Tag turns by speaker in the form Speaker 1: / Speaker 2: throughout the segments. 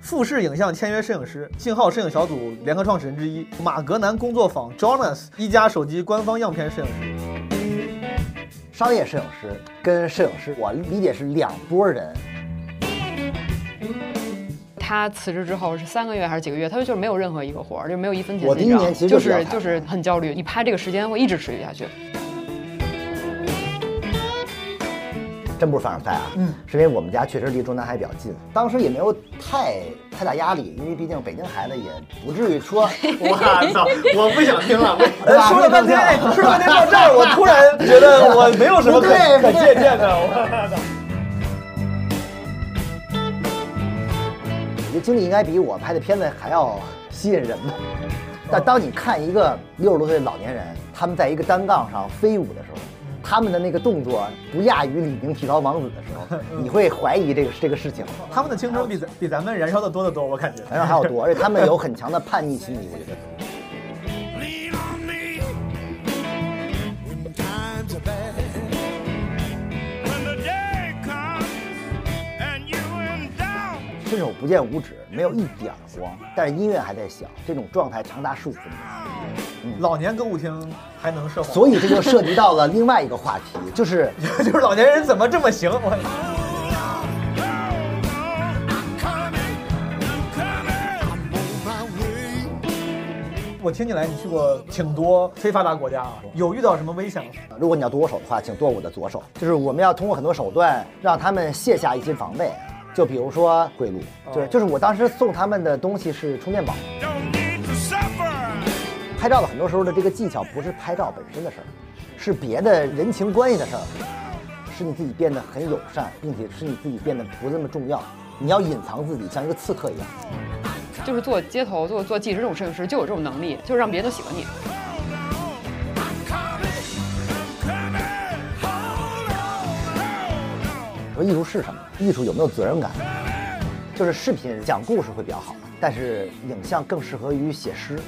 Speaker 1: 富士影像签约摄影师，信号摄影小组联合创始人之一，马格南工作坊 Jonas 一加手机官方样片摄影师。
Speaker 2: 商业摄影师跟摄影师，我理解是两拨人。
Speaker 3: 他辞职之后是三个月还是几个月，他就是没有任何一个活儿，就没有一分钱进账。
Speaker 2: 我第一年其实
Speaker 3: 就
Speaker 2: 就是要
Speaker 3: 是
Speaker 2: 拍
Speaker 3: 就是很焦虑，你拍这个时间会一直持续下去。
Speaker 2: 真不是凡尔赛啊，
Speaker 1: 嗯，
Speaker 2: 是因为我们家确实离中南海比较近，当时也没有太太大压力，因为毕竟北京孩子也不至于说，
Speaker 1: 我操！我不想听了。
Speaker 2: 对吧
Speaker 1: 哎说了半天
Speaker 2: 没有，
Speaker 1: 说了半天到这 儿，我突然觉得我没有什么可
Speaker 2: 不对
Speaker 1: 可
Speaker 2: 不对
Speaker 1: 借鉴的。我操！
Speaker 2: 我觉得经历应该比我拍的片子还要吸引人吧。但当你看一个六十多岁的老年人，他们在一个单杠上飞舞的时候，他们的那个动作不亚于李宁剃刀王子的时候，你会怀疑这个这个事情。
Speaker 1: 他们的青春比咱比咱们燃烧的多得多，我感觉。
Speaker 2: 反正还有多，而且他们有很强的叛逆心理，我觉得。
Speaker 4: Lean on me when times are bad. When the day comes and you in doubt,
Speaker 2: 伸手不见五指，没有一点儿光，但是音乐还在响，这种状态长达数分钟。
Speaker 1: 老年歌舞厅还能涉黄，
Speaker 2: 所以这就涉及到了另外一个话题，就是
Speaker 1: 就是老年人怎么这么行？我
Speaker 4: hold on, hold on. oh, I'm coming, I'm coming. I'm on my way.
Speaker 1: 我听起来你去过挺多非发达国家啊，有遇到什么危险吗？
Speaker 2: 如果你要剁我手的话，请剁我的左手。就是我们要通过很多手段让他们卸下一些防备，就比如说贿赂。对，就是我当时送他们的东西是充电宝。
Speaker 4: Don't need to suffer.
Speaker 2: 拍照的很多时候的这个技巧不是拍照本身的事儿，是别的人情关系的事儿，是你自己变得很友善，并且是你自己变得不那么重要。你要隐藏自己，像一个刺客一样。
Speaker 3: 就是做街头做做纪实这种摄影师就有这种能力，就是让别人都喜欢你。
Speaker 4: Hold on, I'm coming, I'm coming. Hold on, hold on.
Speaker 2: 说艺术是什么？艺术有没有责任感？就是视频讲故事会比较好，但是影像更适合于写诗。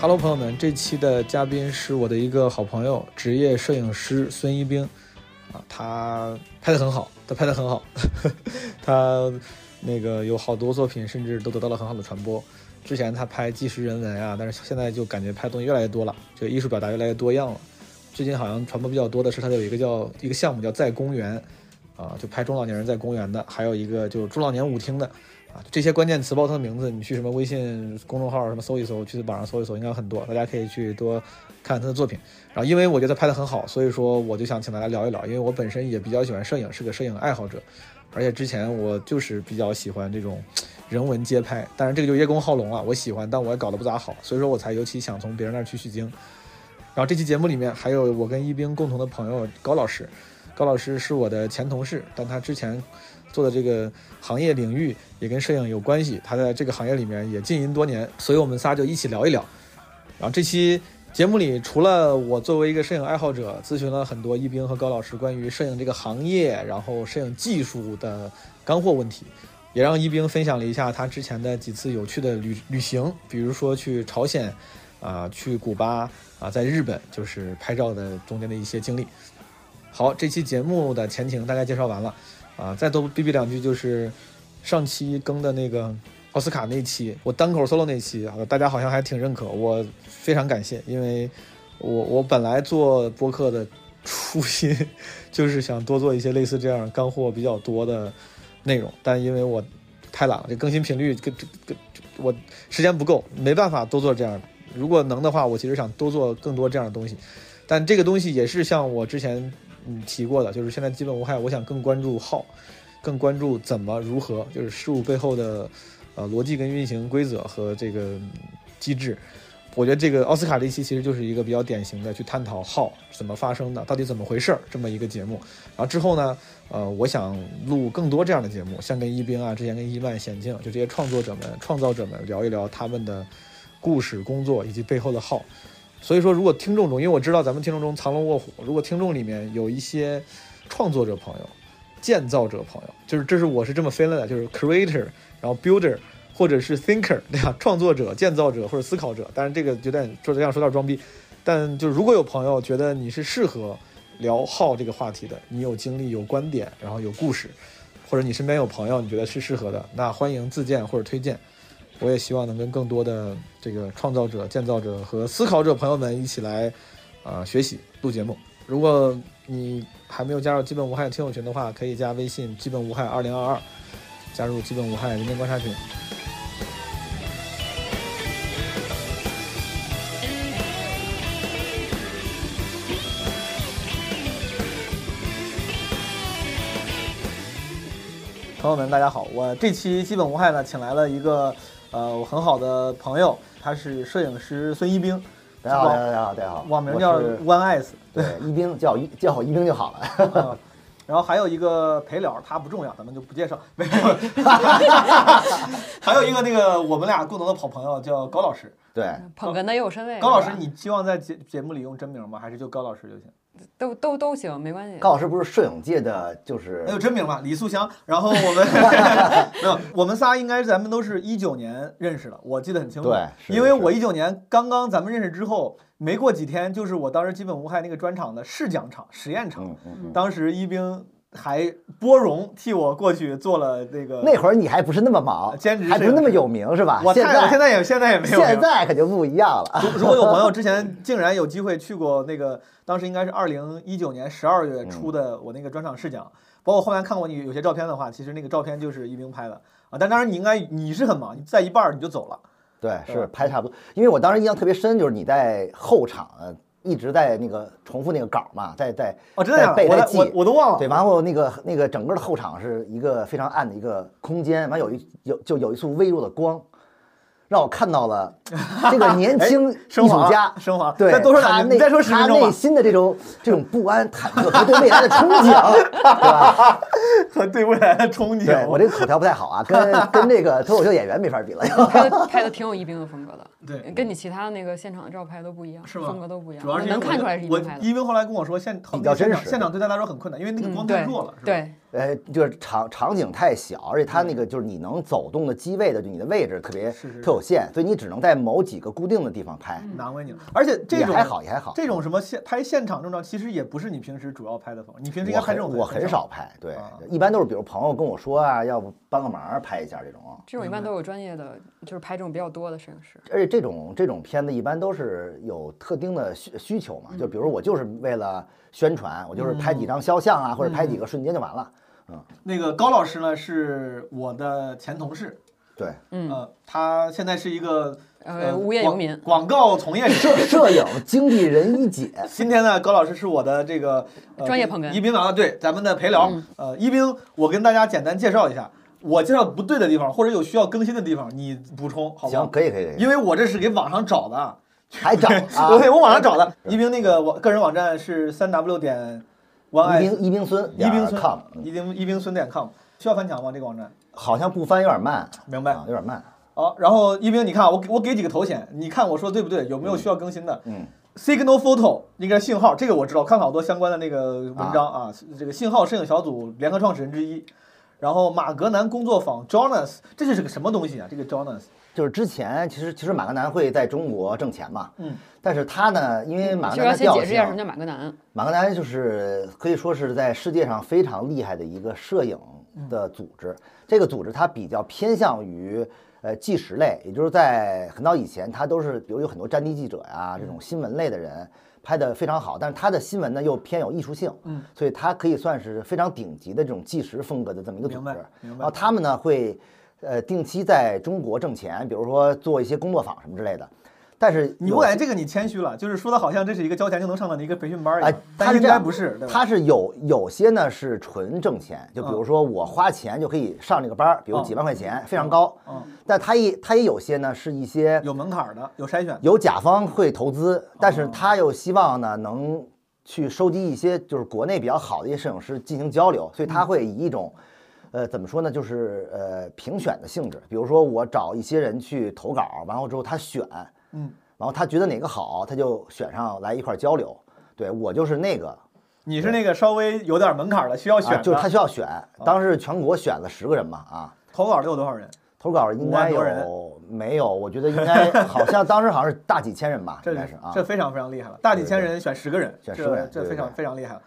Speaker 5: Hello，朋友们，这期的嘉宾是我的一个好朋友，职业摄影师孙一冰，啊，他拍的很好，他拍的很好， 他那个有好多作品，甚至都得到了很好的传播。之前他拍纪实人文啊，但是现在就感觉拍东西越来越多了，这个艺术表达越来越多样了。最近好像传播比较多的是他有一个叫一个项目叫在公园，啊，就拍中老年人在公园的，还有一个就是中老年舞厅的，啊，这些关键词包括他的名字，你去什么微信公众号什么搜一搜，去网上搜一搜，应该有很多，大家可以去多看看他的作品。然后，因为我觉得拍的很好，所以说我就想请大家聊一聊，因为我本身也比较喜欢摄影，是个摄影爱好者，而且之前我就是比较喜欢这种人文街拍，当然这个就叶公好龙了，我喜欢，但我也搞得不咋好，所以说我才尤其想从别人那儿去取经。然后这期节目里面还有我跟一冰共同的朋友高老师，高老师是我的前同事，但他之前做的这个行业领域也跟摄影有关系，他在这个行业里面也浸淫多年，所以我们仨就一起聊一聊。然后这期节目里，除了我作为一个摄影爱好者，咨询了很多一冰和高老师关于摄影这个行业，然后摄影技术的干货问题，也让一冰分享了一下他之前的几次有趣的旅旅行，比如说去朝鲜，啊、去古巴，啊，在日本，就是拍照的中间的一些经历。好，这期节目的前情大概介绍完了，啊，再多逼逼两句就是上期更的那个奥斯卡那期，我单口 solo 那期，啊大家好像还挺认可，我非常感谢，因为我我本来做播客的初心就是想多做一些类似这样干货比较多的内容，但因为我太懒了，这更新频率跟这跟我时间不够，没办法多做这样的。如果能的话，我其实想多做更多这样的东西，但这个东西也是像我之前嗯提过的，就是现在基本无害，我想更关注号，更关注怎么如何，就是事物背后的呃逻辑跟运行规则和这个嗯机制。我觉得这个奥斯卡这一期其实就是一个比较典型的去探讨号怎么发生的，到底怎么回事儿这么一个节目。然后之后呢，呃，我想录更多这样的节目，像跟一冰啊，之前跟伊曼、险境，就这些创作者们、创造者们聊一聊他们的故事、工作以及背后的号。所以说，如果听众中，因为我知道咱们听众中藏龙卧虎，如果听众里面有一些创作者朋友、建造者朋友，就是这是我是这么分类的，就是 creator，然后 builder，或者是 thinker，对吧？创作者、建造者或者思考者。当然，这个有点说这样说有点装逼，但就是如果有朋友觉得你是适合聊号这个话题的，你有经历、有观点，然后有故事，或者你身边有朋友你觉得是适合的，那欢迎自荐或者推荐。我也希望能跟更多的这个创造者、建造者和思考者朋友们一起来，啊、学习录节目。如果你还没有加入基本无害听友群的话，可以加微信“基本无害二零二二”，加入基本无害人间观察群。
Speaker 1: 朋友们，大家好！我这期基本无害呢，请来了一个呃我很好的朋友，他是摄影师孙一冰，哎
Speaker 2: 大家好，大家好，哎大家好，
Speaker 1: 网名叫
Speaker 2: 我 是
Speaker 1: One Eyes，
Speaker 2: 对一冰，叫一叫我一冰就好了。
Speaker 1: 嗯 然后还有一个陪聊，他不重要，咱们就不介绍。 没有，还有一个那个我们俩共同的好朋友叫高老师。
Speaker 2: 对，
Speaker 3: 捧哏的也有身位。
Speaker 1: 高老
Speaker 3: 是
Speaker 1: 师
Speaker 3: 吧，
Speaker 1: 你希望在节节目里用真名吗？还是就高老师就行？
Speaker 3: 都都都行，没关系。
Speaker 2: 高老师不是摄影界的，就是
Speaker 1: 那就真名吧，李素香。然后我们 没有，我们仨应该咱们都是一九年认识的，我记得很清楚。
Speaker 2: 对是
Speaker 1: 因为
Speaker 2: 是
Speaker 1: 我一九年刚刚咱们认识之后，没过几天就是我当时基本无害那个专场的试讲场、实验场，
Speaker 2: 嗯嗯，
Speaker 1: 当时一冰还拨冗替我过去做了那个
Speaker 2: 那会儿你还不是那么忙，
Speaker 1: 兼职摄影师
Speaker 2: 还不是那么有名是吧？
Speaker 1: 我
Speaker 2: 啊现
Speaker 1: 太我现
Speaker 2: 在
Speaker 1: 在也现在也没有名。
Speaker 2: 现在可就不一样了。
Speaker 1: 如如果有朋友之前竟然有机会去过那个，当时应该是二零一九年十二月初的我那个专场试讲，包括后来看过你有些照片的话，其实那个照片就是一冰拍的啊。但当然你应该你是很忙，你在一半儿你就走了，
Speaker 2: 对，
Speaker 1: 对
Speaker 2: 是拍差不多。因为我当时印象特别深，就是你在后场呃一直在那个重复那个稿嘛，在在
Speaker 1: 哦真的假
Speaker 2: 在背
Speaker 1: 的我
Speaker 2: 在
Speaker 1: 的
Speaker 2: 记
Speaker 1: 我我都忘了
Speaker 2: 对，完后那个那个整个的后场是一个非常暗的一个空间，完有一有就有一束微弱的光，让我看 到了这个年轻艺
Speaker 1: 哎升
Speaker 2: 术
Speaker 1: 华了
Speaker 2: 家。
Speaker 1: 升华了。
Speaker 2: 对，
Speaker 1: 再多说
Speaker 2: 他
Speaker 1: 两句，
Speaker 2: 内
Speaker 1: 你再说十分钟
Speaker 2: 他
Speaker 1: 吧
Speaker 2: 内。心的这种这种不安、忐忑和对未来的憧憬，对吧？
Speaker 1: 和 对未来的憧
Speaker 2: 对
Speaker 1: 憬，
Speaker 2: 我这个口条不太好啊，跟跟这个脱口秀演员没法比了。
Speaker 3: 拍的拍的挺有宜宾的风格的，
Speaker 1: 对
Speaker 3: 跟你其他那个现场的照拍都不一样，
Speaker 1: 是吗
Speaker 3: 风格都不一样，
Speaker 1: 主要是因为
Speaker 3: 能
Speaker 1: 我
Speaker 3: 看出来是宜
Speaker 1: 我
Speaker 3: 宾拍的。嗯
Speaker 1: 一冰后来跟我说现
Speaker 2: 比较
Speaker 1: 现
Speaker 2: 真
Speaker 1: 场
Speaker 2: 实
Speaker 1: 现场对他来说很困难，因为那个光太
Speaker 3: 对
Speaker 1: 弱了，是吧？
Speaker 3: 对，
Speaker 2: 呃，就是场场景太小，而且它那个就是你能走动的机位的，就你的位置特别
Speaker 1: 是是是
Speaker 2: 特有限，所以你只能在某几个固定的地方拍，
Speaker 1: 难为你了。而且这
Speaker 2: 也
Speaker 1: 种
Speaker 2: 还好，也还好。
Speaker 1: 这种什么现拍现场这种，其实也不是你平时主要拍的风格，你平时应
Speaker 2: 我
Speaker 1: 该拍这
Speaker 2: 很
Speaker 1: 种
Speaker 2: 我很
Speaker 1: 少
Speaker 2: 少拍，对
Speaker 1: 啊，
Speaker 2: 一般都是比如朋友跟我说啊，要不帮个忙拍一下这种。
Speaker 3: 这种一般都有专业的，就是拍这种比较多的摄影师。
Speaker 2: 而且这种这种片子一般都是有特定的需需求嘛，就比如我就是为了宣传，我就是
Speaker 1: 嗯
Speaker 2: 拍几张肖像啊，或者拍几个瞬间就完了。
Speaker 1: 那个高老师呢，是我的前同事，
Speaker 2: 对，
Speaker 3: 嗯，
Speaker 1: 呃，他现在是一个
Speaker 3: 呃，无业游民，
Speaker 1: 广广告从业者。
Speaker 2: 摄摄影经纪人一姐，
Speaker 1: 今天呢，高老师是我的这个、呃
Speaker 3: 专业捧哏嗯
Speaker 1: 一冰啊，对，咱们的陪聊。呃，一冰，我跟大家简单介绍一下，我介绍不对的地方或者有需要更新的地方，你补充好不
Speaker 2: 行，
Speaker 1: 好？
Speaker 2: 可以可以，可以
Speaker 1: 因为我这是给网上找的啊，
Speaker 2: 还找啊
Speaker 1: 我，给我网上找的。一冰那个网个人网站是三 w 点 one
Speaker 2: 宜
Speaker 1: i
Speaker 2: 宾宜宾孙
Speaker 1: 一冰孙
Speaker 2: com，嗯
Speaker 1: 一冰一冰孙点 com 需要翻墙吗？这个网站？
Speaker 2: 好像不翻有点慢，
Speaker 1: 明白
Speaker 2: 啊有点慢。
Speaker 1: 好，然后一冰，你看我给我给几个头衔，你看我说对不对？有没有需要更新的？
Speaker 2: 嗯
Speaker 1: ，Signal Photo 应该是信号，这个我知道，看了好多相关的那个文章啊。这个信号摄影小组联合创始人之一，然后马格南工作坊 Jonas，这是个什么东西啊？这个 Jonas
Speaker 2: 就是之前其实其实马格南会在中国挣钱嘛，
Speaker 1: 嗯，
Speaker 2: 但是他呢，因为马格南
Speaker 3: 就是要
Speaker 2: 的
Speaker 3: 先
Speaker 2: 调
Speaker 3: 解释一下什么
Speaker 2: 性，
Speaker 3: 叫马格南。
Speaker 2: 马格南就是可以说是在世界上非常厉害的一个摄影的组织。这个组织它比较偏向于呃纪实类，也就是在很早以前，它都是比如有很多战地记者呀、
Speaker 1: 嗯
Speaker 2: 这种新闻类的人拍的非常好，但是它的新闻呢又偏有艺术性，
Speaker 1: 嗯，
Speaker 2: 所以它可以算是非常顶级的这种纪实风格的这么一个组
Speaker 1: 明白
Speaker 2: 织。
Speaker 1: 明
Speaker 2: 然后
Speaker 1: 白。
Speaker 2: 他们呢会呃定期在中国挣钱，比如说做一些工作坊什么之类的。但是
Speaker 1: 你
Speaker 2: 有
Speaker 1: 不
Speaker 2: 些
Speaker 1: 感觉这个你谦虚了？就是说的好像这是一个交钱就能上的一个培训班一
Speaker 2: 哎
Speaker 1: 样，，
Speaker 2: 他
Speaker 1: 但应
Speaker 2: 这
Speaker 1: 该
Speaker 2: 样
Speaker 1: 不是，对吧？
Speaker 2: 他是有有些呢是纯挣钱，就比如说我花钱就可以上这个班儿，比如
Speaker 1: 嗯
Speaker 2: 几万块钱，非常高。
Speaker 1: 嗯，
Speaker 2: 但他也他也有些呢是一些
Speaker 1: 有门槛儿的，有哦筛选的。
Speaker 2: 有甲方会投资，但是他又希望呢能去收集一些就是国内比较好的一些摄影师进行交流，所以
Speaker 1: 嗯
Speaker 2: 他会以一种。呃，怎么说呢？就是呃，评选的性质，比如说我找一些人去投稿，完后之后他选，
Speaker 1: 嗯，
Speaker 2: 然后他觉得哪个好，他就选上来一块儿交流。对我就是那个，
Speaker 1: 你是那个稍微有点门槛的，需要选
Speaker 2: 啊、
Speaker 1: 的，
Speaker 2: 就是他需要选。当时全国选了十个人嘛，啊，
Speaker 1: 投稿得有多少人？
Speaker 2: 投稿应
Speaker 1: 五
Speaker 2: 该
Speaker 1: 万多人
Speaker 2: 有没有？我觉得应该好像当时好像是大几千人 吧，
Speaker 1: 这
Speaker 2: 应该是啊。
Speaker 1: 这非常非常厉害了，大几千人选十个人，
Speaker 2: 选10个人
Speaker 1: 这
Speaker 2: 对
Speaker 1: 这
Speaker 2: 对
Speaker 1: 非常
Speaker 2: 对
Speaker 1: 非常厉害了。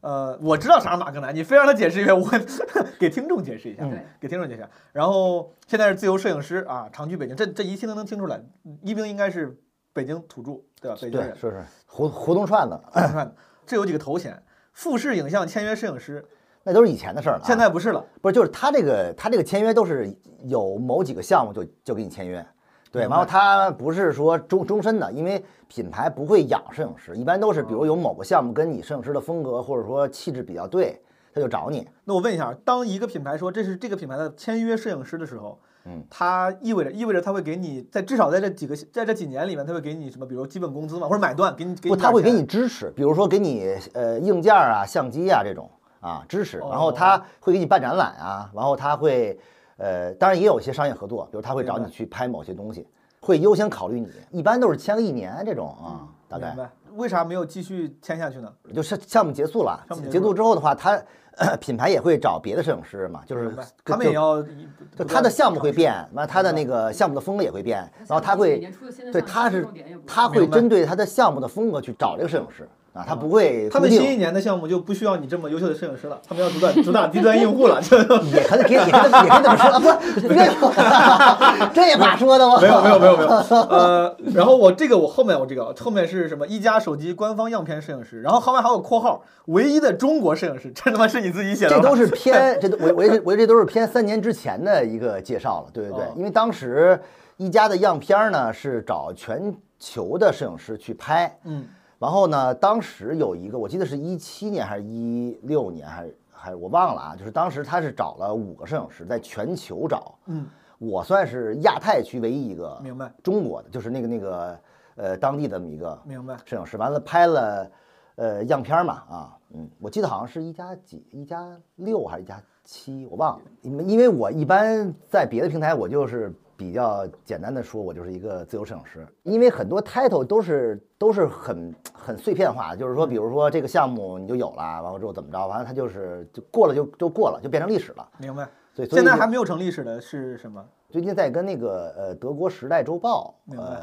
Speaker 1: 呃，我知道啥是马格南，你非让他解释一遍，我 给听众解释一下，
Speaker 3: 嗯
Speaker 1: 给听众解释一下。然后现在是自由摄影师啊，长居北京，这这一听都能听出来，一冰应该是北京土著，对吧？北京
Speaker 2: 对
Speaker 1: 人，，
Speaker 2: 是是胡胡同串子，
Speaker 1: 看看这有几个头衔：富士影像签约摄影师，
Speaker 2: 那都是以前的事儿了啊。
Speaker 1: 现在不是了。
Speaker 2: 不是，就是他这个他这个签约都是有某几个项目就就给你签约，对，
Speaker 1: 明
Speaker 2: 然
Speaker 1: 白
Speaker 2: 后他不是说终终身的，因为品牌不会养摄影师，一般都
Speaker 1: 哦
Speaker 2: 是比如有某个项目跟你摄影师的风格或者说气质比较对，他就找你。
Speaker 1: 那我问一下，当一个品牌说这是这个品牌的签约摄影师的时候，
Speaker 2: 嗯，
Speaker 1: 它意味着意味着他会给你在至少在这几个在这几年里面，他会给你什么，比如基本工资嘛，或者买断，给你给你
Speaker 2: 不，
Speaker 1: 点
Speaker 2: 他会给
Speaker 1: 钱
Speaker 2: 你支持，比如说给你呃硬件啊、相机啊这种啊支持，然后
Speaker 1: 哦
Speaker 2: 他会给你办展览啊，然后他会呃，当然也有一些商业合作，比如他会找
Speaker 1: 明
Speaker 2: 你
Speaker 1: 白
Speaker 2: 去拍某些东西，会优先考虑你，一般都是签个一年这种啊，大概
Speaker 1: 嗯明。白？为啥没有继续签下去呢？
Speaker 2: 就是项目结束了
Speaker 1: 项目，结
Speaker 2: 结
Speaker 1: 束
Speaker 2: 束之后的话，他 呃品牌也会找别的摄影师嘛，就是
Speaker 1: 明白，
Speaker 2: 就
Speaker 1: 他们也要
Speaker 2: 就他的项目会，
Speaker 1: 不断地
Speaker 2: 变，完了他的
Speaker 1: 明
Speaker 2: 那个项目的风格也会变，然后他
Speaker 3: 每
Speaker 2: 会
Speaker 3: 年出的新的
Speaker 2: 对
Speaker 3: 项目
Speaker 2: 他是
Speaker 3: 重点也不一样
Speaker 2: 他会
Speaker 1: 明白
Speaker 2: 针对他的项目的风格去找这个摄影师啊，他不会
Speaker 1: 他
Speaker 2: 固
Speaker 1: 们新一
Speaker 2: 定，
Speaker 1: 年的项目就不需要你这么优秀的摄影师了，他们要主打主打低端用户了。 就
Speaker 2: 也可以可以也可以这么也可以这么说，啊不是这这也把说的 吗？
Speaker 1: 没有没有没有没有，呃，然后我这个我后面我这个后面是什么？一加手机官方样片摄影师，然后后面还有括号，唯一的中国摄影师，这他妈是你自己写的
Speaker 2: 这
Speaker 1: 吗？
Speaker 2: 都是偏，这都我我这我这都是偏三年之前的一个介绍了，对对对
Speaker 1: 哦，
Speaker 2: 因为当时一加的样片儿呢是找全球的摄影师去拍，
Speaker 1: 嗯，
Speaker 2: 然后呢，当时有一个我记得是一七年还是一六年还是还是我忘了啊，就是当时他是找了五个摄影师在全球找，
Speaker 1: 嗯，
Speaker 2: 我算是亚太区唯一一个
Speaker 1: 明白
Speaker 2: 中国的，就是那个那个呃当地的那么一个
Speaker 1: 明白。
Speaker 2: 摄影师，完了拍了呃样片儿嘛啊，嗯，我记得好像是一加几一加六还是一加七，我忘了。因因为我一般在别的平台，我就是比较简单的说，我就是一个自由摄影师，因为很多 title 都是都是很很碎片化的，就是说，比如说这个项目你就有了，完了之后怎么着，完了它就是就过了就就过了，就变成历史了。
Speaker 1: 明白。
Speaker 2: 所以所以
Speaker 1: 现在
Speaker 2: 就
Speaker 1: 还没有成历史的是什么？
Speaker 2: 最近在跟那个呃德国《时代周报》
Speaker 1: 明白
Speaker 2: 呃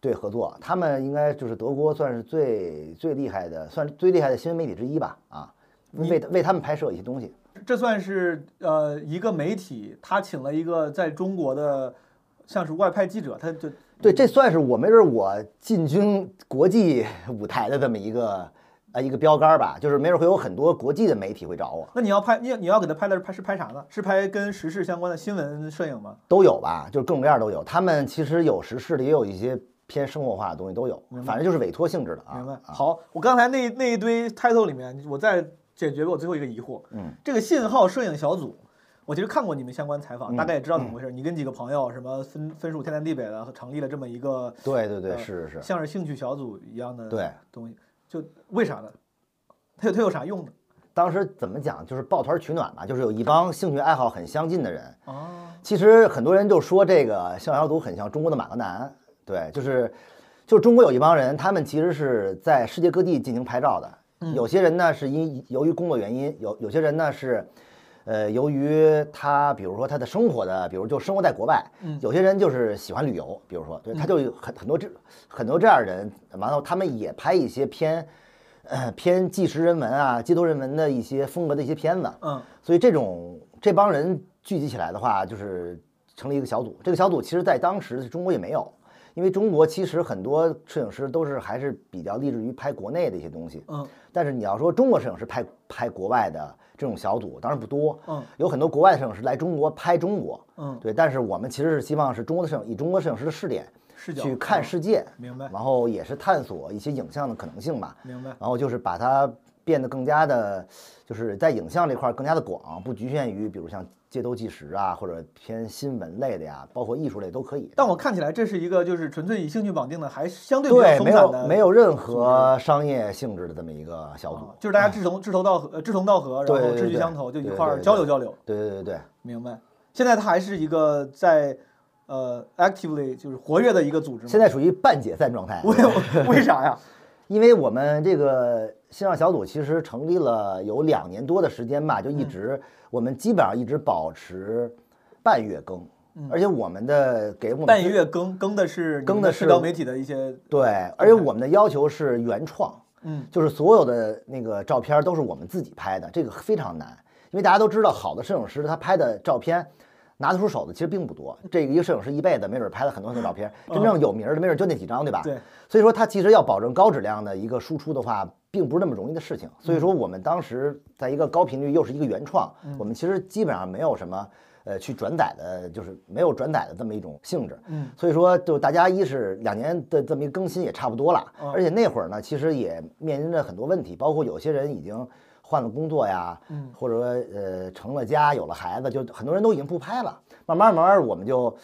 Speaker 2: 对合作，他们应该就是德国算是最最厉害的，算是最厉害的新闻媒体之一吧啊，
Speaker 1: 你
Speaker 2: 为为他们拍摄一些东西。
Speaker 1: 这算是呃一个媒体，他请了一个在中国的像是外派记者，他就
Speaker 2: 对，这算是我没准儿我进军国际舞台的这么一个呃一个标杆儿吧，就是没准儿会有很多国际的媒体会找我，
Speaker 1: 那你要拍你你要给他拍的是拍是拍啥呢？是拍跟时事相关的新闻摄影吗？
Speaker 2: 都有吧，就是各种各样儿都有。他们其实有时事的，也有一些偏生活化的东西都有
Speaker 1: 明白，
Speaker 2: 反正就是委托性质的啊。
Speaker 1: 明白。
Speaker 2: 啊
Speaker 1: 好，我刚才那那一堆 title 里面，我再解决我最后一个疑惑。
Speaker 2: 嗯，
Speaker 1: 这个信号摄影小组，我其实看过你们相关采访，
Speaker 2: 嗯
Speaker 1: 大概也知道怎么回事。你跟几个朋友什么分分属天南地北的，成立了这么一个
Speaker 2: 对对对，
Speaker 1: 呃
Speaker 2: 是是是，
Speaker 1: 像是兴趣小组一样的
Speaker 2: 对。
Speaker 1: 东西，就为啥呢？它有它有啥用呢？
Speaker 2: 当时怎么讲，就是抱团取暖嘛，就是有一帮兴趣爱好很相近的人。
Speaker 1: 哦，
Speaker 2: 其实很多人就说这个逍遥族很像中国的马格南，对，就是就是中国有一帮人，他们其实是在世界各地进行拍照
Speaker 1: 嗯
Speaker 2: 的。有些人呢是因由于工作原因，有有些人呢是，呃，由于他比如说他的生活的，比如就生活在国外，
Speaker 1: 嗯
Speaker 2: 有些人就是喜欢旅游，比如说，对，他就有很很多这很多这样的人，完了他们也拍一些偏，呃，偏纪实人文啊、街头人文的一些风格的一些片子，
Speaker 1: 嗯，
Speaker 2: 所以这种这帮人聚集起来的话，就是成立一个小组。这个小组其实在当时中国也没有，因为中国其实很多摄影师都是还是比较立志于拍国内的一些东西。
Speaker 1: 嗯，
Speaker 2: 但是你要说中国摄影师拍拍国外的这种小组，当然不多。
Speaker 1: 嗯，
Speaker 2: 有很多国外的摄影师来中国拍中国。
Speaker 1: 嗯
Speaker 2: 对。但是我们其实是希望是中国的摄影，以中国摄影师的视点
Speaker 1: 视角
Speaker 2: 去看
Speaker 1: 嗯
Speaker 2: 世界，
Speaker 1: 明白
Speaker 2: 然后也是探索一些影像的可能性吧。
Speaker 1: 明白。
Speaker 2: 然后就是把它变得更加的，就是在影像这块儿更加的广，不局限于比如像街头纪实啊，或者偏新闻类的呀，包括艺术类都可以。
Speaker 1: 但我看起来这是一个就是纯粹以兴趣绑定的，还相对比较
Speaker 2: 对
Speaker 1: 松
Speaker 2: 没
Speaker 1: 散的，
Speaker 2: 有没有任何商业性质的这么一个小组
Speaker 1: 啊，，就是大家志同志同道合，呃志同道合，然
Speaker 2: 对
Speaker 1: 后
Speaker 2: 哎对对
Speaker 1: 志趣
Speaker 2: 对
Speaker 1: 相投，就一
Speaker 2: 对
Speaker 1: 块
Speaker 2: 对
Speaker 1: 儿
Speaker 2: 对
Speaker 1: 交流交流。
Speaker 2: 对对对对，
Speaker 1: 明白。现在它还是一个在呃 actively 就是活跃的一个组织吗？
Speaker 2: 现在属于半解散状态。啊
Speaker 1: 为 为啥呀？
Speaker 2: 因为我们这个线上小组其实成立了有两年多的时间吧，就
Speaker 1: 嗯
Speaker 2: 一直、我们基本上一直保持半月更，而且我们的给我
Speaker 1: 嗯
Speaker 2: 们
Speaker 1: 半月更更的是你
Speaker 2: 更
Speaker 1: 们
Speaker 2: 的
Speaker 1: 社
Speaker 2: 是
Speaker 1: 交媒体的一些，
Speaker 2: 对，而且我们的要求是原创，
Speaker 1: 嗯，
Speaker 2: 就是所有的那个照片都是我们自己拍的，这个非常难，因为大家都知道，好的摄影师他拍的照片拿得出手的其实并不多。这个一个摄影师一辈子没准拍了很多很多照片，真正有名儿的没准就那几张，对吧？
Speaker 1: 对。
Speaker 2: 所以说他其实要保证高质量的一个输出的话，并不是那么容易的事情。所以说我们当时在一个高频率又是一个原创，
Speaker 1: 嗯
Speaker 2: 我们其实基本上没有什么。呃，去转载的，就是没有转载的这么一种性质，
Speaker 1: 嗯，
Speaker 2: 所以说就大家一是两年的这么一个更新也差不多了，
Speaker 1: 嗯
Speaker 2: 而且那会儿呢，其实也面临着很多问题，包括有些人已经换了工作呀，
Speaker 1: 嗯
Speaker 2: 或者说呃成了家有了孩子，就很多人都已经不拍了。慢慢慢慢，我们就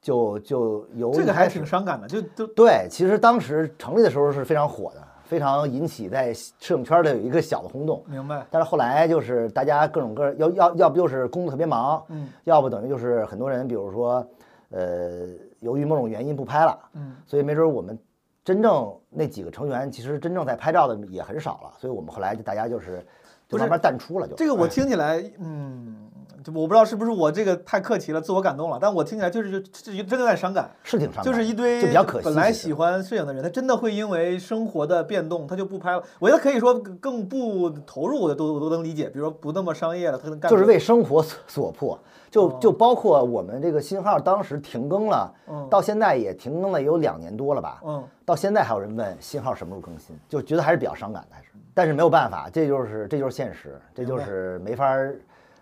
Speaker 2: 就就由
Speaker 1: 这
Speaker 2: 一
Speaker 1: 个还
Speaker 2: 开
Speaker 1: 挺
Speaker 2: 始
Speaker 1: 伤感的，就就
Speaker 2: 对，其实当时成立的时候是非常火的，非常引起在摄影圈的有一个小的轰动。
Speaker 1: 明白，
Speaker 2: 但是后来就是大家各种各要要要不就是工作特别忙，
Speaker 1: 嗯
Speaker 2: 要不等于就是很多人，比如说，呃，由于某种原因不拍了，
Speaker 1: 嗯，
Speaker 2: 所以没准我们真正那几个成员其实真正在拍照的也很少了，所以我们后来就大家就是
Speaker 1: 不
Speaker 2: 就是慢慢淡出了就，哎
Speaker 1: 这个我听起来，嗯，就我不知道是不是我这个太客气了，自我感动了，但我听起来就是就就就真的在伤感。
Speaker 2: 是挺伤感的，
Speaker 1: 就是一堆
Speaker 2: 就比较可惜
Speaker 1: 本来
Speaker 2: 其实
Speaker 1: 喜欢摄影的人，他真的会因为生活的变动，他就不拍了。我觉得可以说更更不投入，我都都都能理解。比如说不那么商业了，他能干
Speaker 2: 就是
Speaker 1: 别
Speaker 2: 为生活所所迫，就就包括我们这个信号当时停更了，
Speaker 1: 嗯
Speaker 2: 到现在也停更了有两年多了吧，
Speaker 1: 嗯，
Speaker 2: 到现在还有人问信号什么时候更新，就觉得还是比较伤感的，还是，但是没有办法，这就是这就是现实，这就是没法儿，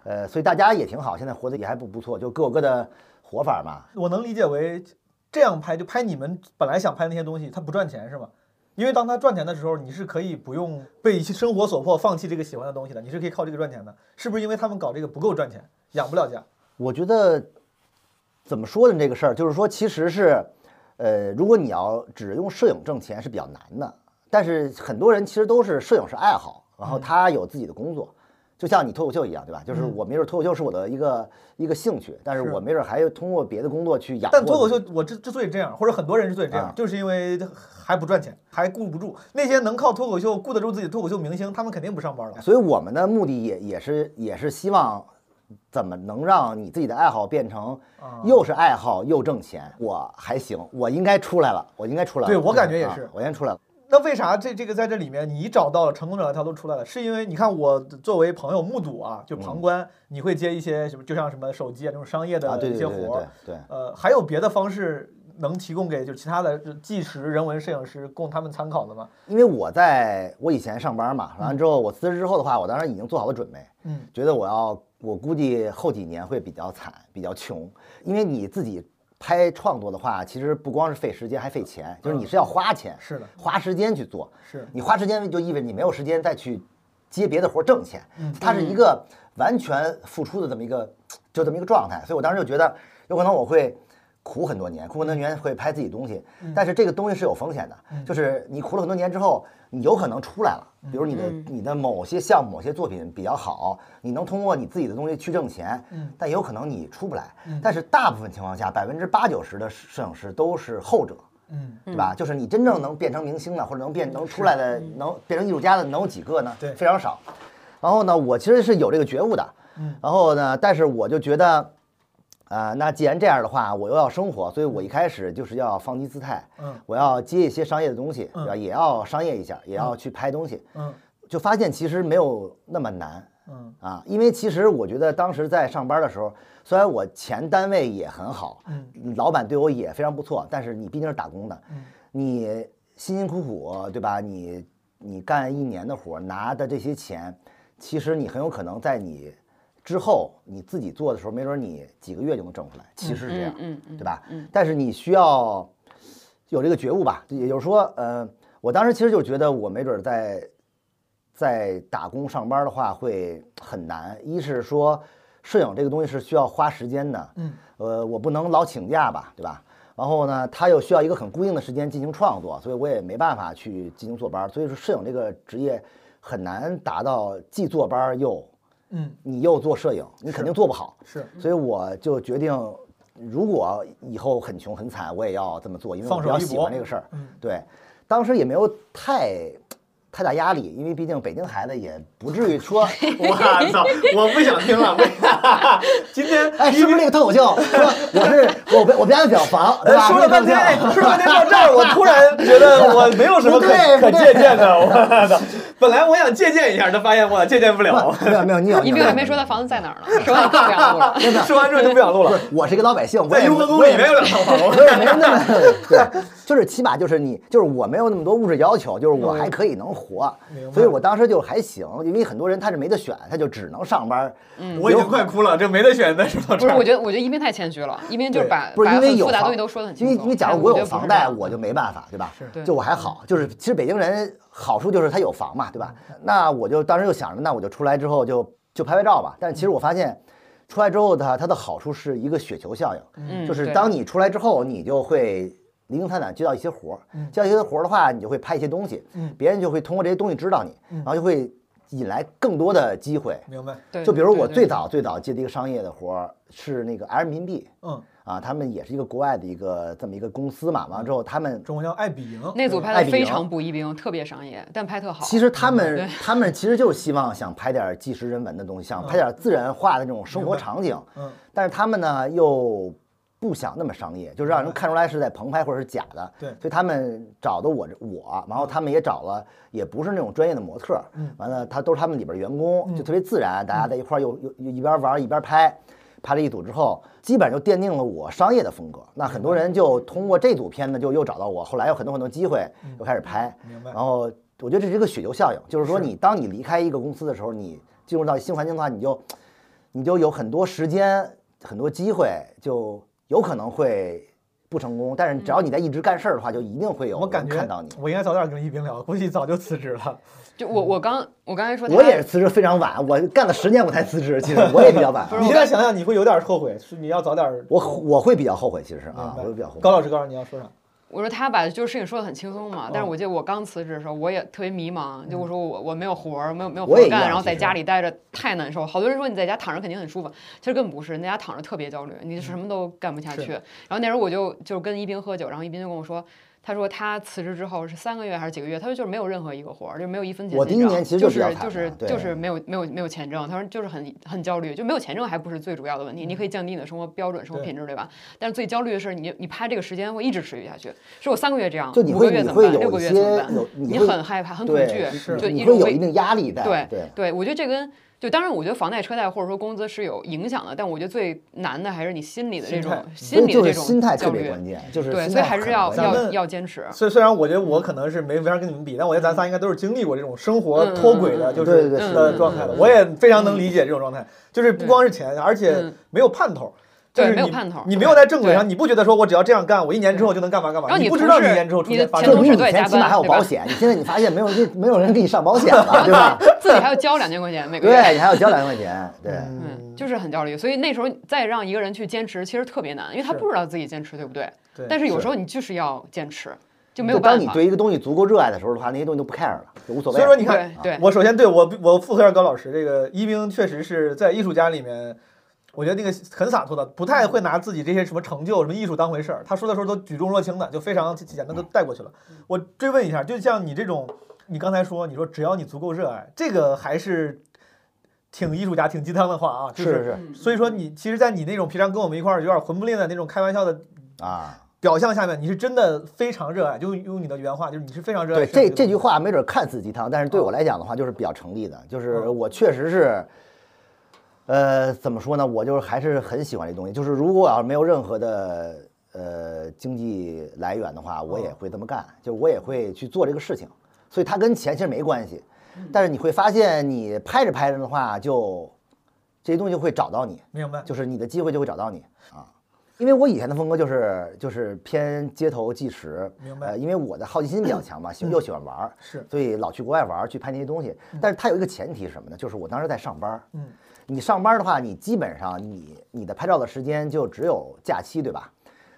Speaker 2: 呃，所以大家也挺好，现在活得也还不不错，就各有各的活法嘛。
Speaker 1: 我能理解为这样拍，就拍你们本来想拍那些东西，它不赚钱是吗？因为当他赚钱的时候，你是可以不用被生活所迫放弃这个喜欢的东西的，你是可以靠这个赚钱的，是不是？因为他们搞这个不够赚钱，养不了家。
Speaker 2: 我觉得怎么说呢？这个事儿就是说，其实是，呃，如果你要只用摄影挣钱是比较难的。但是很多人其实都是摄影是爱好，然
Speaker 1: 嗯
Speaker 2: 后他有自己的工作，就像你脱口秀一样，对吧？就是我没准脱口秀是我的一个一个兴趣，但是
Speaker 1: 是
Speaker 2: 我没准还有通过别的工作去养活
Speaker 1: 但
Speaker 2: 自己。
Speaker 1: 脱口秀我之之所以这样，或者很多人之所以这样，
Speaker 2: 啊
Speaker 1: 就是因为还不赚钱，还顾不住。那些能靠脱口秀顾得住自己的脱口秀明星，他们肯定不上班了。
Speaker 2: 所以我们的目的也也是也是希望，怎么能让你自己的爱好变成
Speaker 1: 啊
Speaker 2: 又是爱好又挣钱？我还行，我应该出来了，我应该出来了。
Speaker 1: 对我感觉也
Speaker 2: 啊
Speaker 1: 是
Speaker 2: 我先出来了。
Speaker 1: 那为啥这这个在这里面你找到了成功者两条路出来了？是因为你看我作为朋友目睹啊，就旁观，你会接一些什么，就像什么手机啊这种商业
Speaker 2: 嗯啊，
Speaker 1: 的
Speaker 2: 对
Speaker 1: 一
Speaker 2: 对
Speaker 1: 些
Speaker 2: 对
Speaker 1: 活
Speaker 2: 对
Speaker 1: 儿。
Speaker 2: 对对，
Speaker 1: 呃，还有别的方式能提供给就其他的纪实人文摄影师供他们参考的吗？
Speaker 2: 因为我在我以前上班嘛，完了之后我辞职之后的话，我当时已经做好了准备，
Speaker 1: 嗯，
Speaker 2: 觉得我要我估计后几年会比较惨，比较穷，因为你自己拍创作的话，其实不光是费时间，还费钱，就是你是要花钱，
Speaker 1: 是的，
Speaker 2: 花时间去做，
Speaker 1: 是
Speaker 2: 你花时间就意味着你没有时间再去接别的活儿挣钱，它是一个完全付出的这么一个就这么一个状态，所以我当时就觉得有可能我会。苦很多年，苦很多年会拍自己东西，但是这个东西是有风险的，就是你苦了很多年之后，你有可能出来了。比如你的、你的某些项目、某些作品比较好，你能通过你自己的东西去挣钱，但也有可能你出不来。但是大部分情况下，百分之八九十的摄影师都是后者。
Speaker 1: 嗯，
Speaker 2: 对吧？就是你真正能变成明星的，或者能变能出来的，能变成艺术家的，能有几个呢？
Speaker 1: 对
Speaker 2: 非常少。然后呢，我其实是有这个觉悟的。
Speaker 1: 嗯。
Speaker 2: 然后呢，但是我就觉得，啊，那既然这样的话，我又要生活，所以我一开始就是要放低姿态。
Speaker 1: 嗯。
Speaker 2: 我要接一些商业的东西，
Speaker 1: 嗯
Speaker 2: 对吧？也要商业一下，也要去拍东西，
Speaker 1: 嗯
Speaker 2: 就发现其实没有那么难。
Speaker 1: 嗯
Speaker 2: 啊，因为其实我觉得当时在上班的时候，虽然我前单位也很好，老板对我也非常不错，但是你毕竟是打工的，你辛辛苦苦，对吧？你你干一年的活儿，拿的这些钱，其实你很有可能在你之后你自己做的时候，没准你几个月就能挣回来，其实是这样，
Speaker 3: 嗯嗯
Speaker 2: 对吧？但是你需要有这个觉悟吧，也就是说，呃，我当时其实就觉得我没准儿在在打工上班的话会很难。一是说，摄影这个东西是需要花时间的，
Speaker 1: 嗯，
Speaker 2: 呃，我不能老请假吧，对吧？然后呢，他又需要一个很固定的时间进行创作，所以我也没办法去进行坐班儿。所以说，摄影这个职业很难达到既坐班儿又
Speaker 1: 嗯，
Speaker 2: 你又做摄影，你肯定做不好。
Speaker 1: 是
Speaker 2: 所以我就决定如果以后很穷很惨，我也要这么做，因为我
Speaker 1: 放
Speaker 2: 比
Speaker 1: 手
Speaker 2: 较
Speaker 1: 一
Speaker 2: 喜
Speaker 1: 搏
Speaker 2: 欢这个事儿。
Speaker 1: 嗯
Speaker 2: 对，当时也没有太太大压力，因为毕竟北京孩子也不至 于说，
Speaker 1: 我操！我不想听了，不想今天
Speaker 2: 哎，是不是那个脱口秀？ 说我是我我我家有表房，对吧？
Speaker 1: 哎说了半天哎
Speaker 2: 那个
Speaker 1: 说
Speaker 2: 脱口秀，
Speaker 1: 了半天到这儿，我突 然觉得我没有什么可
Speaker 2: 不对
Speaker 1: 可
Speaker 2: 不
Speaker 1: 借
Speaker 2: 对
Speaker 1: 鉴的。我 操！本来我想借鉴一下，但发现我借鉴不了。
Speaker 2: 没有没有，你有
Speaker 3: 你
Speaker 2: 有
Speaker 3: 并没说他房子在哪儿呢，说完更两 步了。
Speaker 1: 说完之后就不想录
Speaker 2: 不
Speaker 1: 了
Speaker 2: 是。，我是一个老百姓，我
Speaker 1: 在
Speaker 2: 也
Speaker 1: 雍
Speaker 2: 不
Speaker 1: 和宫
Speaker 2: 我
Speaker 1: 里
Speaker 2: 也
Speaker 1: 面有两套 房。
Speaker 2: 我也没有那么对，就是起码就是你就是我没有那么多物质要求，就是我还可以能活
Speaker 1: 嗯明白，
Speaker 2: 所以我当时就还行，因为很多人他是没得选，他就只能上班。
Speaker 3: 嗯
Speaker 1: 我已经快哭了，这没得选的是到
Speaker 3: 不
Speaker 1: 这
Speaker 3: 是，我
Speaker 1: 儿。
Speaker 3: 觉得我觉得一斌太谦虚了，一斌就是把
Speaker 2: 不是
Speaker 3: 把
Speaker 2: 因为
Speaker 3: 很
Speaker 2: 有
Speaker 3: 复杂
Speaker 2: 房
Speaker 3: 东西都说的很
Speaker 2: 因
Speaker 3: 清
Speaker 2: 为
Speaker 3: 楚。
Speaker 2: 因为假如
Speaker 3: 但
Speaker 2: 我
Speaker 3: 觉
Speaker 2: 有
Speaker 3: 得不是
Speaker 2: 房
Speaker 3: 这
Speaker 2: 贷，
Speaker 3: 样
Speaker 2: 我就没办法，对吧？
Speaker 1: 是
Speaker 2: 就我还好，就是其实北京人好处就是他有房嘛，对吧？
Speaker 1: 嗯
Speaker 2: 那我就当时就想着，那我就出来之后就就拍拍照吧。但是其实我发现，出来之后的它的好处是一个雪球效应，
Speaker 3: 嗯
Speaker 2: 就是
Speaker 3: 对
Speaker 2: 当你出来之后，你就会零零散散接到一些活儿，
Speaker 3: 嗯
Speaker 2: 接到一些活儿的话，你就会拍一些东西
Speaker 1: 嗯，
Speaker 2: 别人就会通过这些东西知道你，
Speaker 3: 嗯
Speaker 2: 然后就会引来更多的机会。
Speaker 1: 明白，
Speaker 3: 对
Speaker 2: 就比如我
Speaker 3: 对对
Speaker 2: 最早最早接的一个商业的活儿是那个 R 人民币，
Speaker 1: 嗯，
Speaker 2: 啊，他们也是一个国外的一个这么一个公司嘛。完了之后，他们
Speaker 1: 中国叫爱彼迎。
Speaker 3: 那组
Speaker 1: 对
Speaker 3: 拍
Speaker 2: 嗯艾
Speaker 3: 的
Speaker 2: 比
Speaker 3: 非
Speaker 2: 营
Speaker 3: 常不一兵，特别商业，但拍特好。
Speaker 2: 其实他
Speaker 1: 嗯
Speaker 2: 们 他们其实就是希望想拍点纪实人文的东西，想拍点自然化的这种生活
Speaker 1: 嗯明白
Speaker 2: 场景，
Speaker 1: 嗯
Speaker 2: 但是他们呢又不想那么商业，就是让人看出来是在棚拍或者是假的。
Speaker 1: 对
Speaker 2: 所以他们找的我这我，然后他们也找了，也不是那种专业的模特儿，
Speaker 1: 嗯
Speaker 2: 完了他都是他们里边儿员工，
Speaker 1: 嗯
Speaker 2: 就特别自然，大家在一块儿又又又一边玩儿一边拍。拍了一组之后，基本上就奠定了我商业的风格。那很多人就通过这组片子就又找到我，后来有很多很多机会
Speaker 1: 嗯
Speaker 2: 又开始拍。
Speaker 1: 明
Speaker 3: 哎
Speaker 1: 白
Speaker 2: 然。后我觉得这是一个雪球效应，就是说你当你离开一个公司的时候，你进入到新环境的话，你就你就有很多时间、很多机会，就有可能会不成功。但是只要你在一直干事儿的话，就一定会有
Speaker 1: 我感
Speaker 2: 人
Speaker 1: 觉
Speaker 2: 看到你。
Speaker 1: 我应该早点跟一冰聊，估计早就辞职了。
Speaker 3: 就我我刚我刚才说他，
Speaker 2: 我也是辞职非常晚，我干了十年我才辞职，其实我也比较晚啊。
Speaker 1: 你现在想想，你会有点后悔，是你要早点儿。
Speaker 2: 我我会比较后悔，其实啊
Speaker 1: 明，白
Speaker 2: 我会比较后
Speaker 1: 高
Speaker 2: 悔。
Speaker 1: 老师，高老师，你要说啥？
Speaker 3: 我说他把就是事情说的很轻松嘛，
Speaker 2: 嗯
Speaker 3: 但是我记得我刚辞职的时候，我也特别迷茫，就我说我我没有活儿，没有没有活
Speaker 2: 我也
Speaker 3: 儿
Speaker 2: 一样
Speaker 3: 干，然后在
Speaker 2: 其实
Speaker 3: 家里待着太难受。好多人说你在家躺着肯定很舒服，其实根本不是，你在家躺着特别焦虑，你
Speaker 2: 嗯
Speaker 3: 什么都干不下去。
Speaker 1: 是
Speaker 3: 然后那时候我就就是跟一斌喝酒，然后一斌就跟我说。他说他辞职之后是三个月还是几个月，他说就是没有任何一个活儿，就没有一分钱进账。
Speaker 2: 我第一年其实
Speaker 3: 就
Speaker 2: 就比较
Speaker 3: 是就
Speaker 2: 惨
Speaker 3: 是
Speaker 2: 啊对
Speaker 3: 就是没有没有没有钱挣，他说就是很很焦虑，就没有钱挣还不是最主要的问题，
Speaker 2: 嗯
Speaker 3: 你可以降低你的生活标准、生活
Speaker 1: 对
Speaker 3: 品质，对吧？但是最焦虑的是你你拍这个时间会一直持续下去，是我三个月这样，
Speaker 2: 就你
Speaker 3: 五
Speaker 2: 会
Speaker 3: 个月
Speaker 2: 你
Speaker 3: 怎么
Speaker 2: 会
Speaker 3: 办？六
Speaker 2: 有
Speaker 3: 个
Speaker 2: 一
Speaker 3: 月怎
Speaker 2: 些
Speaker 3: 么办？
Speaker 2: 有你
Speaker 3: 你
Speaker 2: 会
Speaker 3: 很害怕，很恐惧
Speaker 2: 对，，
Speaker 1: 是
Speaker 3: 就
Speaker 2: 你
Speaker 3: 一
Speaker 2: 会
Speaker 3: 种
Speaker 2: 有
Speaker 3: 畏
Speaker 2: 一定压力在。
Speaker 3: 对
Speaker 2: 对，
Speaker 3: 我觉得这跟就当然，我觉得房贷、车贷或者说工资是有影响的，但我觉得最难的还是你心里的这种
Speaker 2: 所
Speaker 3: 心
Speaker 2: 以
Speaker 3: 理的
Speaker 2: 就
Speaker 3: 这
Speaker 2: 是
Speaker 3: 种
Speaker 2: 心态特
Speaker 3: 焦
Speaker 2: 别
Speaker 3: 虑。
Speaker 2: 关键，就是
Speaker 3: 对，
Speaker 2: 心
Speaker 3: 所以
Speaker 2: 态
Speaker 3: 还是
Speaker 2: 很
Speaker 3: 要
Speaker 2: 关键
Speaker 1: 咱
Speaker 3: 要
Speaker 1: 们
Speaker 3: 要坚持。
Speaker 1: 虽虽然我觉得我可能是没法跟你们比，但我觉得咱仨应该都是经历过这种生活
Speaker 3: 嗯
Speaker 1: 脱轨的，
Speaker 3: 嗯嗯
Speaker 1: 就是
Speaker 2: 对对对是
Speaker 1: 的
Speaker 3: 的
Speaker 1: 状态的
Speaker 2: 嗯。嗯
Speaker 1: 我也非常能理解这种状态，就是不光是钱，而且
Speaker 3: 嗯
Speaker 1: 没有盼头。
Speaker 3: 对
Speaker 1: 就是
Speaker 3: 没有
Speaker 1: 你
Speaker 3: 盼头
Speaker 1: 你没有在正轨
Speaker 3: 对
Speaker 1: 上，你不觉得说我只要这样干，我一年之后就能干嘛干嘛？
Speaker 3: 然后
Speaker 1: 你
Speaker 3: 你
Speaker 1: 不知
Speaker 3: 同
Speaker 1: 道你
Speaker 3: 事
Speaker 1: 一年之后出
Speaker 3: 你
Speaker 1: 现
Speaker 3: 的
Speaker 1: 发
Speaker 3: 前
Speaker 1: 生
Speaker 2: 就
Speaker 1: 什
Speaker 3: 同
Speaker 1: 么事。
Speaker 2: 比你
Speaker 3: 事都
Speaker 2: 以
Speaker 3: 在
Speaker 2: 前
Speaker 3: 加
Speaker 2: 起码
Speaker 3: 班
Speaker 2: 还有
Speaker 3: 对吧
Speaker 2: 保险，你现在你发现没有人没有人给你上保险了，对 吧？
Speaker 3: 自己还要交两千块钱每个月。
Speaker 2: 对 你还要交两千块钱，对，
Speaker 3: 嗯，就是很焦虑，所以那时候再让一个人去坚持，其实特别难，因为他
Speaker 1: 是
Speaker 3: 不知道自己坚持对不对。
Speaker 1: 对
Speaker 3: 但是有
Speaker 2: 是
Speaker 3: 时候你就是要坚持，就
Speaker 2: 就
Speaker 3: 没有办
Speaker 2: 当
Speaker 3: 法。
Speaker 2: 你对一个东西足够热爱的时候的话，那些东西都不 care 了，就无所
Speaker 1: 所
Speaker 2: 谓
Speaker 1: 以
Speaker 2: 了。
Speaker 1: 说你看，
Speaker 3: 对对
Speaker 1: 我首先对我我附和一下高老师，这个一冰确实是在艺术家里面，我觉得那个很洒脱的，不太会拿自己这些什么成就、什么艺术当回事儿。他说的时候都举重若轻的，就非常简单的带过去了。我追问一下，就像你这种，你刚才说，你说只要你足够热爱，这个还是挺艺术家、挺鸡汤的话啊，就是
Speaker 2: 是是
Speaker 1: 所以说你其实，在你那种平常跟我们一块儿有点混不吝的那种开玩笑的
Speaker 2: 啊，
Speaker 1: 表象下面，你是真的非常热爱，就用你的原话，就是你是非常热爱摄
Speaker 2: 对
Speaker 1: 影
Speaker 2: 这
Speaker 1: 个嗯
Speaker 2: 这句话没准看似鸡汤，但是对我来讲的话就是比较成立的，就是我确实是。呃，怎么说呢？我就是还是很喜欢这东西。就是如果我要是没有任何的呃经济来源的话，
Speaker 1: 嗯
Speaker 2: 我也会这么干，就我也会去做这个事情。所以它跟钱其实没关系，
Speaker 1: 嗯
Speaker 2: 但是你会发现，你拍着拍着的话，就这些东西就会找到你，
Speaker 1: 明白。
Speaker 2: 就是你的机会就会找到你啊。因为我以前的风格就是就是偏街头纪实，
Speaker 1: 明白嗯
Speaker 2: 呃，因为我的好奇心比较强嘛，喜又喜欢玩儿，
Speaker 1: 是
Speaker 2: 所以老去国外玩儿去拍那些东西。但是它有一个前提是什么呢？就是我当时在上班儿，
Speaker 1: 嗯，
Speaker 2: 你上班儿的话，你基本上你你的拍照的时间就只有假期，对吧？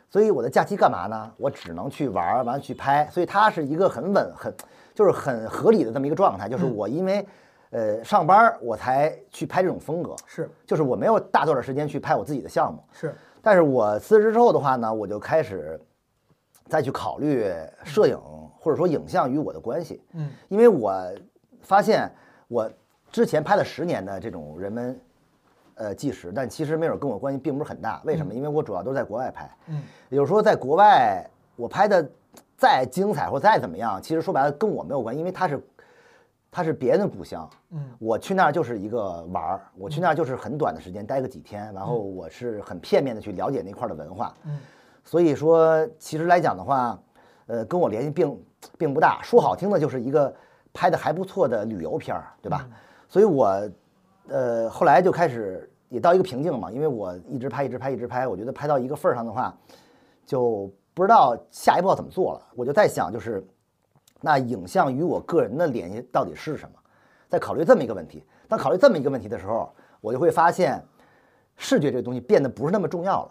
Speaker 2: 所以我的假期干嘛呢？我只能去玩儿，完了去拍，所以它是一个很稳、很就是很合理的这么一个状态，
Speaker 1: 嗯
Speaker 2: 就是我因为。呃，上班儿我才去拍这种风格，
Speaker 1: 是
Speaker 2: 就是我没有大段的时间去拍我自己的项目，
Speaker 1: 是，
Speaker 2: 但是我辞职之后的话呢，我就开始再去考虑摄影或者说影像与我的关系，
Speaker 1: 嗯，
Speaker 2: 因为我发现我之前拍了十年的这种人文。呃，纪实，但其实没准跟我关系并不是很大。为什么？因为我主要都是在国外拍，
Speaker 1: 嗯，
Speaker 2: 有时候在国外我拍的再精彩或再怎么样，其实说白了跟我没有关系，因为它是它是别人的故乡，
Speaker 1: 嗯，
Speaker 2: 我去那儿就是一个玩儿，我去那儿就是很短的时间待个几天，然后我是很片面的去了解那块儿的文化，
Speaker 1: 嗯，
Speaker 2: 所以说其实来讲的话，呃，跟我联系并并不大，说好听的就是一个拍的还不错的旅游片儿，对吧？所以我呃，后来就开始也到一个瓶颈了嘛，因为我一直拍，一直拍，一直拍，我觉得拍到一个份儿上的话，就不知道下一步要怎么做了。我就在想，就是那影像与我个人的联系到底是什么？在考虑这么一个问题。当考虑这么一个问题的时候，我就会发现，视觉这个东西变得不是那么重要了。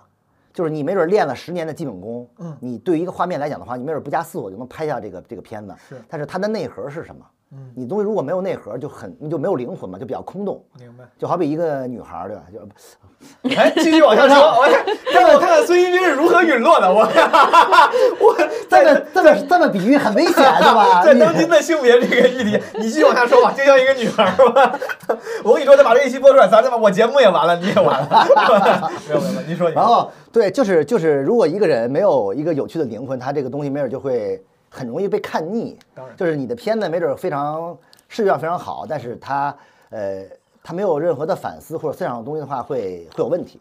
Speaker 2: 就是你没准练了十年的基本功，
Speaker 1: 嗯
Speaker 2: 你对于一个画面来讲的话，你没准不加思索就能拍下这个这个片子。
Speaker 1: 是
Speaker 2: 但是它的内核是什么？
Speaker 1: 嗯，
Speaker 2: 你东西如果没有内核，就很你就没有灵魂嘛，就比较空洞。
Speaker 1: 明白。
Speaker 2: 就好比一个女孩儿，对吧？就
Speaker 1: 哎，哎继续往下说，我让我看看孙一斌是如何陨落的。我我
Speaker 2: 这
Speaker 1: 在
Speaker 2: 么这么这么比喻很危 险，对 吧？
Speaker 1: 在
Speaker 2: 你
Speaker 1: 当今的性别这个议题，你继续往下说 吧。就像一个女孩儿吧，我跟你说，再把这一期播出来，咱他妈我节目也完了，你也完 了。没有没有，没有你说你
Speaker 2: 然
Speaker 1: 说。
Speaker 2: 后对，就是就是，如果一个人没有一个有趣的灵魂，他这个东西没准就会很容易被看腻。
Speaker 1: 当然
Speaker 2: 就是你的片子没准非常视觉上非常好，但是他呃他没有任何的反思或者思想的东西的话，会会有问题。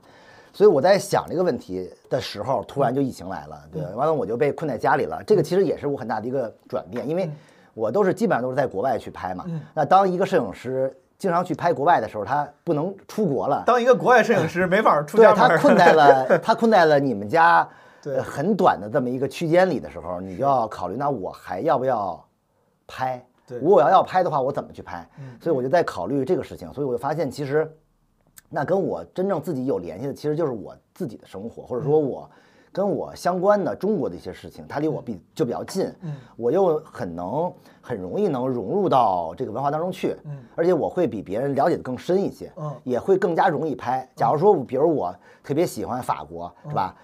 Speaker 2: 所以我在想这个问题的时候，突然就疫情来了，对，
Speaker 1: 嗯
Speaker 2: 完了我就被困在家里了。这个其实也是我很大的一个转变，
Speaker 1: 嗯
Speaker 2: 因为我都是基本上都是在国外去拍嘛。那当一个摄影师经常去拍国外的时候，他不能出国了，
Speaker 1: 当一个国外摄影师没法出
Speaker 2: 对
Speaker 1: 家门
Speaker 2: 他
Speaker 1: 儿，
Speaker 2: 困在 了他困在了你们家
Speaker 1: 对
Speaker 2: 呃很短的这么一个区间里的时候，你就要考虑，那我还要不要拍？
Speaker 1: 对
Speaker 2: 如果我要要拍的话，我怎么去拍
Speaker 1: 嗯？
Speaker 2: 所以我就在考虑这个事情，所以我就发现其实那跟我真正自己有联系的，其实就是我自己的生活，或者
Speaker 1: 嗯
Speaker 2: 说我跟我相关的中国的一些事情，它离我比就比较近，
Speaker 1: 嗯
Speaker 2: 我又很能很容易能融入到这个文化当中去，而且我会比别人了解的更深一些，
Speaker 1: 嗯
Speaker 2: 也会更加容易拍。假如说，比如我特别喜欢法国，是吧？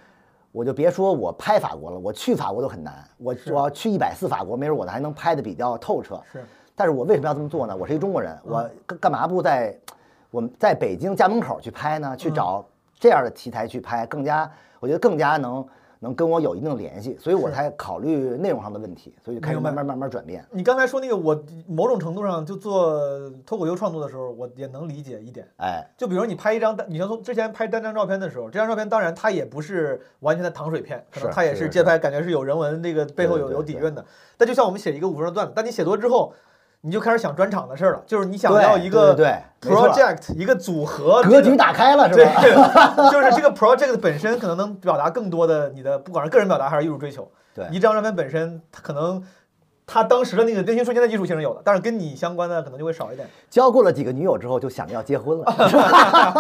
Speaker 2: 我就别说我拍法国了，我去法国都很难。我我要去一百次法国，没准我还能拍的比较透彻。
Speaker 1: 是，嗯
Speaker 2: 但是我为什么要这么做呢？我是一中国人，我干干嘛不在我们在北京家门口去拍呢？
Speaker 1: 嗯
Speaker 2: 去找这样的题材去拍，更加我觉得更加能能跟我有一定的联系，所以我才考虑内容上的问题，所以就开始
Speaker 1: 明白
Speaker 2: 慢慢慢慢转变。
Speaker 1: 你刚才说那个，我某种程度上就做脱口秀创作的时候，我也能理解一点。
Speaker 2: 哎，
Speaker 1: 就比如你拍一张单，你像从之前拍单张照片的时候，这张照片当然它也不是完全的糖水片，可能
Speaker 2: 是
Speaker 1: 它也
Speaker 2: 是
Speaker 1: 是
Speaker 2: 是
Speaker 1: 街拍，感觉是有人文这个背后有
Speaker 2: 对对
Speaker 1: 有底
Speaker 2: 对
Speaker 1: 蕴的。但就像我们写一个五分钟的段子，但你写多之后，你就开始想专场的事儿了，就是你想
Speaker 2: 对
Speaker 1: 要一个
Speaker 2: 对对对没错
Speaker 1: project 一个组合
Speaker 2: 格
Speaker 1: 这
Speaker 2: 局
Speaker 1: 个
Speaker 2: 打开了是吧？
Speaker 1: 对， 就是这个 project 本身可能能表达更多的你的，不管是个人表达还是艺术追求。
Speaker 2: 对
Speaker 1: 一张照片本身，它可能它当时的那个内心瞬间的艺术性是有的，但是跟你相关的可能就会少一点。
Speaker 2: 交过了几个女友之后，就想着要结婚了，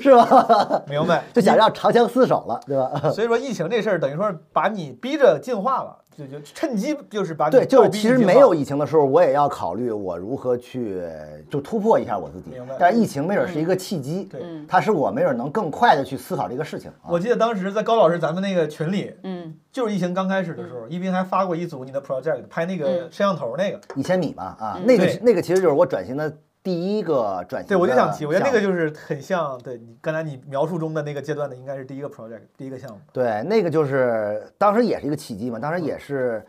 Speaker 2: 是吧？
Speaker 1: 明白？
Speaker 2: 就想要长相厮守了，对吧？
Speaker 1: 所以说疫情这事儿，等于说是把你逼着进化了，就就趁机就是把你
Speaker 2: 对，就
Speaker 1: 倒
Speaker 2: 是
Speaker 1: 逼
Speaker 2: 其实
Speaker 1: 进化
Speaker 2: 没有疫情的时候，我也要考虑我如何去就突破一下我自己
Speaker 1: 明白。
Speaker 2: 但是疫情没准是一个契机，
Speaker 1: 对
Speaker 3: 嗯
Speaker 2: 它使我没准能更快的去思考这个事情啊。
Speaker 1: 我记得当时在高老师咱们那个群里，
Speaker 3: 嗯，
Speaker 1: 就是疫情刚开始的时候，一斌还发过一组你的 project，拍那个
Speaker 3: 嗯
Speaker 1: 摄像头那个。
Speaker 2: 一千米嘛啊，
Speaker 3: 嗯
Speaker 2: 那个
Speaker 1: 对
Speaker 2: 那个其实就是我转型的第一个转型。
Speaker 1: 对，我就想提，我觉得那个。就是很像，对你刚才你描述中的那个阶段的，应该是第一个 project，第一个项目。
Speaker 2: 对，那个就是当时也是一个契机嘛，当时
Speaker 1: 嗯
Speaker 2: 也是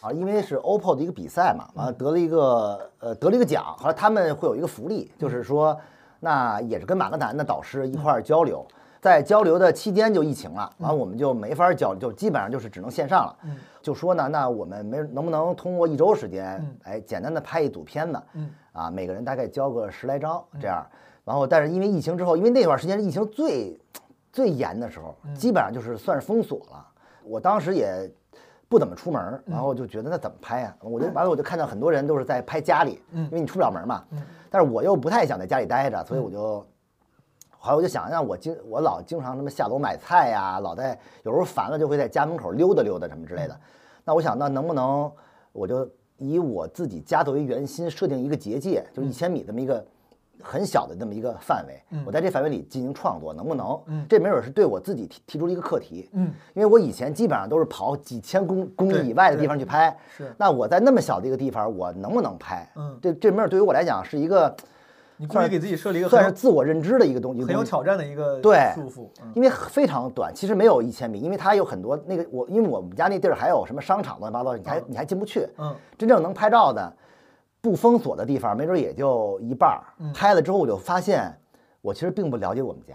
Speaker 2: 啊，因为是 OPPO 的一个比赛嘛，完了得了一个呃得了一个奖，后来他们会有一个福利，就是说
Speaker 1: 嗯
Speaker 2: 那也是跟马格南的导师一块儿交流，在交流的期间就疫情了，完了我们就没法儿交，就基本上就是只能线上了。
Speaker 1: 嗯
Speaker 2: 就说呢，那我们没能不能通过一周时间
Speaker 1: 嗯，
Speaker 2: 哎，简单的拍一组片子，
Speaker 1: 嗯
Speaker 2: 啊，每个人大概交个十来张这样。然后，但是因为疫情之后，因为那段时间是疫情最最严的时候，
Speaker 1: 嗯
Speaker 2: 基本上就是算是封锁了。我当时也不怎么出门
Speaker 1: 嗯
Speaker 2: 儿，然后就觉得那怎么拍呀、我就完了，我就看到很多人都是在拍家里，
Speaker 1: 嗯
Speaker 2: 因为你出不了门嘛
Speaker 1: 嗯。
Speaker 2: 但是我又不太想在家里待着，所以我就。后来我就想，让我经我老经常什么下楼买菜呀、老在有时候烦了就会在家门口溜达溜达什么之类的。
Speaker 1: 嗯
Speaker 2: 那我想，那能不能
Speaker 1: 嗯
Speaker 2: 我就以我自己家作为圆心设定一个结界，就一千米这么一个很小的这么一个范围，我在这范围里进行创作，能不能？
Speaker 1: 嗯
Speaker 2: 这没准是对我自己提提出了一个课题。
Speaker 1: 嗯，
Speaker 2: 因为我以前基本上都是跑几千公公
Speaker 1: 对
Speaker 2: 里以外的地
Speaker 1: 对
Speaker 2: 方去拍，
Speaker 1: 是
Speaker 2: 那我在那么小的一个地方，我能不能拍？
Speaker 1: 嗯
Speaker 2: 这这没准对于我来讲是一个
Speaker 1: 你故意给自己设了一个
Speaker 2: 算
Speaker 1: 很有
Speaker 2: 是自我认知的一个东西，
Speaker 1: 很有挑战的一个
Speaker 2: 对
Speaker 1: 束缚。嗯
Speaker 2: 因为非常短，其实没有一千米，因为它有很多那个我，因为我们家那地儿还有什么商场乱七八糟，你还你还进不去。
Speaker 1: 嗯，
Speaker 2: 真正能拍照的，不封锁的地方，没准也就一半儿。拍了之后，我就发现我其实并不了解我们家，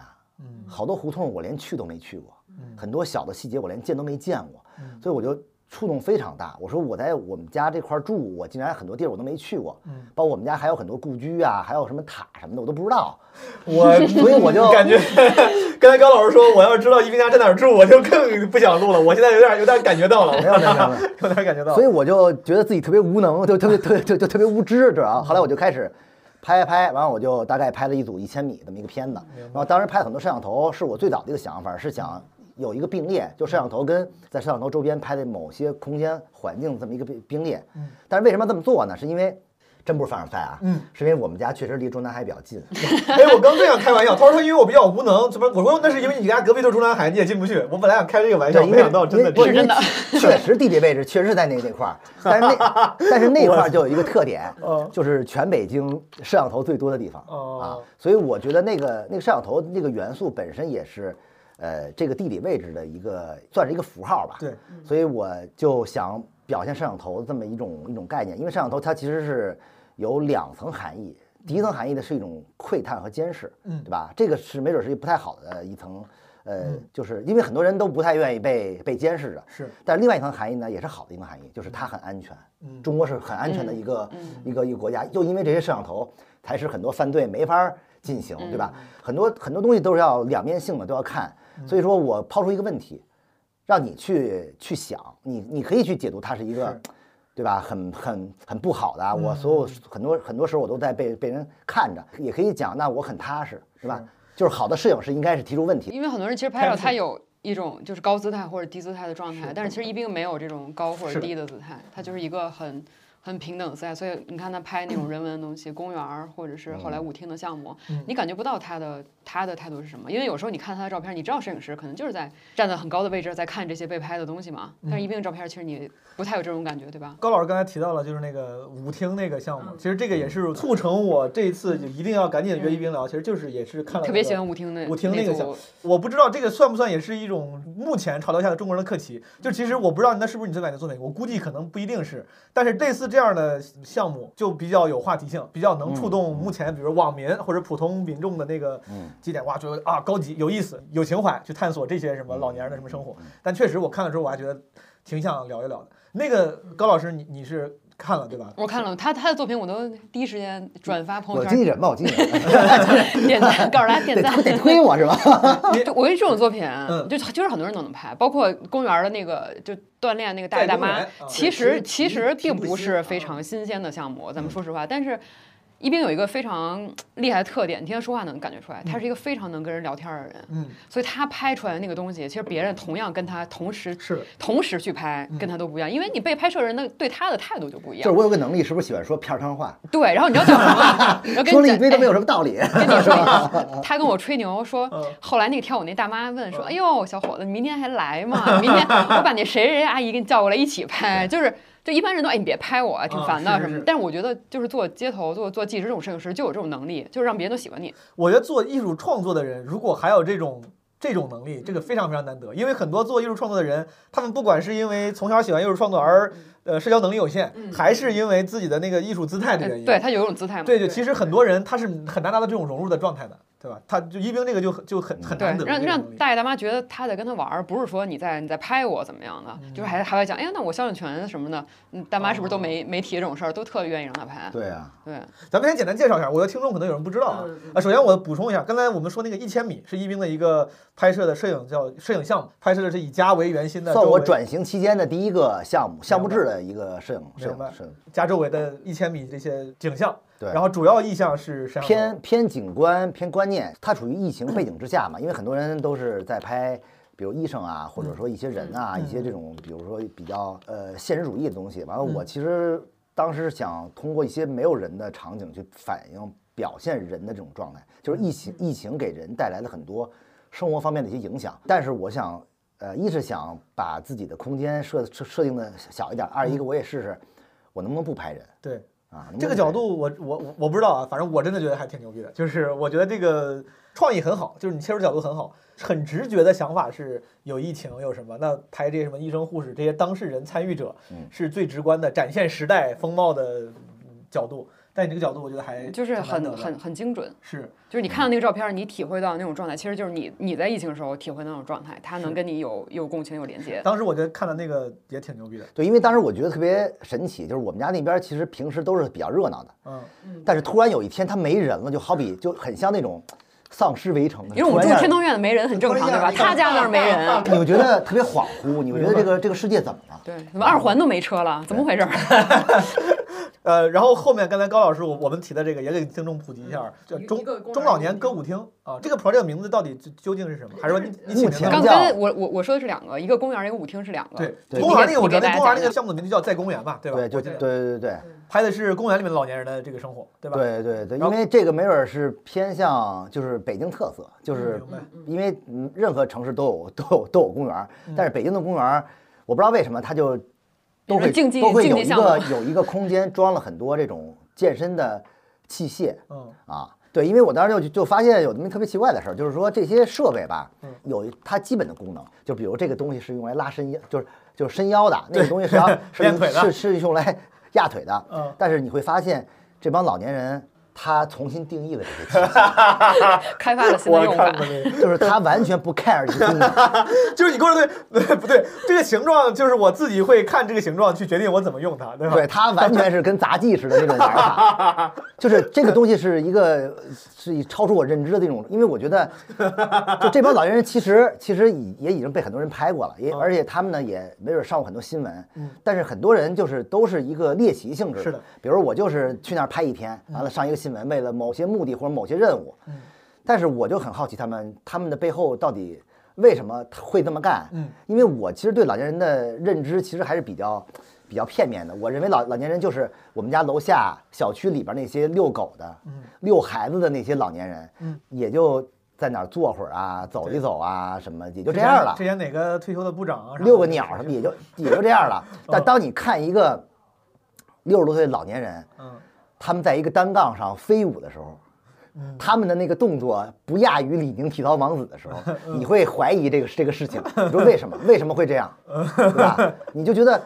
Speaker 2: 好多胡同我连去都没去过，很多小的细节我连见都没见过，所以我就触动非常大。我说我在我们家这块儿住，我竟然很多地儿我都没去过，包括我们家还有很多故居啊，还有什么塔什么的我都不知道，
Speaker 1: 我
Speaker 2: 所以我就
Speaker 1: 感 觉刚才高老师说，我要是知道一斌家在哪儿住，我就更不想录了。我现在有点有点感觉到了，
Speaker 2: 没有没有没有。没有
Speaker 1: 有点感觉到
Speaker 2: 所以
Speaker 1: 了。
Speaker 2: 我就觉得自己特别无能，就特别特别就就特别无知，主要。后来我就开始拍拍，完了我就大概拍了一组一千米这么一个片子。然后当时拍很多摄像头，是我最早的一个想法，是想有一个并列，就摄像头跟在摄像头周边拍的某些空间环境这么一个并并列。但是为什么这么做呢？是因为真不是凡尔赛啊，
Speaker 1: 嗯，
Speaker 2: 是因为我们家确实离中南海比较近，
Speaker 1: 哎，我刚正想开玩笑，他说他因为我比较无能，怎么？我说那是因为你家隔壁就是中南海，你也进不去。我本来想开这个玩笑，
Speaker 2: 对，因
Speaker 1: 没
Speaker 2: 为
Speaker 1: 想到真的
Speaker 2: 因为不
Speaker 1: 这
Speaker 2: 是
Speaker 1: 样
Speaker 3: 真的，
Speaker 2: 因为确实地理位置确实是在那 那块儿，但是那但是那块儿就有一个特点
Speaker 1: 嗯，
Speaker 2: 就是全北京摄像头最多的地方啊
Speaker 1: 哦，
Speaker 2: 所以我觉得那个那个摄像头那个元素本身也是。呃，这个地理位置的一个算是一个符号吧。
Speaker 1: 对，
Speaker 3: 嗯
Speaker 2: 所以我就想表现摄像头这么一种一种概念，因为摄像头它其实是有两层含义，第一层含义呢是一种窥探和监视，
Speaker 1: 嗯
Speaker 2: 对吧？这个是没准是一不太好的一层，呃，就是因为很多人都不太愿意被被监视着，
Speaker 1: 是
Speaker 2: 但另外一层含义呢，也是好的一层含义，就是它很安全。
Speaker 1: 嗯
Speaker 2: 中国是很安全的一个、一个一个国家，就因为这些摄像头，才使很多犯罪没法儿进行，对吧？很多很多东西都是要两面性的，都要看。
Speaker 1: 嗯
Speaker 2: 所以说我抛出一个问题，让你去去想，你你可以去解读它是一个
Speaker 1: 是。嗯
Speaker 2: 对吧？很很很不好的啊！我所有很多很多时候我都在被被人看着，也可以讲，那我很踏实，对吧？就是好的摄影师应该是提出问题，
Speaker 3: 因为很多人其实拍照
Speaker 1: 看似
Speaker 3: 他有一种就是高姿态或者低姿态的状态，但是其实一冰没有这种高或
Speaker 1: 是
Speaker 3: 者
Speaker 1: 的
Speaker 3: 低的姿态，他就是一个很。很平等的姿态，所以你看他拍那种人文的东西，公园儿或者是后来舞厅的项目，你感觉不到他的他的态度是什么。因为有时候你看他的照片，你知道摄影师可能就是在站在很高的位置在看这些被拍的东西嘛。但是一冰的照片，其实你不太有这种感觉，对吧？
Speaker 1: 高老师刚才提到了，就是那个舞厅那个项
Speaker 3: 嗯
Speaker 1: 目，其实这个也是促成我这一次就一定要赶紧约一冰聊。其实就是也是看了
Speaker 3: 特别
Speaker 1: 那个
Speaker 3: 喜欢舞厅的
Speaker 1: 舞厅那个
Speaker 3: 组
Speaker 1: 项目我不知道这个算不算也是一种目前潮流下的中国人的课题。就其实我不知道那是不是你最晚的作品，我估计可能不一定是。但是类似这样的项目就比较有话题性，比较能触动目前比如网民或者普通民众的那个基点，哇，觉得啊高级、有意思、有情怀，去探索这些什么老年人的什么生活。但确实我看了之后，我还觉得挺想聊一聊的。那个高老师，你你是看了对吧？
Speaker 3: 我看了他他的作品，我都第一时间转发朋
Speaker 2: 我
Speaker 3: 友
Speaker 2: 经纪
Speaker 3: 圈，
Speaker 2: 人吧，我经 纪人
Speaker 3: 点赞，告诉大家点
Speaker 2: 得
Speaker 3: 赞
Speaker 2: 推。得推我是 吧？
Speaker 3: 对，我跟你说这种作品啊，
Speaker 1: 嗯
Speaker 3: 就就是很多人都能拍，包括公园儿的那个就锻炼那个大爷大
Speaker 1: 在公
Speaker 3: 妈
Speaker 1: 园啊，
Speaker 3: 其实
Speaker 1: 对
Speaker 3: 其
Speaker 1: 其实
Speaker 3: 实
Speaker 1: 其实
Speaker 3: 并
Speaker 1: 不新啊
Speaker 3: 不
Speaker 1: 嗯
Speaker 3: 是非常新鲜的项目，咱们说实话，但是。一冰有一个非常厉害的特点，你听他说话能感觉出来，他是一个非常能跟人聊天儿的人，
Speaker 1: 嗯，
Speaker 3: 所以他拍出来的那个东西，其实别人同样跟他同时
Speaker 1: 是嗯
Speaker 3: 同时去拍，跟他都不一样，因为你被拍摄人的对他的态度就不一
Speaker 2: 就是
Speaker 3: 样。
Speaker 2: 我有个能力，是不是喜欢说片儿汤话？
Speaker 3: 对，然后你知道讲什么 吗？然后跟
Speaker 2: 说
Speaker 3: 你
Speaker 2: 了
Speaker 3: 讲
Speaker 2: 一堆都
Speaker 3: 哎
Speaker 2: 没有什么道 理。
Speaker 3: 跟你说一个，他跟我吹牛说
Speaker 1: 嗯，
Speaker 3: 后来那个跳舞那大妈问说：“
Speaker 1: 嗯
Speaker 3: 哎呦，小伙子，你明天还来吗？ 明天我把那谁谁谁阿姨给你叫过来一起 拍。”就是，就一般人都哎，你别拍我，挺烦
Speaker 1: 啊
Speaker 3: 的
Speaker 1: 是
Speaker 3: 什
Speaker 1: 是
Speaker 3: 么
Speaker 1: 是
Speaker 3: 的。但是我觉得，就是做街头、做做记者这种摄影师，就有这种能力，就是让别人都喜欢你。
Speaker 1: 我觉得做艺术创作的人，如果还有这种这种能力，这个非常非常难得。因为很多做艺术创作的人，他们不管是因为从小喜欢艺术创作而呃社交能力有限，还是因为自己的那个艺术姿态的原因。
Speaker 3: 呃对他有一种姿态嘛。
Speaker 1: 对对，其实很多人他是很难达到这种融入的状态的，对吧？他就一冰这个就很就很很
Speaker 3: 对
Speaker 1: 难得，
Speaker 3: 让
Speaker 1: 这个能
Speaker 3: 让
Speaker 1: 力
Speaker 3: 大爷大妈觉得他在跟他玩儿，不是说你在你在拍我怎么样
Speaker 1: 嗯
Speaker 3: 的，就是还还会讲，哎呀，那我肖像权什么的，嗯大妈是
Speaker 1: 哦
Speaker 3: 不是都没没提这种事儿，都特愿意让他拍。
Speaker 2: 对啊，
Speaker 3: 对，
Speaker 1: 咱们先简单介绍一下，我的听众可能有人不知道啊。啊，首先我补充一下，刚才我们说那个一千米是一冰的一个拍摄的摄影叫摄影项目，拍摄的是以家为圆心的，
Speaker 2: 算
Speaker 1: 周
Speaker 2: 我
Speaker 1: 围
Speaker 2: 转型期间的第一个项目，项目制的一个摄影摄
Speaker 1: 明白
Speaker 2: 影摄影，
Speaker 1: 家周围的一千米这些景象，
Speaker 2: 对
Speaker 1: 然后主要意象是摄像头
Speaker 2: 偏偏景观偏观念，它处于疫情背景之下嘛，因为很多人都是在拍。比如医生
Speaker 1: 嗯
Speaker 2: 啊，或者说一些人啊，一些这种，比如说比较呃现实主
Speaker 1: 嗯
Speaker 2: 义的东西。完了，我其实当时想通过一些没有人的场景去反映表现人的这种状态，就是疫情
Speaker 1: 嗯
Speaker 2: 疫情给人带来了很多生活方面的一些影响。但是我想，呃，一是想把自己的空间设设设定的小一点，二一个我也试试，我能不能不拍人
Speaker 1: 嗯对
Speaker 2: 啊？能不能
Speaker 1: 这个
Speaker 2: 不拍
Speaker 1: 角度我，我我我不知道啊，反正我真的觉得还挺牛逼的。就是我觉得这个创意很好，就是你切入角度很好，很直觉的想法是有疫情有什么，那拍这些什么医生、护士这些当事人、参与者
Speaker 2: 嗯
Speaker 1: 是最直观的展现时代风貌的嗯角度。但你这个角度，我觉得还
Speaker 3: 嗯就是
Speaker 1: 挺难得
Speaker 3: 很
Speaker 1: 的
Speaker 3: 很很精准。
Speaker 1: 是
Speaker 3: 就是你
Speaker 2: 嗯
Speaker 3: 看到那个照片儿，你体会到那种状态，其实就是你你在疫情的时候体会到那种状态，它能跟你有有共情有连接。
Speaker 1: 当时我觉得看的那个也挺牛逼的，
Speaker 2: 对，因为当时我觉得特别神奇，就是我们家那边其实平时都是比较热闹的，
Speaker 1: 嗯，
Speaker 2: 但是突然有一天它没人了，就好比就很像那种丧尸围城的。
Speaker 3: 因为我们
Speaker 2: 嗯突
Speaker 3: 住
Speaker 2: 然让
Speaker 3: 天通苑的没人很正常，对吧？他家那儿没 人，
Speaker 2: 你会觉得特别恍惚，你会觉得这个这个世界怎么了？
Speaker 3: 对，怎么二环都没车了？怎么回事儿？
Speaker 1: 呃，然后后面刚才高老师我我们提的这个也给听众普及一下，叫
Speaker 3: 嗯一
Speaker 1: 中
Speaker 3: 个公园
Speaker 1: 中老年歌舞厅啊，这个 project 名字到底究究竟是什么？还是说你你起
Speaker 2: 目
Speaker 1: 名字
Speaker 2: 前
Speaker 1: 了
Speaker 3: 刚
Speaker 1: 吗？
Speaker 2: 叫
Speaker 3: 才我我我说的是两个，一个公园儿，一个舞厅是两个。
Speaker 1: 对，
Speaker 2: 对
Speaker 1: 公园那个我
Speaker 3: 你给
Speaker 1: 知道，那
Speaker 3: 大家
Speaker 1: 公园那个
Speaker 3: 讲讲
Speaker 1: 项目的名字叫在公园嘛，对吧？
Speaker 2: 对，就
Speaker 1: 我记
Speaker 2: 对
Speaker 1: 得
Speaker 2: 对对对
Speaker 1: 拍的是公园里面老年人的这个生活，对吧？
Speaker 2: 对对对，
Speaker 1: 然后
Speaker 2: 因为这个没准儿是偏向就是北京特色，就是
Speaker 1: 明白
Speaker 2: 因为嗯任何城市都有都有都有公园儿，但是北京的公园儿，我不知道为什么它就都
Speaker 3: 变成
Speaker 2: 会
Speaker 3: 竞技
Speaker 2: 都会
Speaker 3: 竞
Speaker 2: 有
Speaker 3: 技
Speaker 2: 一
Speaker 3: 项目
Speaker 2: 个有一个空间装了很多这种健身的器械，
Speaker 1: 嗯，
Speaker 2: 啊，对，因为我当时就就发现有那么特别奇怪的事儿，就是说这些设备吧，
Speaker 1: 嗯
Speaker 2: 有它基本的功能，就比如这个东西是用来拉伸腰，就是就是伸腰的，那个东西是要 是
Speaker 1: 练腿的
Speaker 2: 是是用来压腿的。
Speaker 1: 嗯
Speaker 2: 但是你会发现这帮老年人他重新定义了这些器
Speaker 3: 开发了新的用法。
Speaker 1: 那个，
Speaker 2: 械，就是他完全不 care 这些功能。
Speaker 1: 就是你跟我说对呃不对？这个形状就是我自己会看这个形状去决定我怎么用它，对吧？
Speaker 2: 对，它完全是跟杂技似的那种玩法， 就是这个东西是一个是以超出我认知的那种，因为我觉得就这帮老年人其实其实已也已经被很多人拍过了，
Speaker 1: 嗯
Speaker 2: 也而且他们呢也没准上过很多新闻，但是很多人就是都是一个猎奇性质
Speaker 1: 是的，
Speaker 2: 比如我就是去那儿拍一天，完了上一个新闻，为了某些目的或者某些任务，但是我就很好奇他们他们的背后到底为什么会这么干？
Speaker 1: 嗯，
Speaker 2: 因为我其实对老年人的认知其实还是比较比较片面的。我认为老老年人就是我们家楼下小区里边那些遛狗的、遛孩子的那些老年人，
Speaker 1: 嗯，
Speaker 2: 也就在哪儿坐会儿啊、走一走啊什么，也就
Speaker 1: 之
Speaker 2: 这
Speaker 1: 前
Speaker 2: 样了
Speaker 1: 之。前哪个退休的部长啊，
Speaker 2: 遛个鸟什么也就也就这样了。但当你看一个六十多岁的老年人，
Speaker 1: 嗯，
Speaker 2: 他们在一个单杠上飞舞的时候，他们的那个动作不亚于李宁剃刀王子的时候，你会怀疑这个这个事情，你说为什么？为什么会这样？对吧？你就觉得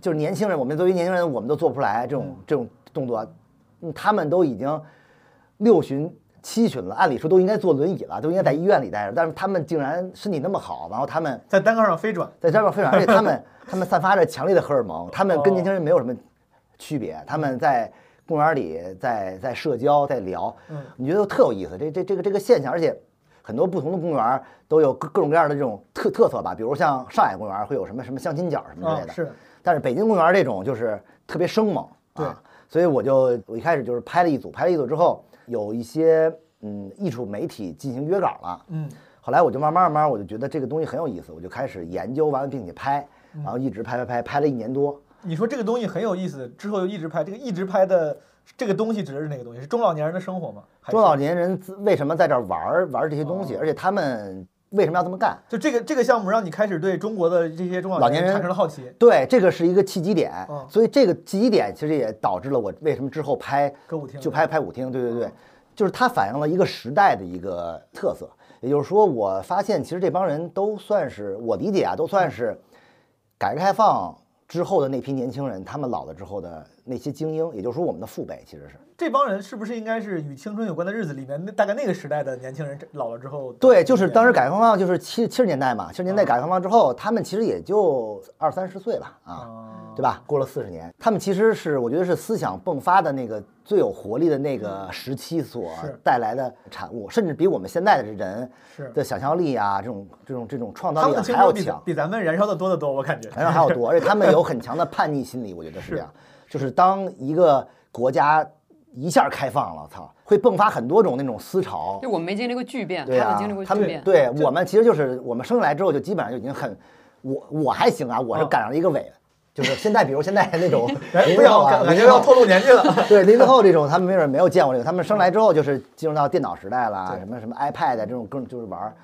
Speaker 2: 就是年轻人，我们作为年轻人，我们都做不出来这种这种动作，嗯他们都已经六旬。七旬了，按理说都应该坐轮椅了，都应该在医院里待着，但是他们竟然身体那么好，然后他们
Speaker 1: 在单杠上飞转，
Speaker 2: 在这边非常，而且他们他们散发着强烈的荷尔蒙，他们跟年轻人没有什么区别，他们在公园里在在社交在聊，
Speaker 1: 嗯
Speaker 2: 你觉得特有意思，这这这个这个现象，而且很多不同的公园都有各各种各样的这种特特色吧，比如像上海公园会有什么什么相亲角什么之
Speaker 1: 啊
Speaker 2: 类，的，
Speaker 1: 是的，
Speaker 2: 但是北京公园这种就是特别生猛，
Speaker 1: 对
Speaker 2: 啊，所以我就我一开始就是拍了一组，拍了一组之后，有一些嗯艺术媒体进行约稿了，
Speaker 1: 嗯，
Speaker 2: 后来我就慢慢慢慢，我就觉得这个东西很有意思，我就开始研究完了并且拍，
Speaker 1: 嗯
Speaker 2: 然后一直拍拍拍拍了一年多。
Speaker 1: 你说这个东西很有意思，之后又一直拍，这个一直拍的这个东西指的是哪个东西？是中老年人的生活吗？还是
Speaker 2: 中老年人自为什么在这儿玩儿玩儿这些东西，
Speaker 1: 哦
Speaker 2: 而且他们为什么要这么干？
Speaker 1: 就这个这个项目让你开始对中国的这些中老
Speaker 2: 老年
Speaker 1: 人
Speaker 2: 人
Speaker 1: 产生了好奇，
Speaker 2: 对，这个是一个契机点
Speaker 1: 哦，
Speaker 2: 所以这个契机点其实也导致了我为什么之后拍
Speaker 1: 歌舞厅
Speaker 2: 就拍拍舞厅，对对对，就是它反映了一个时代的一个特色。也就是说，我发现其实这帮人都算是我理解啊，都算是改革开放之后的那批年轻人，他们老了之后的那些精英，也就是说我们的父辈其实是。
Speaker 1: 这帮人是不是应该是与青春有关的日子里面，那大概那个时代的年轻人老了之后？
Speaker 2: 对，就是当时改革开放就是七七十年代嘛，七十年代
Speaker 1: 啊
Speaker 2: 改革开放之后，他们其实也就二三十岁吧，啊，
Speaker 1: 啊，
Speaker 2: 对吧？过了四十年，他们其实是我觉得是思想迸发的那个最有活力的那个时期所
Speaker 1: 嗯是
Speaker 2: 带来的产物，甚至比我们现在的人
Speaker 1: 是
Speaker 2: 的想象力啊，这种这种这种创
Speaker 1: 他
Speaker 2: 造
Speaker 1: 们
Speaker 2: 力
Speaker 1: 的
Speaker 2: 啊
Speaker 1: 青
Speaker 2: 还要哎
Speaker 1: 春比
Speaker 2: 强，
Speaker 1: 比咱们燃烧的多得多，我感觉。
Speaker 2: 还要还要多，而且他们有很强的叛逆心理，我觉得是这样，就是当一个国家一下开放了，操，会迸发很多种那种思潮，
Speaker 3: 就我们没经历过巨变，
Speaker 2: 对
Speaker 3: 他
Speaker 2: 啊
Speaker 3: 们经历过，
Speaker 2: 他
Speaker 3: 巨
Speaker 2: 们
Speaker 3: 变。
Speaker 2: 对我们其实就是我们生下来之后就基本上就已经很，我我还行啊，我是
Speaker 1: 嗯
Speaker 2: 赶上了一个尾，就是现在，比如现在那种
Speaker 1: 哎，
Speaker 2: 零
Speaker 1: 不
Speaker 2: 零后
Speaker 1: 要，
Speaker 2: 啊，
Speaker 1: 感感
Speaker 2: 零
Speaker 1: 觉
Speaker 2: 零
Speaker 1: 要
Speaker 2: 后
Speaker 1: 透露年纪 了。
Speaker 2: 对零零后这种，他们没准没有见过这个，他们生来之后就是进入到电脑时代了，啊
Speaker 1: 对
Speaker 2: 什么什么 iPad 这种各种就是玩儿，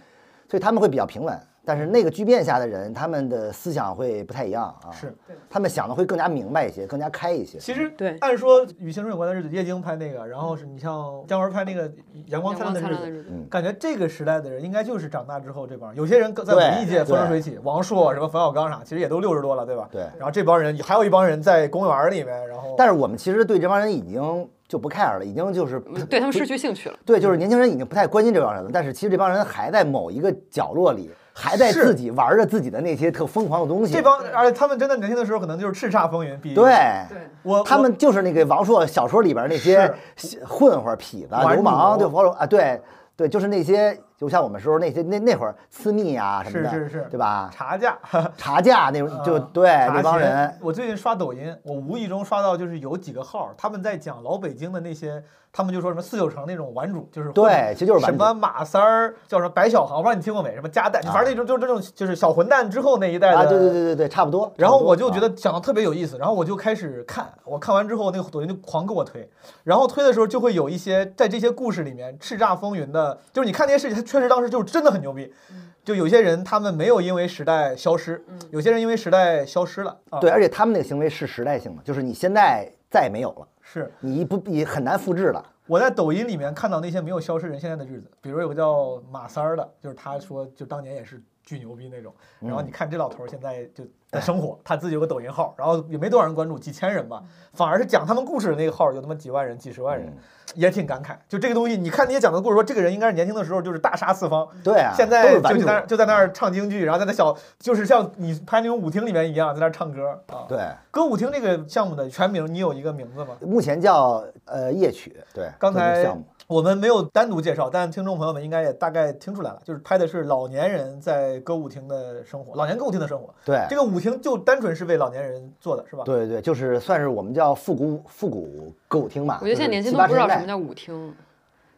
Speaker 2: 所以他们会比较平稳。但是那个巨变下的人，他们的思想会不太一样啊，
Speaker 1: 是，
Speaker 2: 他们想的会更加明白一些，更加开一些。
Speaker 1: 其实
Speaker 3: 对
Speaker 1: 按说与青春有关的日子，叶京拍那个，然后是你像姜文拍那个《阳光
Speaker 3: 阳
Speaker 1: 灿烂
Speaker 3: 光
Speaker 1: 的日子
Speaker 3: 灿烂的》，日子，
Speaker 2: 嗯
Speaker 1: 感觉这个时代的人应该就是长大之后这帮人，有些人更在
Speaker 2: 对
Speaker 1: 文艺界风生水起，王朔什么冯小刚啥，其实也都六十多了，对吧？
Speaker 2: 对
Speaker 1: 然后这帮人还有一帮人在公园里面，然后
Speaker 2: 但是我们其实对这帮人已经就不 care 了，已经就是
Speaker 3: 嗯对他们失去兴趣了。
Speaker 2: 对，
Speaker 1: 嗯
Speaker 2: 就是年轻人已经不太关心这帮人了，但是其实这帮人还在某一个角落里，还在
Speaker 1: 是
Speaker 2: 自己玩着自己的那些特疯狂的东西。
Speaker 1: 这帮而且他们真的年轻的时候可能就是叱咤风云，比
Speaker 2: 对，
Speaker 3: 对，
Speaker 1: 我
Speaker 2: 他们就是那个王朔小说里边那些混混、痞子、啊
Speaker 1: 顽
Speaker 2: 流氓，
Speaker 1: 主
Speaker 2: 对，王朔啊，对对，就是那些，就像我们时候那些那那会儿私密啊什么的，
Speaker 1: 是是是
Speaker 2: 对
Speaker 1: 我
Speaker 2: 吧？
Speaker 1: 查价。
Speaker 2: 查价那种， 就
Speaker 1: 啊
Speaker 2: 对
Speaker 1: 查
Speaker 2: 那帮
Speaker 1: 钱
Speaker 2: 人，
Speaker 1: 我最近刷抖音，我无意中刷到就是有几个号儿，他们在讲老北京的那些，他们就说什么四九城那种顽主，就是混
Speaker 2: 对，其实就是
Speaker 1: 什么
Speaker 2: 完
Speaker 1: 马三儿，叫什么白小航，我不知道你听过没？什么加代，
Speaker 2: 啊
Speaker 1: 反正那种就是这种就是小混蛋之后那一代的。
Speaker 2: 啊，对对对对对，差不多。啊
Speaker 1: 然后我
Speaker 2: 差
Speaker 1: 就
Speaker 2: 不多
Speaker 1: 觉得讲的特别有意思，然后我就开始看，我看完之后那个抖音就狂给我推，然后推的时候就会有一些在这些故事里面叱咤风云的，就是你看那些事情，他确实当时就是真的很牛逼，就有些人他们没有因为时代消失，有些人因为时代消失了，啊、
Speaker 2: 啊对，，而且他们那个行为是时代性的，就是你现在再也没有了，
Speaker 1: 是
Speaker 2: 你不也很难复制了。
Speaker 1: 我在抖音里面看到那些没有消失人现在的日子，比如有个叫马三儿的，就是他说就当年也是巨牛逼那种，然
Speaker 2: 嗯
Speaker 1: 后你看这老头儿现在就
Speaker 2: 哎
Speaker 1: 在生活，他自己有个抖音号，然后也没多少人关注，几千人吧，反而是讲他们故事的那个号有那么几万人、几十万人，
Speaker 2: 嗯
Speaker 1: 也挺感慨。就这个东西，你看你也讲的故事，说这个人应该是年轻的时候就是大杀四方，
Speaker 2: 对啊，
Speaker 1: 现
Speaker 2: 都
Speaker 1: 在
Speaker 2: 是
Speaker 1: 就
Speaker 2: 顽
Speaker 1: 在那儿
Speaker 2: 主
Speaker 1: 就在那儿唱京剧，然后在那小就是像你拍那种舞厅里面一样，在那儿唱歌啊。
Speaker 2: 对，
Speaker 1: 歌舞厅这个项目的全名，你有一个名字吗？
Speaker 2: 目前叫呃夜曲，对，
Speaker 1: 刚
Speaker 2: 就那个
Speaker 1: 才
Speaker 2: 项目
Speaker 1: 我们没有单独介绍，但听众朋友们应该也大概听出来了，就是拍的是老年人在歌舞厅的生活，老年歌舞厅的生活。
Speaker 2: 对，
Speaker 1: 这个舞厅就单纯是为老年人做的，是吧？
Speaker 2: 对对对，就是算是我们叫复古复古歌舞厅吧。
Speaker 3: 我觉得现在年轻
Speaker 2: 人
Speaker 3: 都不知道什么叫舞厅，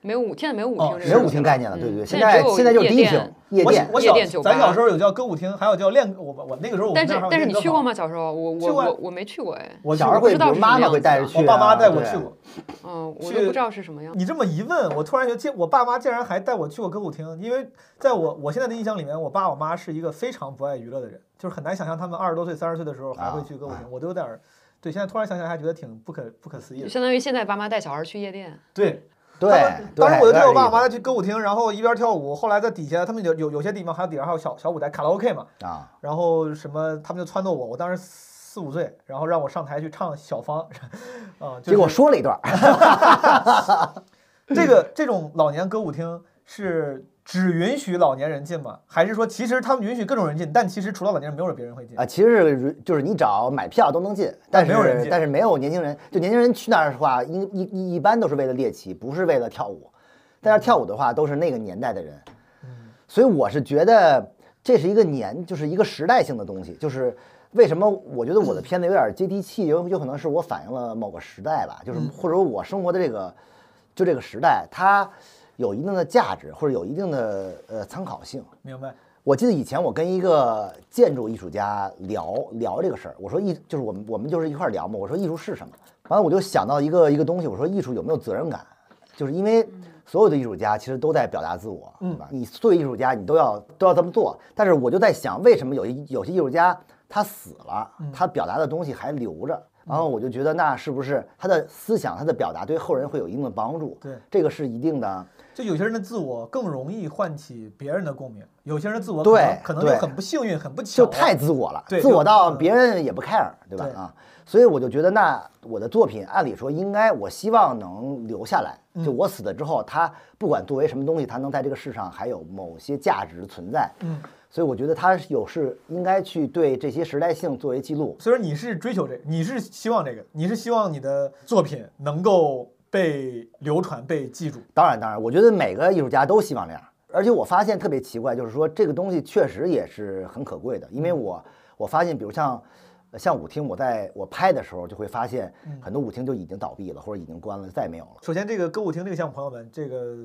Speaker 3: 没有舞，现在没有舞
Speaker 1: 哦
Speaker 3: 厅这
Speaker 2: 没有
Speaker 3: 个东西了，
Speaker 2: 舞厅概念了，
Speaker 3: 嗯
Speaker 2: 对对对，现
Speaker 3: 现
Speaker 2: 在
Speaker 3: 只有
Speaker 2: 现在就是
Speaker 3: 夜
Speaker 2: 迪
Speaker 3: 店
Speaker 2: 厅夜
Speaker 1: 我
Speaker 2: 店，
Speaker 1: 我
Speaker 3: 夜
Speaker 1: 小
Speaker 3: 店酒吧
Speaker 1: 咱小时候有叫歌舞厅，还有叫练，我我那个时候我们
Speaker 3: 但
Speaker 1: 那
Speaker 3: 是
Speaker 1: 儿还有
Speaker 3: 但是
Speaker 1: 练
Speaker 3: 你
Speaker 1: 歌
Speaker 3: 去
Speaker 1: 房
Speaker 3: 过？吗？小时候我
Speaker 1: 去过
Speaker 3: 我我我没去过哎，
Speaker 1: 我去
Speaker 2: 小时候
Speaker 1: 过
Speaker 2: 会，比
Speaker 3: 不知道
Speaker 2: 如
Speaker 3: 是
Speaker 2: 妈
Speaker 3: 什么
Speaker 2: 妈
Speaker 3: 样
Speaker 2: 会
Speaker 3: 子
Speaker 2: 带
Speaker 3: 的
Speaker 2: 着去啊，
Speaker 1: 我爸妈带我
Speaker 2: 对
Speaker 1: 去过。
Speaker 3: 嗯，我
Speaker 1: 去嗯
Speaker 3: 都不知道是什么样。
Speaker 1: 你这么一问，我突然觉得，我爸妈竟然还带我去过歌舞厅，因为在我我现在的印象里面，我爸我妈是一个非常不爱娱乐的人，就是很难想象他们二十多岁、三十岁的时候还会去歌舞
Speaker 2: 啊
Speaker 1: 厅，我都有点儿，对，现在突然想想还觉得挺不可不可思议
Speaker 3: 就
Speaker 1: 的。
Speaker 3: 相当于现在爸妈带小孩去夜店，
Speaker 1: 对，
Speaker 2: 对
Speaker 1: 他们，
Speaker 2: 对
Speaker 1: 当时我就跟我爸我妈
Speaker 2: 有点
Speaker 1: 去歌舞厅，然后一边跳舞，后来在底下他们有有有些地方还有底下还有小小舞台卡拉 OK 嘛，
Speaker 2: 意思啊，
Speaker 1: 然后什么他们就撺掇我，我当时四五岁，然后让我上台去唱小芳， 啊、就是
Speaker 2: 结果说了一段儿，
Speaker 1: 这个这种老年歌舞厅是只允许老年人进吗？还是说其实他们允许各种人进，但其实除了老年人没有别人会进？
Speaker 2: 啊，其实是就是你只要买票都能进，但
Speaker 1: 没有人
Speaker 2: 是
Speaker 1: 进
Speaker 2: 但是没有年轻人，就年轻人去那儿的话，一一一一般都是为了猎奇，不是为了跳舞。在那儿跳舞的话，都是那个年代的人，
Speaker 1: 嗯
Speaker 2: 所以我是觉得这是一个年，就是一个时代性的东西。就是为什么我觉得我的片子有点接地气，有有可能是我反映了某个时代吧，
Speaker 1: 嗯
Speaker 2: 就是或者说我生活的这个就这个时代，它有一定的价值或者有一定的呃参考性。
Speaker 1: 明白？
Speaker 2: 我记得以前我跟一个建筑艺术家聊聊这个事儿，我说艺就是我们我们就是一块儿聊嘛，我说艺术是什么？完了我就想到一个一个东西，我说艺术有没有责任感？就是因为所有的艺术家其实都在表达自我，对吧？你作为艺术家，你都要都要这么做。但是我就在想，为什么有一有些艺术家他死了，他表达的东西还留着？然后我就觉得，那是不是他的思想、他的表达对后人会有一定的帮助？
Speaker 1: 对
Speaker 2: 这个是一定的。
Speaker 1: 就有些人的自我更容易唤起别人的共鸣，有些人的自我可
Speaker 2: 对
Speaker 1: 能可能就
Speaker 2: 对
Speaker 1: 很不幸运，很不巧，
Speaker 2: 就太自我了，
Speaker 1: 对
Speaker 2: 自我到
Speaker 1: 就嗯
Speaker 2: 别人也不 care，对吧？
Speaker 1: 对
Speaker 2: 啊，所以我就觉得，那我的作品按理说应该，我希望能留下来。
Speaker 1: 嗯
Speaker 2: 就我死了之后，它不管作为什么东西，它能在这个世上还有某些价值存在。
Speaker 1: 嗯，
Speaker 2: 所以我觉得它有是应该去对这些时代性作为记录。
Speaker 1: 所以说你是追求这个，你是希望这个，你是希望你的作品能够被流传、被记住。
Speaker 2: 当然，当然，我觉得每个艺术家都希望这样。而且我发现
Speaker 1: 嗯
Speaker 2: 特别奇怪，就是说这个东西确实也是很可贵的，因为我我发现，比如像呃像舞厅，我在我拍的时候就会发现，
Speaker 1: 嗯
Speaker 2: 很多舞厅就已经倒闭了，或者已经关了，再也没有了。
Speaker 1: 首先，这个歌舞厅这个项目，朋友们，这个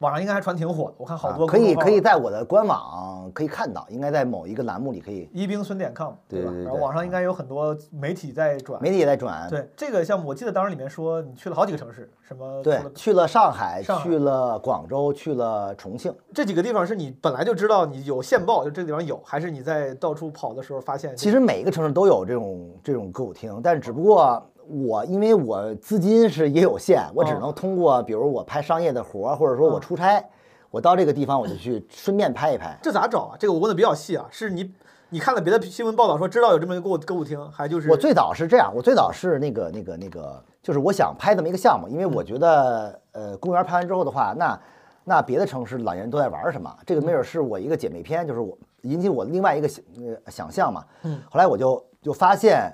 Speaker 1: 网上应该还传挺火的，我看好
Speaker 2: 啊
Speaker 1: 多、
Speaker 2: 可以可以在我的官网可以看到，应该在某一个栏目里可以，
Speaker 1: 宜宾孙点 com
Speaker 2: 对
Speaker 1: 吧？
Speaker 2: 对对啊
Speaker 1: 然后网上应该有很多媒体在转。
Speaker 2: 媒体也在转。
Speaker 1: 对这个项目，我记得当时里面说你去了好几个城市，什么除
Speaker 2: 对
Speaker 1: 了，
Speaker 2: 去了上海，
Speaker 1: 上海
Speaker 2: 去了广州，去了重庆。
Speaker 1: 这几个地方是你本来就知道你有线报，就这个地方有，还是你在到处跑的时候发现？
Speaker 2: 其实每一个城市都有这种这种歌舞厅，但是只不过我因为我资金是也有限，我只能通过比如我拍商业的活儿，或者说我出差，我到这个地方我就去顺便拍一拍。
Speaker 1: 这咋找啊？这个我问的比较细啊，是你你看了别的新闻报道说知道有这么一个歌舞歌舞厅，还就是
Speaker 2: 我最早是这样，我最早是那个那个那个，就是我想拍这么一个项目，因为
Speaker 1: 嗯
Speaker 2: 我觉得呃公园拍完之后的话，那那别的城市老年人都在玩什么？
Speaker 1: 嗯
Speaker 2: 这个没准是我一个姐妹篇，就是我引起我另外一个想呃想象嘛。
Speaker 1: 嗯，
Speaker 2: 后来我就就发现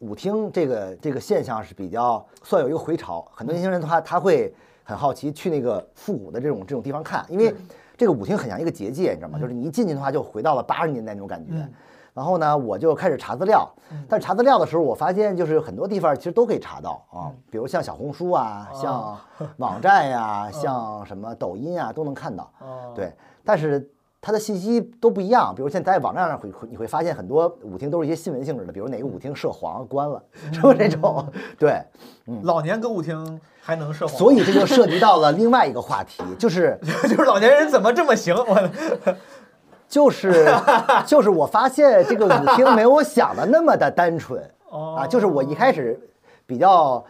Speaker 2: 舞厅这个这个现象是比较算有一个回潮，很多
Speaker 1: 嗯
Speaker 2: 年轻人的话他会很好奇去那个复古的这种这种地方看，因为这个舞厅很像一个结界，你知道吗？就是你一进去的话就回到了八十年代那种感觉。
Speaker 1: 嗯
Speaker 2: 然后呢，我就开始查资料，但是查资料的时候，我发现就是很多地方其实都可以查到啊，比如像小红书啊，像网站 呀、像什么抖音啊，都能看到。
Speaker 1: 哦
Speaker 2: 对，但是它的信息都不一样。比如现在在网站上会会你会发现很多舞厅都是一些新闻性质的，比如哪个舞厅涉黄关了， 什么这种。对，
Speaker 1: 老年歌舞厅还能涉黄，
Speaker 2: 嗯所以这就涉及到了另外一个话题，就是
Speaker 1: 就是老年人怎么这么行？ 我
Speaker 2: 就是 就是我发现这个舞厅没有我想的那么的单纯
Speaker 1: 哦
Speaker 2: 啊，就是我一开始比较。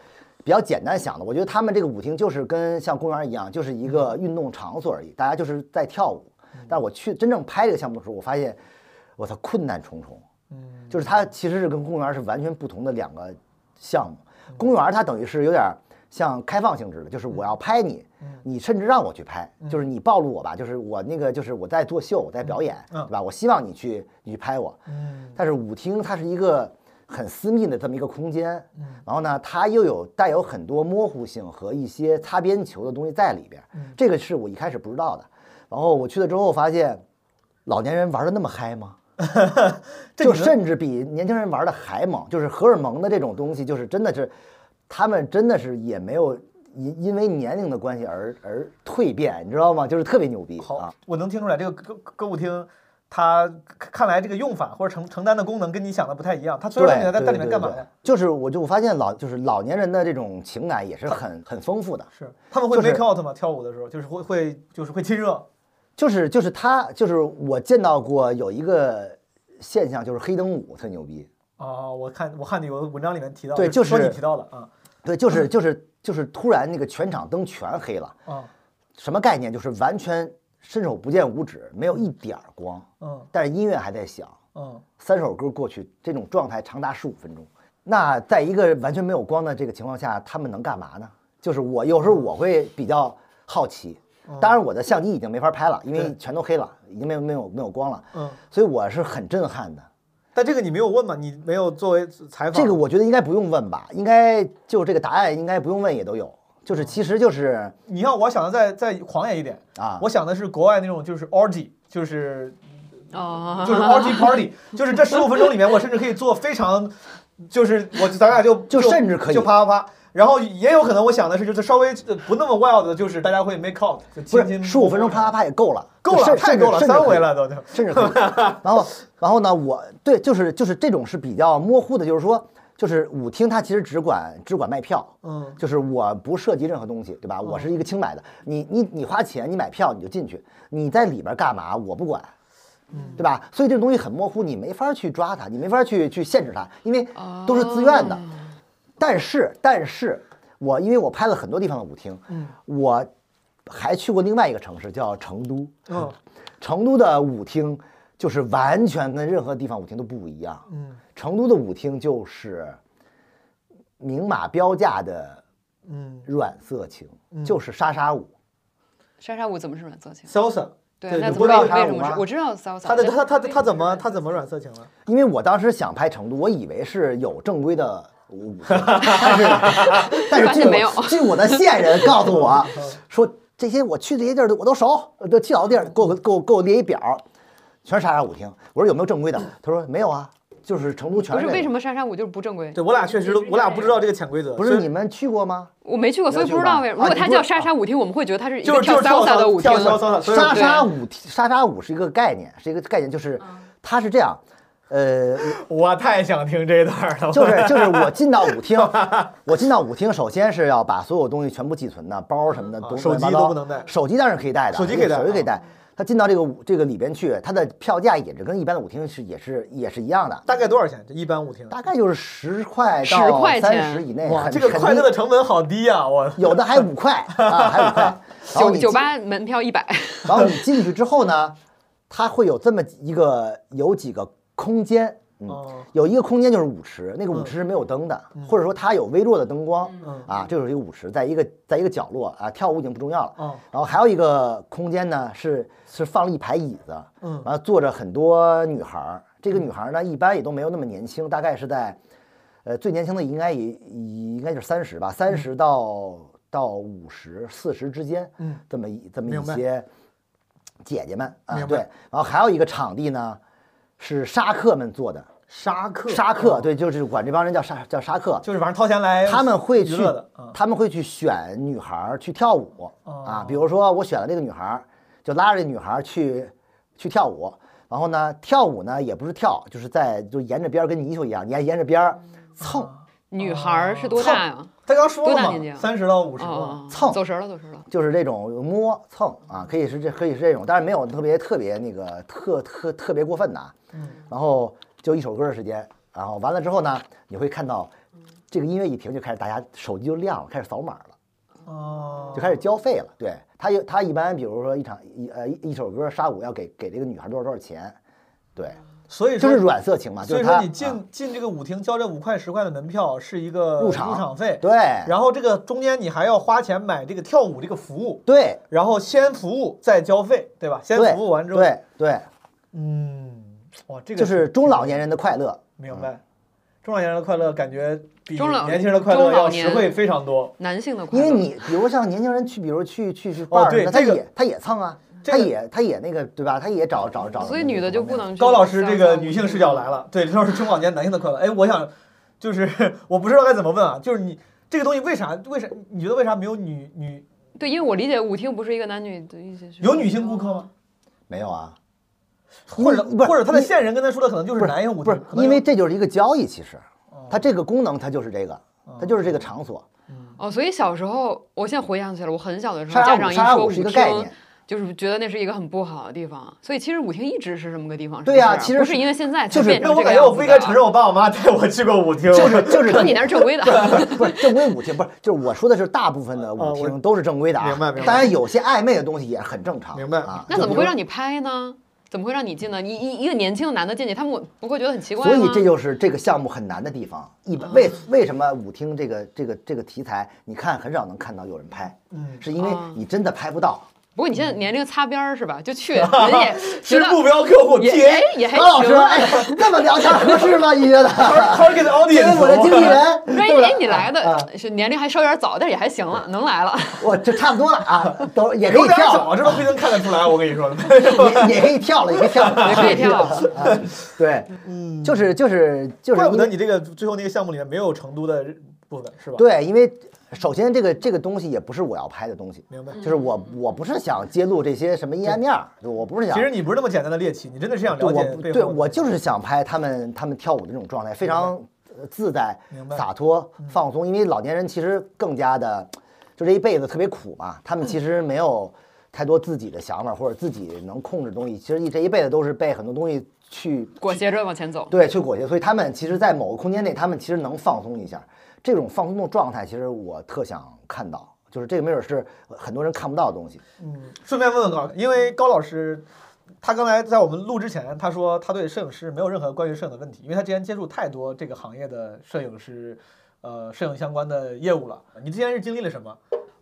Speaker 2: 比较简单想的，我觉得他们这个舞厅就是跟像公园一样，就是一个运动场所而已，大家就是在跳舞。
Speaker 1: 嗯
Speaker 2: 但我去真正拍这个项目的时候，我发现，我操，困难重重。
Speaker 1: 嗯
Speaker 2: 就是它其实是跟公园是完全不同的两个项目。
Speaker 1: 嗯
Speaker 2: 公园它等于是有点像开放性质的，就是我要拍你，你甚至让我去拍，就是你暴露我吧，就是我那个就是我在作秀，我在表演，
Speaker 1: 嗯嗯
Speaker 2: 对吧？我希望你去你去拍我。
Speaker 1: 嗯
Speaker 2: 但是舞厅它是一个很私密的这么一个空间，
Speaker 1: 嗯
Speaker 2: 然后呢，它又有带有很多模糊性和一些擦边球的东西在里边，
Speaker 1: 嗯
Speaker 2: 这个是我一开始不知道的。然后我去了之后发现，老年人玩的那么嗨吗？
Speaker 1: 这
Speaker 2: 就
Speaker 1: 你能
Speaker 2: 甚至比年轻人玩的还猛，就是荷尔蒙的这种东西，就是真的是，他们真的是也没有因因为年龄的关系而而蜕变，你知道吗？就是特别牛逼啊
Speaker 1: 好！，我能听出来这个歌歌舞厅，它看来这个用法或者承承担的功能跟你想的不太一样。它虽
Speaker 2: 对，
Speaker 1: 然你在在
Speaker 2: 对
Speaker 1: 里面
Speaker 2: 对
Speaker 1: 干嘛
Speaker 2: 对
Speaker 1: 呀？
Speaker 2: 就是我就我发现老就是老年人的这种情感也是很很丰富的，
Speaker 1: 是他们会
Speaker 2: 就是
Speaker 1: make out 吗？跳舞的时候就是会会就是会亲热，
Speaker 2: 就是就是他就是我见到过有一个现象，就是黑灯舞特牛逼，
Speaker 1: 哦，我看我看你有文章里面提到，
Speaker 2: 对
Speaker 1: 说
Speaker 2: 就是
Speaker 1: 你提到的啊
Speaker 2: 对，就是就是就是突然那个全场灯全黑了，
Speaker 1: 啊
Speaker 2: 什么概念？就是完全伸手不见五指，没有一点儿光。
Speaker 1: 嗯
Speaker 2: 但是音乐还在响，
Speaker 1: 嗯
Speaker 2: 三首歌过去，这种状态长达十五分钟。那在一个完全没有光的这个情况下，他们能干嘛呢？就是我有时候我会比较好奇，当然我的相机已经没法拍了，因为
Speaker 1: 嗯对
Speaker 2: 全都黑了，已经没有没有没有光了，
Speaker 1: 嗯。
Speaker 2: 所以我是很震撼的。
Speaker 1: 但这个你没有问嘛？你没有作为采访
Speaker 2: 这个我觉得应该不用问吧，应该就这个答案应该不用问也都有，就是其实就是
Speaker 1: 你要我想的再再狂野一点，
Speaker 2: 啊，
Speaker 1: 我想的是国外那种就是 orgy，就是
Speaker 3: 啊，
Speaker 1: 就是 orgy party，就是这十五分钟里面，我甚至可以做非常，就是我咱俩就
Speaker 2: 就甚至可以
Speaker 1: 就啪啪啪。然后也有可能我想的是，就是稍微呃不那么 wild 的，就是大家会 make out，就
Speaker 2: 不
Speaker 1: 亲
Speaker 2: 是
Speaker 1: 亲
Speaker 2: 十五分钟啪啪啪也够了，
Speaker 1: 够了，
Speaker 2: 甚
Speaker 1: 太
Speaker 2: 甚至
Speaker 1: 够了，
Speaker 2: 甚至
Speaker 1: 三
Speaker 2: 可以
Speaker 1: 回了都就。
Speaker 2: 甚至可以。然后，然后呢，我对就是就是这种是比较模糊的，就是说，就是舞厅它其实只管只管卖票，
Speaker 1: 嗯
Speaker 2: 就是我不涉及任何东西，对吧？我是一个清白的，你你你花钱你买票你就进去，你在里边干嘛我不管。对吧？所以这个东西很模糊，你没法去抓它，你没法去去限制它，因为
Speaker 3: 哦
Speaker 2: 都是自愿的。但是，但是我因为我拍了很多地方的舞厅，
Speaker 1: 嗯
Speaker 2: 我还去过另外一个城市叫成都，
Speaker 1: 嗯
Speaker 2: 成都的舞厅就是完全跟任何地方舞厅都不一样。
Speaker 1: 嗯
Speaker 2: 成都的舞厅就是明码标价的
Speaker 1: 嗯
Speaker 2: 软色情，就是莎莎舞。
Speaker 3: 莎莎舞怎么是软色情？
Speaker 1: ，salsa，
Speaker 3: 对，啊
Speaker 1: 对
Speaker 3: 那
Speaker 1: 你
Speaker 3: 怎
Speaker 1: 不
Speaker 3: 么
Speaker 1: 知道
Speaker 3: 为
Speaker 1: 他
Speaker 3: 为
Speaker 2: 莎
Speaker 3: 什
Speaker 2: 舞
Speaker 3: 么
Speaker 2: 吗
Speaker 3: 是？我知道骚骚，
Speaker 1: 他的
Speaker 3: 但
Speaker 1: 他他
Speaker 3: 为
Speaker 1: 他
Speaker 3: 什
Speaker 1: 怎么
Speaker 3: 是
Speaker 1: 他怎么软色情了？
Speaker 2: 因为我当时想拍成都，我以为是有正规的舞 厅，但是但是
Speaker 3: 发
Speaker 2: 据
Speaker 3: 现没有
Speaker 2: 我据我的线人告诉 我说，这些我去这些地儿的我都熟，都去老地儿，给我给我给我列一表，全是莎莎舞厅。我说有没有正规的？他说没有啊。就是成都全
Speaker 3: 不是
Speaker 2: 这
Speaker 3: 为
Speaker 2: 个
Speaker 3: 什么莎莎舞就是不正规？
Speaker 1: 对我俩确实都，我俩不知道这个潜规则，
Speaker 2: 不
Speaker 1: 所
Speaker 2: 是
Speaker 1: 以
Speaker 2: 你们去过吗？
Speaker 3: 我没去过，所以不知道为
Speaker 2: 啊
Speaker 3: 什么。如果
Speaker 2: 你
Speaker 3: 它
Speaker 2: 不
Speaker 3: 叫
Speaker 2: 是
Speaker 3: 莎莎舞厅，我们会觉得它是一
Speaker 1: 就
Speaker 3: 个
Speaker 1: 是
Speaker 3: 跳
Speaker 1: 就是跳
Speaker 3: salsa 的舞厅
Speaker 1: 跳。salsa 的，所以
Speaker 2: 莎莎
Speaker 3: 对
Speaker 2: 舞莎莎舞是一个概念，是一个概念，就是
Speaker 3: 啊
Speaker 2: 它是这样，呃，
Speaker 1: 我太想听这段了，
Speaker 2: 就是就是我进到舞厅， 我进到舞厅，首先是要把所有东西全部寄存的，包什么的
Speaker 1: 啊
Speaker 2: 都
Speaker 1: 手机
Speaker 2: 乱七八糟
Speaker 1: 都不能带
Speaker 2: 手机当然可以带的，
Speaker 1: 手机可以带
Speaker 2: 手机可以
Speaker 1: 啊
Speaker 2: 带。他进到这个舞这个里边去，它的票价也是跟一般的舞厅是也是也是一样的，
Speaker 1: 大概多少钱？这一般舞厅，
Speaker 2: 大概就是十块
Speaker 3: 10
Speaker 2: 到
Speaker 3: 块
Speaker 2: 三十
Speaker 3: 钱
Speaker 2: 以内，
Speaker 1: 哇，
Speaker 2: 很
Speaker 1: 这个
Speaker 2: 很
Speaker 1: 快乐
Speaker 2: 低
Speaker 1: 的成本好低啊！我
Speaker 2: 有的还五块啊，还 五块。然后
Speaker 3: 酒
Speaker 2: 你
Speaker 3: 酒
Speaker 2: 进
Speaker 3: 吧门票一百，
Speaker 2: 然后你进去之后呢，它会有这么一个有几个空间，嗯，
Speaker 1: 哦，
Speaker 2: 有一个空间就是舞池，那个舞池是没有灯的，或者说它有微弱的灯光，
Speaker 1: 嗯
Speaker 2: 啊，这就是一个舞池，在一个在一个角落啊，跳舞已经不重要了。
Speaker 1: 哦
Speaker 2: 然后还有一个空间呢，是是放了一排椅子，
Speaker 1: 嗯
Speaker 2: 然后坐着很多女孩儿。这个女孩儿呢，一般也都没有那么年轻，大概是在，呃，最年轻的应该也也应该就是三十吧，三十到到五十、四十之间，
Speaker 1: 嗯，
Speaker 2: 这么一这么
Speaker 1: 明
Speaker 2: 一
Speaker 1: 白
Speaker 2: 些姐姐们啊，
Speaker 1: 明白
Speaker 2: 对。然后还有一个场地呢，是沙客们做的，
Speaker 1: 沙克，
Speaker 2: 沙客，
Speaker 1: 哦，
Speaker 2: 对，就是管这帮人叫沙叫沙客，
Speaker 1: 就是反正掏钱来，
Speaker 2: 他们会去
Speaker 1: 哎娱乐的，嗯，
Speaker 2: 他们会去选女孩儿去跳舞啊
Speaker 1: 哦。
Speaker 2: 比如说我选了这个女孩儿，就拉着这女孩儿去去跳舞。然后呢，跳舞呢也不是跳，就是在就沿着边儿跟泥鳅一样，沿沿着边儿
Speaker 1: 啊
Speaker 2: 蹭
Speaker 3: 女孩儿是多大呀？
Speaker 1: 他刚说
Speaker 3: 多大
Speaker 1: 了
Speaker 3: 年纪
Speaker 1: 嘛，
Speaker 3: 啊
Speaker 1: 三十到五十
Speaker 3: 哦哦，哦
Speaker 2: 蹭
Speaker 3: 走神儿了，走神儿了。
Speaker 2: 就是这种摸蹭啊，可以是这可以是这种，但是没有特别特别那个特特特别过分的啊。
Speaker 1: 嗯
Speaker 2: 然后就一首歌的时间，然后完了之后呢，你会看到这个音乐一停就开始大家手机就亮了，开始扫码了。
Speaker 1: 哦，
Speaker 2: 就开始交费了。对他有他一般，比如说一场一呃一一首歌沙舞要给给这个女孩多少多少钱，对，
Speaker 1: 所以
Speaker 2: 就
Speaker 1: 说
Speaker 2: 是软色情嘛，就
Speaker 1: 所以
Speaker 2: 是
Speaker 1: 说
Speaker 2: 他嗯
Speaker 1: 你进进这个舞厅交这五块十块的门票是一个
Speaker 2: 入场
Speaker 1: 场入费，
Speaker 2: 对
Speaker 1: 然后这个中间你还要花钱买这个跳舞这个服务，
Speaker 2: 对
Speaker 1: 然后先服务再交费，对吧？先
Speaker 2: 对
Speaker 1: 服务完之后，
Speaker 2: 对对，
Speaker 1: 嗯，哇，这个
Speaker 2: 就是中老年人的快乐。
Speaker 1: 明白。中老年人的快乐感觉比
Speaker 3: 中老
Speaker 1: 年轻人的快乐
Speaker 3: 中老
Speaker 1: 要
Speaker 3: 年
Speaker 1: 实惠非常多。
Speaker 3: 男性的快
Speaker 2: 因
Speaker 3: 乐，
Speaker 2: 为你比如像年轻人去，比如去去去 bar
Speaker 1: 哦对
Speaker 2: 什么的他
Speaker 1: 这个
Speaker 2: 也他也蹭啊，
Speaker 1: 这
Speaker 2: 他
Speaker 1: 个
Speaker 2: 也他也那个对吧？他也找找找。
Speaker 3: 所以女的就不。能去
Speaker 1: 高老师这个
Speaker 3: 上
Speaker 1: 女性视角来了，对，这都是中老年男性的快乐。哎，我想，就是我不知道该怎么问啊，就是你这个东西为啥为啥你觉得为啥没有女女
Speaker 3: 对，因为我理解舞厅不是一个男女的一些
Speaker 1: 有女性顾客吗？？
Speaker 2: 没有啊，
Speaker 1: 或者
Speaker 2: 不是
Speaker 1: 或者他的
Speaker 2: 你
Speaker 1: 线人跟他说的可能就是男性舞
Speaker 2: 不
Speaker 1: 厅，
Speaker 2: 是
Speaker 1: 可能
Speaker 2: 因
Speaker 1: 有
Speaker 2: 为这就是一个交易，其实
Speaker 1: 哦
Speaker 2: 它这个功能它就是这个，它就是这个场所。
Speaker 3: 哦，所以小时候，我现在回想起来，我很小的时
Speaker 2: 沙
Speaker 3: 候，
Speaker 2: 拉
Speaker 3: 家
Speaker 2: 舞
Speaker 3: 长一
Speaker 2: 沙拉
Speaker 3: 说
Speaker 2: 舞
Speaker 3: 舞
Speaker 2: 是一个概
Speaker 3: 厅
Speaker 2: 念，，
Speaker 3: 就是觉得那是一个很不好的地方。所以其实舞厅一直是这么个地方。是
Speaker 2: 对
Speaker 3: 不
Speaker 2: 呀
Speaker 3: 是
Speaker 2: 其实
Speaker 3: 不
Speaker 2: 是
Speaker 3: 是因为现在才
Speaker 2: 就是
Speaker 3: 变
Speaker 1: 那
Speaker 3: 成
Speaker 1: 我
Speaker 3: 这个
Speaker 1: 感觉我
Speaker 3: 样
Speaker 1: 不
Speaker 3: 子
Speaker 1: 应该
Speaker 3: 的
Speaker 1: 承认我爸我妈带我去过舞厅，
Speaker 2: 就是就是
Speaker 3: 可能你那是 正规的，
Speaker 2: 不是正规舞厅，不是就是我说的是大部分的
Speaker 1: 啊
Speaker 2: 舞
Speaker 1: 我
Speaker 2: 厅都是正规的啊，
Speaker 1: 明白明白
Speaker 2: 当然有些暧昧的东西也很正常，
Speaker 1: 明白
Speaker 2: 啊。
Speaker 3: 那怎么
Speaker 2: 就
Speaker 3: 会
Speaker 2: 比如
Speaker 3: 让你拍呢？怎么会让你进呢？你一一个年轻的男的进去，他们不会觉得很奇怪吗？
Speaker 2: 所以这就是这个项目很难的地方。一
Speaker 1: 啊
Speaker 2: 般为为什么舞厅这个这个这个题材，你看很少能看到有人拍，
Speaker 1: 嗯，
Speaker 2: 是因为
Speaker 3: 啊
Speaker 2: 你真的拍不到。
Speaker 3: 不过你现在年龄擦边儿是吧？就去人也
Speaker 1: 其
Speaker 3: 觉
Speaker 1: 实
Speaker 3: 得
Speaker 1: 目标客户
Speaker 3: 也
Speaker 1: TA
Speaker 3: 哎也还
Speaker 2: 高老
Speaker 3: 行
Speaker 2: 师，。哎，这么聊天合适吗？你觉得？
Speaker 1: target
Speaker 2: 因为
Speaker 1: audience，
Speaker 2: 我的 经纪人，
Speaker 3: 哎
Speaker 2: 对不
Speaker 3: 哎，
Speaker 2: 对
Speaker 3: 你来
Speaker 2: 啊
Speaker 3: 的是年龄还稍有点早，但是也还行了，能来了。
Speaker 2: 我这差不多了啊，都也可
Speaker 1: 有
Speaker 2: 以
Speaker 1: 点
Speaker 2: 跳
Speaker 1: 早，
Speaker 2: 了，
Speaker 1: 这都不一定看得出来，我跟你说。
Speaker 2: 也也可以跳了，也可以跳了，
Speaker 3: 也可以跳
Speaker 2: 了。啊对，
Speaker 1: 嗯，
Speaker 2: 就是就是就是
Speaker 1: 怪不
Speaker 2: 因为
Speaker 1: 得你这个最后那个项目里面没有成都的部分，是吧？，
Speaker 2: 对，因为首先这个这个东西也不是我要拍的东西，
Speaker 1: 明白。
Speaker 2: 就是我我不是想揭露这些什么阴暗面儿，就我不是
Speaker 1: 嗯
Speaker 2: 想，
Speaker 1: 其实你不是那么简单的猎奇，你真的是想
Speaker 2: 啊对
Speaker 1: 了
Speaker 2: 我
Speaker 1: 解
Speaker 2: 不
Speaker 1: 背后的。
Speaker 2: 对我就是想拍他们他们跳舞的这种状态，非常呃自在
Speaker 1: 明、白嗯
Speaker 2: 洒脱、放松，因为老年人其实更加的，就这一辈子特别苦嘛，他
Speaker 1: 嗯
Speaker 2: 们其实没有太多自己的想法或者自己能控制的东西，其实一这一辈子都是被很多东西去
Speaker 3: 裹挟着往前走，
Speaker 2: 对，去裹挟，所以他们其实，在某个空间内，他们其实能放松一下。这种放松的状态，其实我特想看到，就是这个没准是很多人看不到的东西。
Speaker 1: 嗯，顺便问问高，因为高老师，他刚才在我们录之前，他说他对摄影师没有任何关于摄影的问题，因为他之前接触太多这个行业的摄影师，呃，摄影相关的业务了。你之前是经历了什么？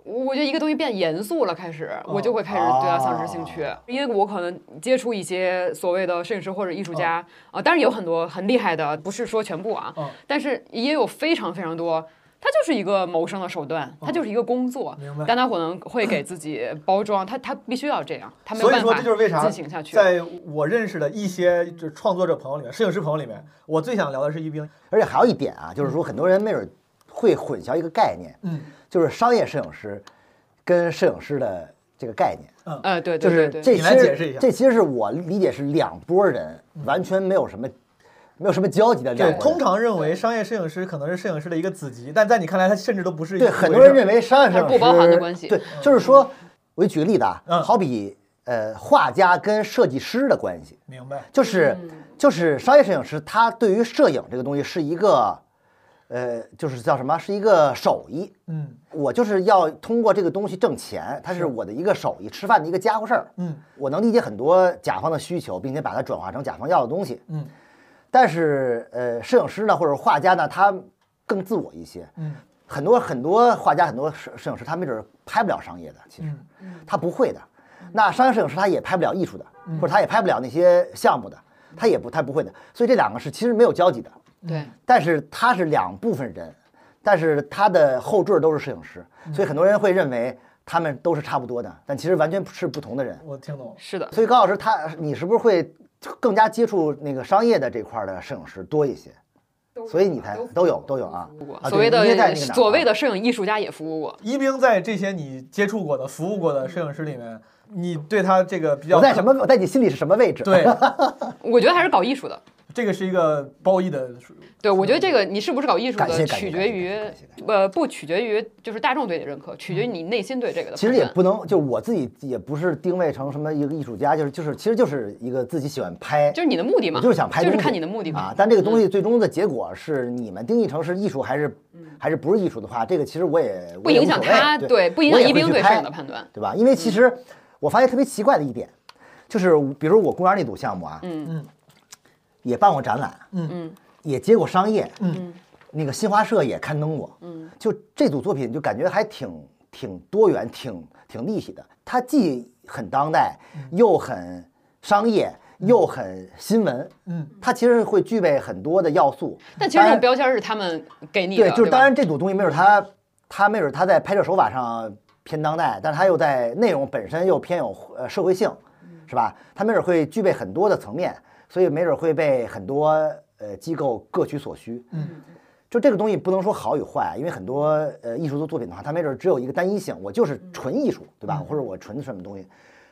Speaker 3: 我我觉得一个东西变严肃了，开始我就会开始对它丧失兴趣，因为我可能接触一些所谓的摄影师或者艺术家啊，当然有很多很厉害的，不是说全部啊
Speaker 1: 嗯，
Speaker 3: 但是也有非常非常多它就是一个谋生的手段，它就是一个工作。
Speaker 1: 明白
Speaker 3: 但它可能会给自己包装，它它必须要这样，它没有
Speaker 1: 所以
Speaker 3: 办
Speaker 1: 说
Speaker 3: 法
Speaker 1: 这就是为啥
Speaker 3: 进行下去。
Speaker 1: 在我认识的一些就创作者朋友里面、摄影师朋友里面，我最想聊的是一冰。
Speaker 2: 而且还有一点啊，就是说很多人没准会混淆一个概念，
Speaker 1: 嗯，
Speaker 2: 就是商业摄影师跟摄影师的这个概念，
Speaker 3: 呃，对
Speaker 2: 就
Speaker 3: 对
Speaker 2: 是
Speaker 3: 对对，
Speaker 2: 这
Speaker 1: 你
Speaker 2: 其
Speaker 1: 来解释一
Speaker 2: 实
Speaker 1: 下
Speaker 2: 这其实是我理解是两拨人，完全没有什么没有什么交集的两
Speaker 1: 对，
Speaker 2: 拨人。
Speaker 1: 通常认为商业摄影师可能是摄影师的一个子集，但在你看来，他甚至都不是一
Speaker 2: 对
Speaker 1: 回
Speaker 2: 很多人
Speaker 1: 事
Speaker 2: 认为商业摄
Speaker 3: 它是
Speaker 2: 影
Speaker 3: 不
Speaker 2: 师
Speaker 3: 包含的关系
Speaker 2: 对，就是说，我举个例子啊，
Speaker 1: 嗯
Speaker 2: 好比呃画家跟设计师的关系，
Speaker 1: 明白？
Speaker 2: 就是
Speaker 3: 嗯
Speaker 2: 就是商业摄影师，他对于摄影这个东西是一个，呃，就是叫什么，是一个手艺。
Speaker 1: 嗯
Speaker 2: 我就是要通过这个东西挣钱，它是我的一个手艺，吃饭的一个家伙事儿。
Speaker 1: 嗯
Speaker 2: 我能理解很多甲方的需求，并且把它转化成甲方要的东西。
Speaker 1: 嗯
Speaker 2: 但是，呃，摄影师呢，或者画家呢，他更自我一些。
Speaker 1: 嗯
Speaker 2: 很多很多画家，很多摄摄影师，他没准儿拍不了商业的，其实
Speaker 1: 嗯嗯
Speaker 2: 他不会的。那商业摄影师他也拍不了艺术的，或者他也拍不了那些项目的，他也不他不会的。所以这两个是其实没有交集的，
Speaker 3: 对
Speaker 2: 但是他是两部分人，但是他的后缀都是摄影师，
Speaker 1: 嗯
Speaker 2: 所以很多人会认为他们都是差不多的，但其实完全是不同的人。
Speaker 1: 我听懂。
Speaker 3: 是的，
Speaker 2: 所以高老师他，你是不是会更加接触那个商业的这块儿的摄影师多一些？所以你才都有都有啊
Speaker 3: 服务过。
Speaker 2: 啊
Speaker 3: 所谓
Speaker 2: 对
Speaker 3: 的
Speaker 2: 你也在那个哪儿
Speaker 3: 所谓
Speaker 2: 啊
Speaker 3: 的摄影艺术家也服务过，
Speaker 1: 一冰在这些你接触过的、服务过的摄影师里面，你对他这个比较
Speaker 2: 我在什么？我在你心里是什么位置？
Speaker 1: 对，
Speaker 3: 我觉得还是搞艺术的。
Speaker 1: 这个是一个褒义的属，
Speaker 3: 对，我觉得这个你是不是搞艺术
Speaker 2: 感谢
Speaker 3: 的，
Speaker 2: 感谢
Speaker 3: 取
Speaker 2: 感
Speaker 3: 决
Speaker 2: 谢
Speaker 3: 于
Speaker 2: 感谢感嗯
Speaker 3: 呃不取决于就是大众对你的认可，取决于你内心对这个的。
Speaker 2: 其实也，不能，就我自己也不是定位成什么一个艺术家，就是就是，其实就是一个自己喜欢拍
Speaker 3: 就是你嗯的目的嘛，
Speaker 2: 我就是想拍
Speaker 3: 就是
Speaker 2: 东西
Speaker 3: 看你的目的嘛
Speaker 2: 啊。。但这个东西最终的结果是你们定义成是艺术还是还是不是艺术的话，这个其实我也
Speaker 3: 嗯不影响他，
Speaker 2: 对，
Speaker 3: 不影
Speaker 2: 我
Speaker 3: 响
Speaker 2: 也
Speaker 3: 一
Speaker 2: 会
Speaker 3: 冰
Speaker 2: 去
Speaker 3: 对嗯摄
Speaker 2: 拍
Speaker 3: 影的判断。
Speaker 2: 对吧？因为其实我发现特别奇怪的一点，就是比如我公园那组项目啊，
Speaker 3: 嗯
Speaker 1: 嗯，
Speaker 2: 也办过展览，
Speaker 1: 嗯
Speaker 3: 嗯，
Speaker 2: 也接过商业，
Speaker 1: 嗯，
Speaker 2: 那个新华社也刊登过，
Speaker 3: 嗯，
Speaker 2: 就这组作品就感觉还挺挺多元、挺挺立体的，它既很当代，
Speaker 3: 嗯
Speaker 2: 又很商业，又很新闻，
Speaker 1: 嗯，
Speaker 2: 它其实会具备很多的要素。
Speaker 3: 但其实这
Speaker 2: 当
Speaker 3: 种
Speaker 2: 然
Speaker 3: 标签儿是他们给你的，
Speaker 2: 对，就是
Speaker 3: 吧
Speaker 2: 当然这组东西没准它，它没准它在拍摄手法上偏当代，但是它又在内容本身又偏有呃社会性，是吧？它没准会具备很多的层面，所以没准会被很多呃机构各取所需。
Speaker 1: 嗯，
Speaker 2: 就这个东西不能说好与坏，因为很多呃艺术作作品的话，它没准只有一个单一性，我就是纯艺术，对吧？或者我纯什么东西，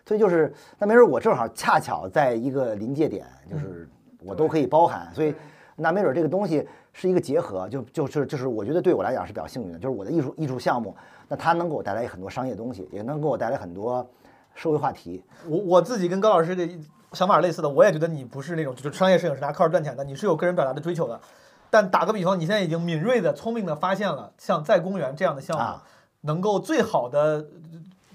Speaker 2: 所以就是那没准我正好恰巧在一个临界点，
Speaker 1: 嗯
Speaker 2: 就是我都可以包含，所以那没准这个东西是一个结合，就就是就是我觉得对我来讲是比较幸运的，就是我的艺术艺术项目，那它能给我带来很多商业东西，也能给我带来很多社会话题。
Speaker 1: 我我自己跟高老师的想法是类似的，我也觉得你不是那种就是商业摄影师拿靠着赚钱的，你是有个人表达的追求的。但打个比方，你现在已经敏锐的、聪明的发现了，像在公园这样的项目，
Speaker 2: 啊
Speaker 1: 能够最好的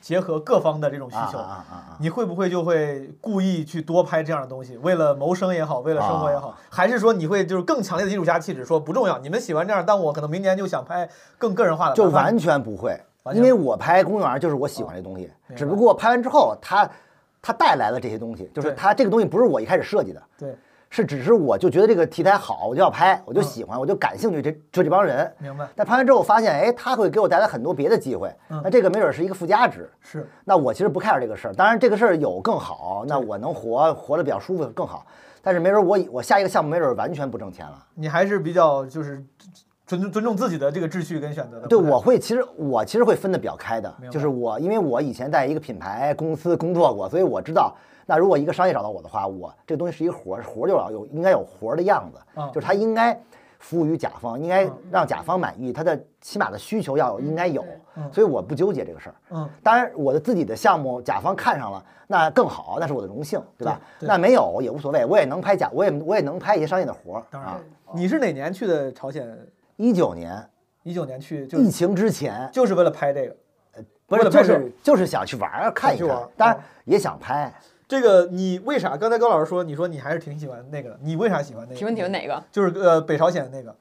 Speaker 1: 结合各方的这种需
Speaker 2: 啊
Speaker 1: 求，
Speaker 2: 啊啊啊啊！
Speaker 1: 你会不会就会故意去多拍这样的东西，为了谋生也好，为了生活也好，还是说你会就是更强烈的艺术家气质，说不重要，你们喜欢这样，但我可能明年就想拍更个人化的，
Speaker 2: 就
Speaker 1: 麻烦
Speaker 2: 完全不会，
Speaker 1: 完全哦
Speaker 2: 因为我拍公园儿就是我喜欢这东西，
Speaker 1: 白
Speaker 2: 只不过拍完之后，它它带来了这些东西，就是
Speaker 1: 对
Speaker 2: 它这个东西不是我一开始设计的，
Speaker 1: 对，
Speaker 2: 是只是我就觉得这个题材好，我就要拍，我就喜欢，我就感兴趣这就这帮人。
Speaker 1: 嗯明白
Speaker 2: 但拍完之后发现，哎，它会给我带来很多别的机会，
Speaker 1: 嗯
Speaker 2: 那这个没准是一个附加值。
Speaker 1: 是
Speaker 2: 那我其实不 care 这个事儿，当然这个事儿有更好，那我能活活得比较舒服更好。但是没准我以我下一个项目没准完全不挣钱了。
Speaker 1: 你还是比较就是尊尊重自己的这个秩序跟选择的。
Speaker 2: 对，
Speaker 1: 不太
Speaker 2: 我会其实我其实会分得比较开的
Speaker 1: 明，白
Speaker 2: 就是我因为我以前在一个品牌公司工作过，所以我知道，那如果一个商业找到我的话，我这东西是一个活儿，活儿就要有应该有活儿的样子，
Speaker 1: 嗯
Speaker 2: 就是它应该服务于甲方，应该
Speaker 1: 嗯
Speaker 2: 让甲方满意，它的起码的需求要有应该有
Speaker 1: 嗯，
Speaker 2: 所以我不纠结这个事儿。
Speaker 1: 嗯
Speaker 2: 当然，我的自己的项目，甲方看上了，那更好，那是我的荣幸，对吧？
Speaker 1: 对对
Speaker 2: 那没有也无所谓，我也能拍甲，我也我也能拍一些商业的活儿
Speaker 1: 当然
Speaker 2: 啊。
Speaker 1: 你是哪年去的朝鲜？
Speaker 2: 一九年
Speaker 1: 一九呃年去就
Speaker 2: 疫情之前，
Speaker 1: 就是为了拍这个。
Speaker 2: 不
Speaker 1: 为
Speaker 2: 是，
Speaker 1: 了
Speaker 2: 就
Speaker 1: 拍摄
Speaker 2: 是就是想去玩儿看一
Speaker 1: 想去玩
Speaker 2: 看
Speaker 1: 儿，
Speaker 2: 当然也想拍。
Speaker 1: 这个你为啥？刚才高老师说，你说你还是挺喜欢那个的，你为啥喜欢那个？
Speaker 3: 提问提问哪个？
Speaker 1: 就是呃北朝鲜那个，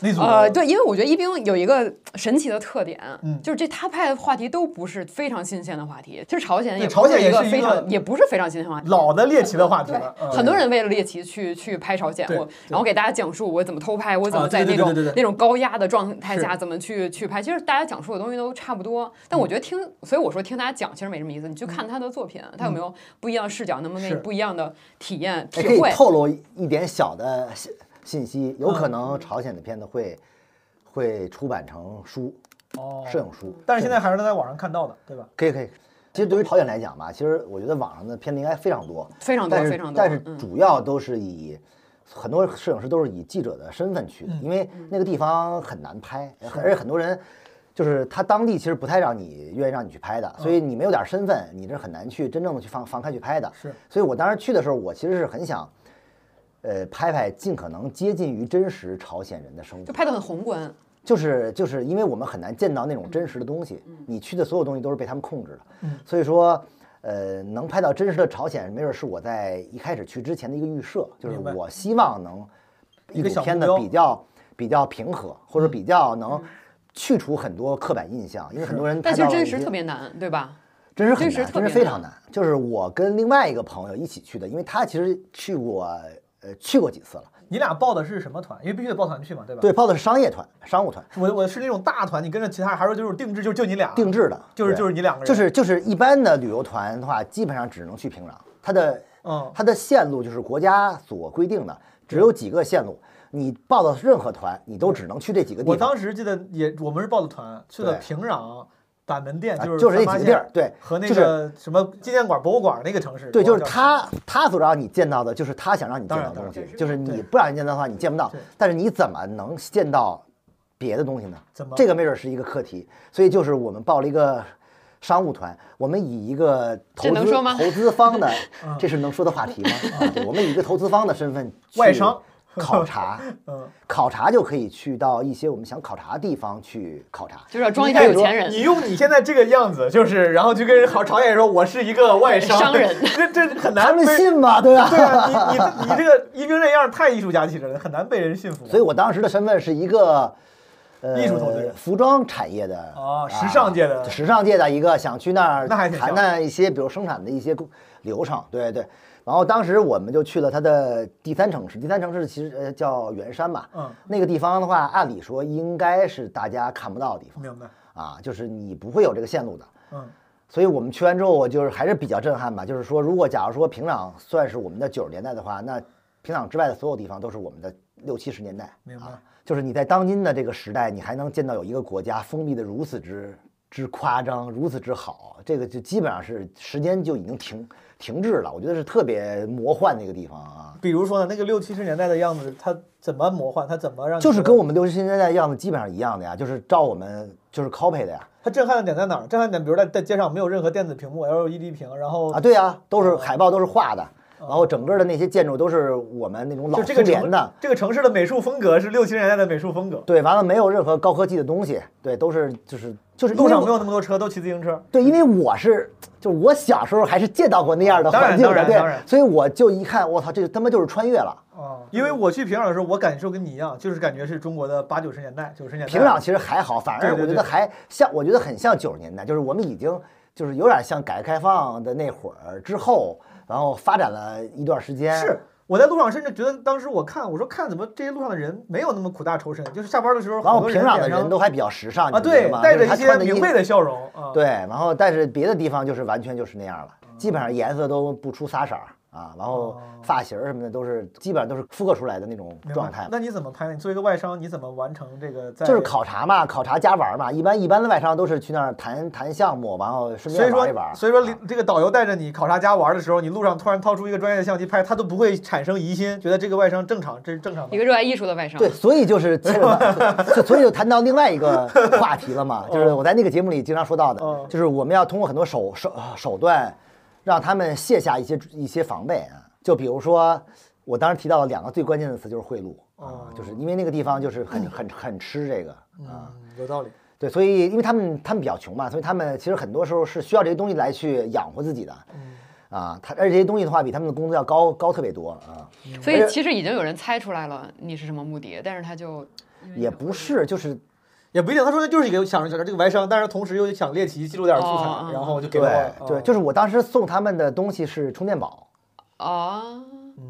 Speaker 1: 那组
Speaker 3: 呃，对，因为我觉得一冰有一个神奇的特点，
Speaker 1: 嗯
Speaker 3: 就是这他拍的话题都不是非常新鲜的话题，就是朝鲜也
Speaker 1: 对朝鲜
Speaker 3: 不是
Speaker 1: 也
Speaker 3: 一个
Speaker 1: 是一
Speaker 3: 非
Speaker 1: 个
Speaker 3: 常也不是非常新鲜的话题。
Speaker 1: 老的猎奇的话题了，嗯
Speaker 3: 很多人为了猎奇去去拍朝鲜，
Speaker 1: 对
Speaker 3: 我
Speaker 1: 对
Speaker 3: 然后给大家讲述我怎么偷拍，我怎
Speaker 1: 啊
Speaker 3: 么
Speaker 1: 对
Speaker 3: 在
Speaker 1: 对对
Speaker 3: 那种
Speaker 1: 对对对
Speaker 3: 那种高压的状态下
Speaker 1: 是嗯
Speaker 3: 怎么去去拍。其实大家讲述的东西都差不多，但我觉得听，所以我说听大家讲其实没什么意思，你去看他的作品，他有没有不一样的视角，能不能给你
Speaker 1: 嗯是
Speaker 3: 不一样的体验
Speaker 2: 哎
Speaker 3: 体
Speaker 2: 可以
Speaker 3: 会？
Speaker 2: 透露一点小的信信息，有可能朝鲜的片子会会出版成书，
Speaker 1: 哦，
Speaker 2: 摄影书。
Speaker 1: 但是现在还是能在网上看到的，对吧？
Speaker 2: 可以可以。其实对于朝鲜来讲吧，其实我觉得网上的片子应该非常多，
Speaker 3: 非常多
Speaker 2: 但是
Speaker 3: 非常多
Speaker 2: 但是
Speaker 3: 嗯
Speaker 2: 主要都是以、很多摄影师都是以记者的身份去的，因为那个地方很难拍，而且很多人就是他当地其实不太让你愿意让你去拍的，所以你没有点身份，你这很难去真正的去放放开去拍的。
Speaker 1: 是，
Speaker 2: 所以我当时去的时候，我其实是很想。呃，拍拍尽可能接近于真实朝鲜人的生活，
Speaker 3: 就拍的很宏观，
Speaker 2: 就是就是因为我们很难见到那
Speaker 3: 嗯
Speaker 2: 种真实的东西，你去的所有东西都是被他们控制的，所以说，呃，能拍到真实的朝鲜，没准是我在一开始去之前的一个预设，就是
Speaker 1: 明白
Speaker 2: 我希望能
Speaker 1: 一
Speaker 2: 一
Speaker 1: 个
Speaker 2: 个
Speaker 1: 小
Speaker 2: 片
Speaker 1: 目标
Speaker 2: 子比较比较平和，或
Speaker 3: 嗯
Speaker 2: 者比较能去除很多刻板印象，因为很多人
Speaker 3: 但
Speaker 2: 拍
Speaker 3: 其实
Speaker 2: 到了
Speaker 3: 真
Speaker 2: 一
Speaker 3: 实
Speaker 2: 些
Speaker 3: 特别难，对吧？
Speaker 2: 真是很
Speaker 3: 真
Speaker 2: 难，
Speaker 3: 实特
Speaker 2: 真是非
Speaker 3: 别难
Speaker 2: 常难。就是我跟另外一个朋友一起去的，因为他其实去过呃去过几次了，
Speaker 1: 你俩报的是什么团？因为必须得报团去嘛，对吧？
Speaker 2: 对，报的是商业团、商务团，
Speaker 1: 我我是那种大团，你跟着其他人，还是就是定制，就就你俩
Speaker 2: 定，制的，
Speaker 1: 就是
Speaker 2: 对
Speaker 1: 就是你两个人，
Speaker 2: 就是就是一般的旅游团的话，基本上只能去平壤，它的
Speaker 1: 嗯
Speaker 2: 它的线路就是国家所规定的，只有几个线路，你报的任何团，你都只能去这几个地
Speaker 1: 我
Speaker 2: 方
Speaker 1: 当，时记得也，我们是报的团，去了
Speaker 2: 对
Speaker 1: 平壤、板门店，
Speaker 2: 啊
Speaker 1: 是
Speaker 2: 就是
Speaker 1: 三
Speaker 2: 这
Speaker 1: 八
Speaker 2: 几个
Speaker 1: 线
Speaker 2: 地儿，对，
Speaker 1: 和那
Speaker 2: 就是
Speaker 1: 个什么纪念馆、博物馆那个城市。
Speaker 2: 对，就
Speaker 1: 我
Speaker 2: 是
Speaker 1: 忘了叫什么。
Speaker 2: 他他所让你见到的，就是他想让你见
Speaker 1: 当然
Speaker 2: 到的东
Speaker 1: 当
Speaker 2: 西
Speaker 1: 然，
Speaker 2: 就是你
Speaker 1: 对
Speaker 2: 不让你见到的话，你见不到
Speaker 1: 对。
Speaker 2: 但是你怎么能见到别的东西呢？
Speaker 1: 怎么
Speaker 2: 这个没准是一个课题。所以就是我们报了一个商务团，我们以一个投
Speaker 3: 这能
Speaker 2: 资
Speaker 3: 说吗
Speaker 2: 投资方的
Speaker 1: 嗯，
Speaker 2: 这是能说的话题吗？啊，对，我们以一个投资方的身份去
Speaker 1: 外商
Speaker 2: 考察，
Speaker 1: 嗯，
Speaker 2: 考察就可以去到一些我们想考察的地方去考察。
Speaker 3: 就是要装一
Speaker 1: 你
Speaker 3: 个有
Speaker 1: 看
Speaker 3: 钱
Speaker 1: 你
Speaker 3: 人，
Speaker 1: 用你现在这个样子，就是然后就跟人好朝鲜说我是一个外 商
Speaker 3: 商人
Speaker 1: 这这很
Speaker 2: 他
Speaker 1: 难
Speaker 2: 们
Speaker 1: 被。
Speaker 2: 信吗？对 吧？
Speaker 1: 对啊，你你你这个一兵这样太艺术家气质了，很难被人信服。啊
Speaker 2: 所以我当时的身份是一个。呃
Speaker 1: 艺术投资人
Speaker 2: 服装产业的
Speaker 1: 哦
Speaker 2: 啊
Speaker 1: 时尚界的
Speaker 2: 时尚界的一个想去那儿
Speaker 1: 那还挺
Speaker 2: 谈
Speaker 1: 像
Speaker 2: 谈一些，比如生产的一些工流程，对对。然后当时我们就去了它的第三城市，第三城市其实呃叫圆山吧，
Speaker 1: 嗯，
Speaker 2: 那个地方的话，按理说应该是大家看不到的地方
Speaker 1: 明白，
Speaker 2: 啊，就是你不会有这个线路的。
Speaker 1: 嗯，
Speaker 2: 所以我们去完之后，我就是还是比较震撼吧。就是说，如果假如说平壤算是我们的九十年代的话，那平壤之外的所有地方都是我们的六七十年代。
Speaker 1: 明白
Speaker 2: 啊，就是你在当今的这个时代，你还能见到有一个国家封闭的如此之之夸张，如此之好，这个就基本上是时间就已经停停滞了。我觉得是特别魔幻的一个地方啊。
Speaker 1: 比如说呢，那个六七十年代的样子，它怎么魔幻？它怎么让你
Speaker 2: 就是
Speaker 1: 觉得
Speaker 2: 跟我们六十年代的样子基本上一样的呀，就是照我们就是 copy 的呀
Speaker 1: 它震撼的点在哪儿？震撼点，比如在在街上没有任何电子屏幕、LED 屏，然后
Speaker 2: 啊，对呀，都是海报都是画的，然后整个的那些建筑都是我们那种老
Speaker 1: 哦就
Speaker 2: 苏
Speaker 1: 这个
Speaker 2: 联
Speaker 1: 城
Speaker 2: 的，
Speaker 1: 这个城市的美术风格是六七十年代的美术风格，
Speaker 2: 对，完了没有任何高科技的东西，对，都是就是就是因
Speaker 1: 路
Speaker 2: 为
Speaker 1: 上
Speaker 2: 我
Speaker 1: 没有那么多车，都骑自行车。
Speaker 2: 对，因为我是就我小时候还是见到过那样的
Speaker 1: 当然
Speaker 2: 环境
Speaker 1: 当
Speaker 2: 的，
Speaker 1: 然当
Speaker 2: 对，
Speaker 1: 然
Speaker 2: 所以我就一看，我操，这他妈就是穿越了。
Speaker 1: 哦，因为我去平壤的时候，我感受跟你一样，就是感觉是中国的八九十年代、九十年代。
Speaker 2: 平壤其实还好，反而
Speaker 1: 对对
Speaker 2: 我觉
Speaker 1: 对
Speaker 2: 得还像，我觉得很像九十年代，就是我们已经就是有点像改革开放的那会儿之后，然后发展了一段时间，
Speaker 1: 是我在路上，甚至觉得当时我看，我说看怎么这些路上的人没有那么苦大仇深，就是下班的时候，
Speaker 2: 然
Speaker 1: 好
Speaker 2: 后
Speaker 1: 多
Speaker 2: 平壤的
Speaker 1: 脸上
Speaker 2: 人都还比较时尚
Speaker 1: 啊，
Speaker 2: 你不觉得
Speaker 1: 对
Speaker 2: 吗，
Speaker 1: 带
Speaker 2: 就
Speaker 1: 着
Speaker 2: 是
Speaker 1: 一
Speaker 2: 他
Speaker 1: 些
Speaker 2: 穿的衣
Speaker 1: 明
Speaker 2: 服
Speaker 1: 媚的笑容啊。
Speaker 2: 对，然后但是别的地方就是完全就是那样了，
Speaker 1: 哦
Speaker 2: 基本上颜色都不出仨色儿啊，然后发型儿什么的都是基本上都是复刻出来的那种
Speaker 1: 明白，
Speaker 2: 状态。
Speaker 1: 那你怎么拍呢？你作为一个外商，你怎么完成这个在？
Speaker 2: 就是考察嘛，考察加玩儿嘛。一般一般的外商都是去那儿谈谈项目，然后
Speaker 1: 所
Speaker 2: 顺
Speaker 1: 以
Speaker 2: 便
Speaker 1: 说
Speaker 2: 玩一玩儿。，
Speaker 1: 所以说
Speaker 2: 啊
Speaker 1: 领这个导游带着你考察家玩的时候，你路上突然掏出一个专业的相机拍，他都不会产生疑心，觉得这个外商正常，这是正常
Speaker 3: 一
Speaker 1: 的。
Speaker 3: 个热爱艺术的外商
Speaker 2: 对，。所以就是这 个所以所以就谈到另外一个话题了嘛，
Speaker 1: 嗯
Speaker 2: 就是我在那个节目里经常说到的
Speaker 1: 哦，
Speaker 2: 就是我们要通过很多手手手段，让他们卸下一些一些防备啊。就比如说，我当时提到了两个最关键的词，就是贿赂啊，就是因为那个地方就是很很很吃这个啊。
Speaker 1: 哦嗯，有道理。
Speaker 2: 对，所以因为他们他们比较穷嘛，所以他们其实很多时候是需要这些东西来去养活自己的。
Speaker 3: 嗯
Speaker 2: 啊，他而且这些东西的话，比他们的工资要高高特别多啊。
Speaker 3: 所以其实已经有人猜出来了你是什么目的，但是他就
Speaker 2: 也不是，就是
Speaker 1: 也不一定。他说他就是一个想着想着这个外商，但是同时又想猎奇，记录点素材，
Speaker 3: 哦嗯
Speaker 1: 然后就给
Speaker 2: 对
Speaker 1: 了我。
Speaker 2: 对，
Speaker 1: 嗯
Speaker 2: 就是我当时送他们的东西是充电宝，
Speaker 3: 啊，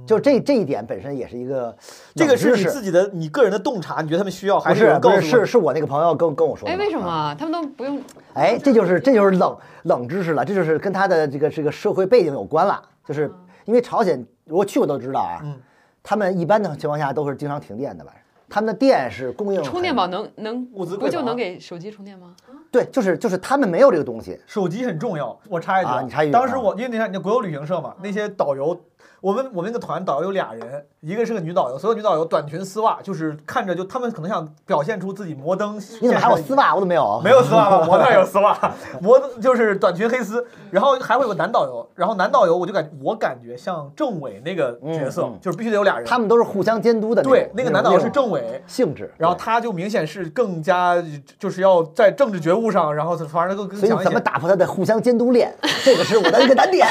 Speaker 2: 就这这一点本身也是一个
Speaker 1: 这个
Speaker 2: 冷
Speaker 1: 是
Speaker 2: 知
Speaker 1: 你
Speaker 2: 识
Speaker 1: 自己的你个人的洞察，你觉得他们需要，还
Speaker 2: 不
Speaker 1: 是有人
Speaker 2: 是
Speaker 1: 告
Speaker 2: 不
Speaker 1: 诉
Speaker 2: 是
Speaker 1: 你？
Speaker 2: 是是我那个朋友跟跟我说的。
Speaker 3: 哎，为什
Speaker 2: 啊？
Speaker 3: 么他们都不用？
Speaker 2: 哎，这就是这就是冷冷知识了，这就是跟他的这个这个社会背景有关了，就是
Speaker 3: 嗯
Speaker 2: 因为朝鲜如果去过都知道啊，
Speaker 1: 嗯
Speaker 2: 他们一般的情况下都是经常停电的晚上，他们的电是供应
Speaker 3: 充电
Speaker 2: 很
Speaker 3: 宝能能
Speaker 1: 物资匮乏啊
Speaker 3: 不就能给手机充电吗？
Speaker 2: 对，就是就是他们没有这个东西，
Speaker 1: 手机很重要。我插一句，
Speaker 2: 啊你插一句
Speaker 1: 当时
Speaker 2: 啊嗯
Speaker 1: 我因为那啥，你国有旅行社嘛，那些导游，我们我们那个团导游有俩人，一个是个女导游，所有女导游短裙丝袜，就是看着就他们可能想表现出自己摩登。
Speaker 2: 你怎么还有丝？袜？啊我都没有，
Speaker 1: 没有丝袜吗？我那儿有丝袜，摩登就是短裙黑丝，然后还会有个男导游，然后男导游我就感我感觉像政委那个角色，
Speaker 2: 嗯嗯
Speaker 1: 就是必须得有俩人。
Speaker 2: 他们都是互相监督的种。
Speaker 1: 对那个男导游是
Speaker 2: 种
Speaker 1: 政委，
Speaker 2: 性质，
Speaker 1: 然后他就明显是更加就是要在政治觉悟上，然后反正更更
Speaker 2: 对。所以
Speaker 1: 强
Speaker 2: 你
Speaker 1: 一
Speaker 2: 怎
Speaker 1: 些
Speaker 2: 么。打破他的互相监督链？这个是我的一个难 点。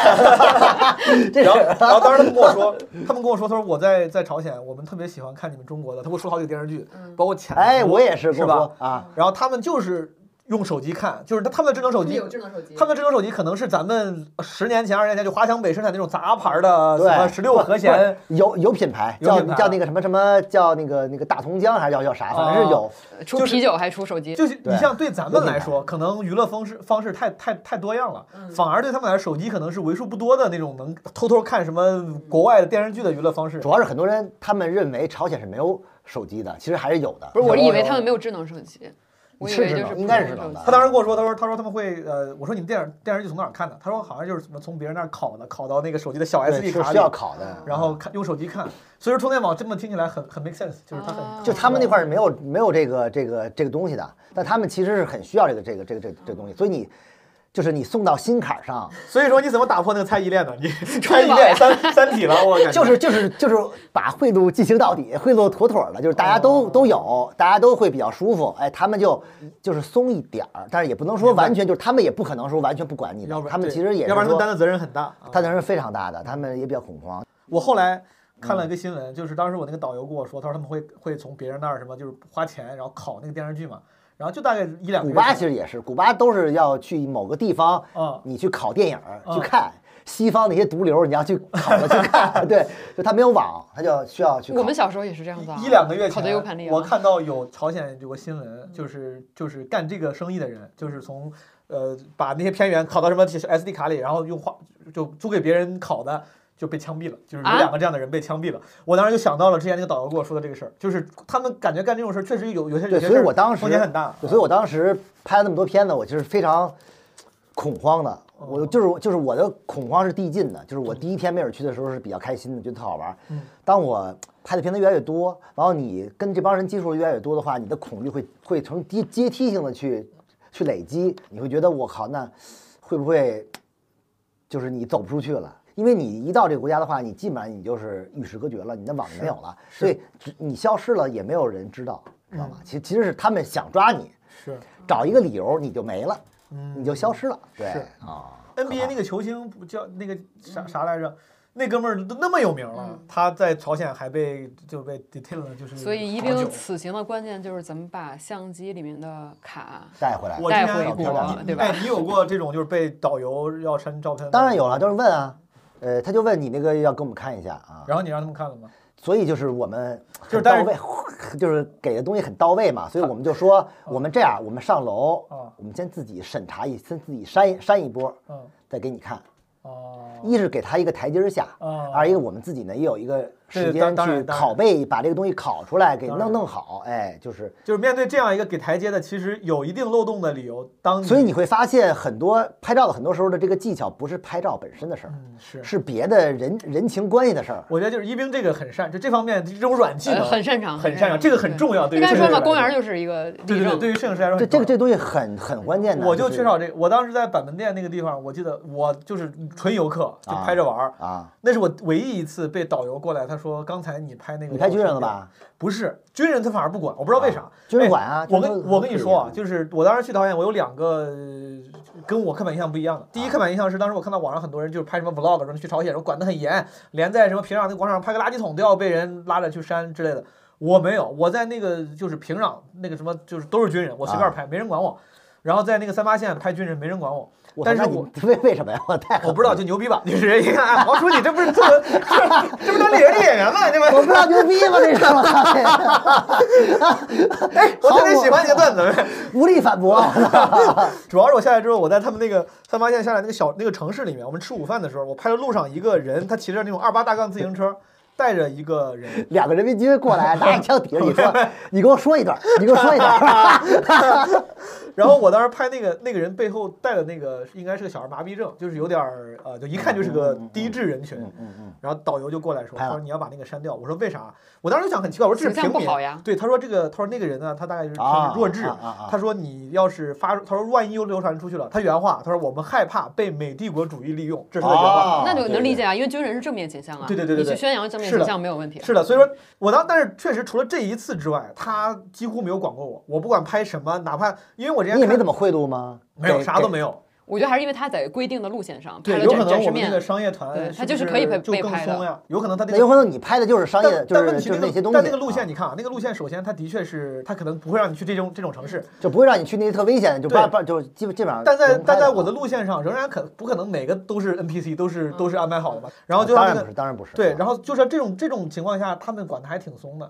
Speaker 2: 这
Speaker 1: 然后，
Speaker 2: 是
Speaker 1: 然后当时他们跟我说，他们跟我说，他说我在在朝鲜，我们特别喜欢看你们中国的，他给我说好几个电视剧，
Speaker 3: 嗯
Speaker 1: 包括前
Speaker 2: 哎，我也是，
Speaker 1: 是
Speaker 2: 跟我
Speaker 1: 吧
Speaker 2: 说？啊，
Speaker 1: 然后他们就是用手机看，就是他他们的智能手机。
Speaker 3: 智能手机
Speaker 1: 他们的智能手机可能是咱们十年前、二十年前就华强北生产那种杂牌的，什
Speaker 2: 对，
Speaker 1: 么十六和弦，
Speaker 2: 不是有有品牌，
Speaker 1: 有
Speaker 2: 叫
Speaker 1: 品牌
Speaker 2: 叫那个什么什么，叫那个那个大同江还是叫叫啥，反正是
Speaker 1: 哦
Speaker 2: 有。
Speaker 3: 出
Speaker 1: 就是
Speaker 3: 啤酒还出手机，
Speaker 1: 就是你
Speaker 2: 对
Speaker 1: 像对咱们来说，可能娱乐方式方式太太太多样了，
Speaker 3: 嗯
Speaker 1: 反而对他们来说，手机可能是为数不多的那种能偷偷看什么国外的电视剧的娱乐方式
Speaker 2: 主。要是很多人他们认为朝鲜是没有手机的，其实还是有的。
Speaker 3: 不是我
Speaker 1: 有
Speaker 3: 以为
Speaker 1: 有
Speaker 3: 他们没有智能手机，我以
Speaker 2: 是
Speaker 3: 为
Speaker 2: 智
Speaker 3: 就
Speaker 2: 能
Speaker 3: 是
Speaker 2: 应该是
Speaker 3: 普
Speaker 2: 智
Speaker 3: 通
Speaker 2: 能的
Speaker 1: 他当时跟我说，他说他说他们会呃，我说你们电影电视剧从哪儿看的？他说好像就是什么从别人那儿拷的，拷到那个手机的小
Speaker 2: 对
Speaker 1: SD
Speaker 2: 是
Speaker 1: 卡
Speaker 2: 需要
Speaker 1: 里，
Speaker 2: 考的。
Speaker 1: 然后看用手机看。所以说充电宝这么听起来很很 make sense，就是它很
Speaker 2: 就他们那块儿是没有没有这个这个这个东西的，但他们其实是很需要这个这个这个这个、这个东西，所以你就是你送到心坎儿上，
Speaker 1: 所以说你怎么打破那个猜疑链呢？你猜疑
Speaker 3: 宝
Speaker 1: 链
Speaker 3: 呀
Speaker 1: 三三体了，我感觉
Speaker 2: 就是就是就是把贿赂进行到底，贿赂妥妥的，就是大家
Speaker 1: 哦
Speaker 2: 都、都有，大家都会比较舒服，哎，他们就就是松一点儿，但是也不能说完全就是他们也不可能说完全不管你的
Speaker 1: 要不，然
Speaker 2: 他们
Speaker 1: 对
Speaker 2: 其实也是
Speaker 1: 要不然他们
Speaker 2: 说
Speaker 1: 担的责任很大。啊
Speaker 2: 他责任非常大的，他们也比较恐慌，
Speaker 1: 我后来看了一个新闻，就是当时我那个导游跟我说，他说他们会会从别人那儿什么就是花钱，然后拷那个电视剧嘛，然后就大概一两个
Speaker 2: 古
Speaker 1: 月
Speaker 2: 巴
Speaker 1: 前
Speaker 2: 其实也是，古巴都是要去某个地方，
Speaker 1: 嗯
Speaker 2: 你去考电影儿、
Speaker 1: 嗯
Speaker 2: 去看。西方那些毒瘤，你要去考了去看， 对，就他没有网，他就需要去考。
Speaker 3: 我们小时候也是这样子啊，
Speaker 1: 一一两个月
Speaker 3: 考
Speaker 1: 前
Speaker 3: 的 U 盘里啊，嗯
Speaker 1: 我看到有朝鲜有个新闻，就是就是干这个生意的人，就是从呃把那些片源拷到什么 SD 卡里，然后用花就租给别人拷的。就被枪毙了，就是有
Speaker 3: 啊
Speaker 1: 两个这样的人被枪毙了。我当时就想到了之前那个导游跟我说的这个事儿，就是他们感觉干这种事儿确实有有些有
Speaker 2: 对，
Speaker 1: 些
Speaker 2: 所以
Speaker 1: 事儿
Speaker 2: 我当时
Speaker 1: 风险很大。啊
Speaker 2: 对所以我当时拍了那么多片子，我就是非常恐慌的。我就是就是我的恐慌是递进的，就是我第一天没有去的时候是比较开心的，觉得特好玩儿。当我拍的片子越来越多，然后你跟这帮人接触的越来越多的话，你的恐惧会会呈阶阶梯性的去去累积，你会觉得我靠，那会不会就是你走不出去了？因为你一到这个国家的话，你基本上你就是与世隔绝了，你的网没有了，所以只你消失了也没有人知道，
Speaker 1: 嗯
Speaker 2: 知道吗？其其实是他们想抓你，
Speaker 1: 是嗯
Speaker 2: 找一个理由你就没了，嗯你就消失了。对
Speaker 1: 是
Speaker 2: 啊，
Speaker 1: NBA 那个球星不叫那
Speaker 3: 嗯
Speaker 1: 个啥啥来着？那哥们儿都那么有名了，他在朝鲜还被就被 detain 了，就是
Speaker 3: 所以宜
Speaker 1: 好久
Speaker 3: 宾此行的关键就是怎么把相机里面的卡
Speaker 2: 带回来。
Speaker 1: 我之
Speaker 3: 带
Speaker 1: 前
Speaker 3: 回
Speaker 1: 有
Speaker 3: 国
Speaker 1: 过
Speaker 3: 了
Speaker 1: 你
Speaker 3: 对吧
Speaker 1: 哎，你有过这种就是被导游要删照片的？
Speaker 2: 当然有了，就是问啊，呃，他就问你那个要给我们看一下啊，
Speaker 1: 然后你让他们看了吗？
Speaker 2: 所以就是我们
Speaker 1: 就是
Speaker 2: 很
Speaker 1: 但
Speaker 2: 到
Speaker 1: 是
Speaker 2: 位，就是给的东西很到位嘛，所以我们就说我们这样，我们上楼
Speaker 1: 啊，
Speaker 2: 我们先自己审查一，先自己删一删一波，
Speaker 1: 嗯，
Speaker 2: 再给你看。
Speaker 1: 哦，
Speaker 2: 一是给他一个台阶儿下
Speaker 1: 哦，
Speaker 2: 啊二一个我们自己呢也有一个时
Speaker 1: 对当
Speaker 2: 间
Speaker 1: 当然
Speaker 2: 去
Speaker 1: 当然嗯
Speaker 2: 拷贝，把这个东西拷出来，给
Speaker 1: 当然
Speaker 2: 弄弄好。哎，就是
Speaker 1: 就是面对这样一个给台阶的，其实有一定漏洞的理由。当
Speaker 2: 所以你会发现很多拍照的很多时候的这个技巧不是拍照本身的事儿，
Speaker 1: 嗯是，
Speaker 2: 是别的人人情关系的事儿。
Speaker 1: 我觉得就是一冰这个很擅，就这方面这种软技
Speaker 3: 呃
Speaker 1: 能
Speaker 3: 很擅长，
Speaker 1: 很擅长，这个很重要。对
Speaker 3: 应
Speaker 1: 于摄
Speaker 3: 该
Speaker 1: 影
Speaker 3: 说
Speaker 1: 师
Speaker 3: 嘛，
Speaker 1: 来
Speaker 3: 公园就是一个
Speaker 1: 对对
Speaker 3: 例
Speaker 1: 对，
Speaker 3: 证。
Speaker 1: 对于摄影师来说很
Speaker 2: 这这
Speaker 1: 重要，
Speaker 2: 个这东西很很关键的。
Speaker 1: 我就是缺少这个。我当时在板门店那个地方，我记得我就是纯游客，就
Speaker 2: 啊
Speaker 1: 拍着玩儿。
Speaker 2: 啊，
Speaker 1: 那是我唯一一次被导游过来，他说：“刚才你拍那个，
Speaker 2: 你拍军人了？”吧？
Speaker 1: 不是，军人他反而不管，我不知道为啥。
Speaker 2: 军人管啊
Speaker 1: 哎我
Speaker 2: 军人
Speaker 1: 跟
Speaker 2: 都
Speaker 1: 我跟你说啊
Speaker 2: 可，以
Speaker 1: 就是我当时去导演，我有两个呃跟我刻板印象不一样的。第
Speaker 2: 啊
Speaker 1: 一刻板印象是，当时我看到网上很多人就是拍什么 vlog，什么去朝鲜，然后管得很严，连在什么平壤那广场上拍个垃圾桶都要被人拉着去扇之类的。我没有，我在那个就是平壤那个什么，就是都是军人，我随便
Speaker 2: 啊
Speaker 1: 拍，没人管我。然后在那个三八线拍军人，没人管 我。
Speaker 2: 我
Speaker 1: 但
Speaker 2: 那
Speaker 1: 是
Speaker 2: 你
Speaker 1: 我
Speaker 2: 为为什么呀？我太
Speaker 1: 我不知道，就牛逼吧？就是 一看，哎，王书记，这不是做，这 这不当演员演员吗？这
Speaker 2: 我
Speaker 1: 不
Speaker 2: 不知道牛逼吗？这是 我操！哎，
Speaker 1: 我特别
Speaker 2: 好
Speaker 1: 喜欢你的段 子。
Speaker 2: 无力反驳。
Speaker 1: 主要是我下来之后，我在他们那个三八线下来那个小那个城市里面，我们吃午饭的时候，我拍到路上一个人，他骑着那种二八大杠自行 车，带着一个人，
Speaker 2: 两个人民军过 来，拿一枪抵着你说：“你给我说一段，你给我说一段。
Speaker 1: 然后我当时拍那个那个人背后带的那个应该是个小儿麻痹症，就是有点儿呃，就一看就是个低智人群。”
Speaker 2: 嗯嗯，
Speaker 1: 然后导游就过来说，
Speaker 2: 拍
Speaker 1: 他
Speaker 2: 了
Speaker 1: 说你要把那个删掉。我说为啥？我当时就想很奇怪，我说这是
Speaker 3: 形
Speaker 1: 平
Speaker 3: 象不
Speaker 1: 民
Speaker 3: 好呀
Speaker 1: 对，他说这个，他说那个人呢，他大概是
Speaker 2: 啊
Speaker 1: 是弱智
Speaker 2: 啊啊啊。
Speaker 1: 他说你要是发，他说万一又流传出去了，他原话，他说我们害怕被美帝国主义利用，这是他的原话。
Speaker 2: 哦
Speaker 3: 那就能理
Speaker 2: 对
Speaker 3: 解啊，因为军人是正面倾向啊，
Speaker 1: 对对对对
Speaker 3: 你
Speaker 1: 对
Speaker 3: 去宣扬正面
Speaker 1: 是
Speaker 3: 倾
Speaker 1: 的
Speaker 3: 向没有问题啊。
Speaker 1: 是的，所以说我当，但是确实除了这一次之外，他几乎没有管过我。我不管拍什么，哪怕因为我之前
Speaker 2: 你也没
Speaker 1: 看
Speaker 2: 怎么贿赂吗？
Speaker 1: 没有
Speaker 2: 给
Speaker 1: 啥都
Speaker 2: 给
Speaker 1: 没有，
Speaker 3: 我觉得还是因为他在规定的路线上拍
Speaker 1: 对，
Speaker 3: 了
Speaker 1: 有可
Speaker 3: 展
Speaker 1: 能
Speaker 3: 展
Speaker 1: 我
Speaker 3: 示
Speaker 1: 们那
Speaker 3: 面
Speaker 1: 个，商业团
Speaker 3: 对他
Speaker 1: 就
Speaker 3: 就是可以被
Speaker 1: 就
Speaker 3: 被
Speaker 1: 更
Speaker 3: 拍的
Speaker 1: 松呀，有可能他那
Speaker 2: 那
Speaker 1: 个
Speaker 2: 有可能你拍的就是商业，
Speaker 1: 但
Speaker 2: 就
Speaker 1: 但
Speaker 2: 是
Speaker 1: 问题
Speaker 2: 就是
Speaker 1: 那
Speaker 2: 那些东西。
Speaker 1: 但那个路
Speaker 2: 啊
Speaker 1: 线，你看啊，那个路线首先它的确是，它可能不会让你去这种这种城市，
Speaker 2: 就不会让你去那些特危险的，就
Speaker 1: 对
Speaker 2: 不不就基本基本嗯上不
Speaker 1: 但
Speaker 2: 能拍
Speaker 1: 在
Speaker 2: 啊。
Speaker 1: 但在我的路线上仍然可不可能每个都是 NPC 都
Speaker 3: 嗯
Speaker 1: 是都是安排好的嘛？然后就
Speaker 2: 啊
Speaker 1: 像
Speaker 2: 当
Speaker 1: 那
Speaker 2: 然不
Speaker 1: 个
Speaker 2: 是，当然不是。
Speaker 1: 对，
Speaker 2: 啊
Speaker 1: 然后就是这种这种情况下，他们管的还挺松的。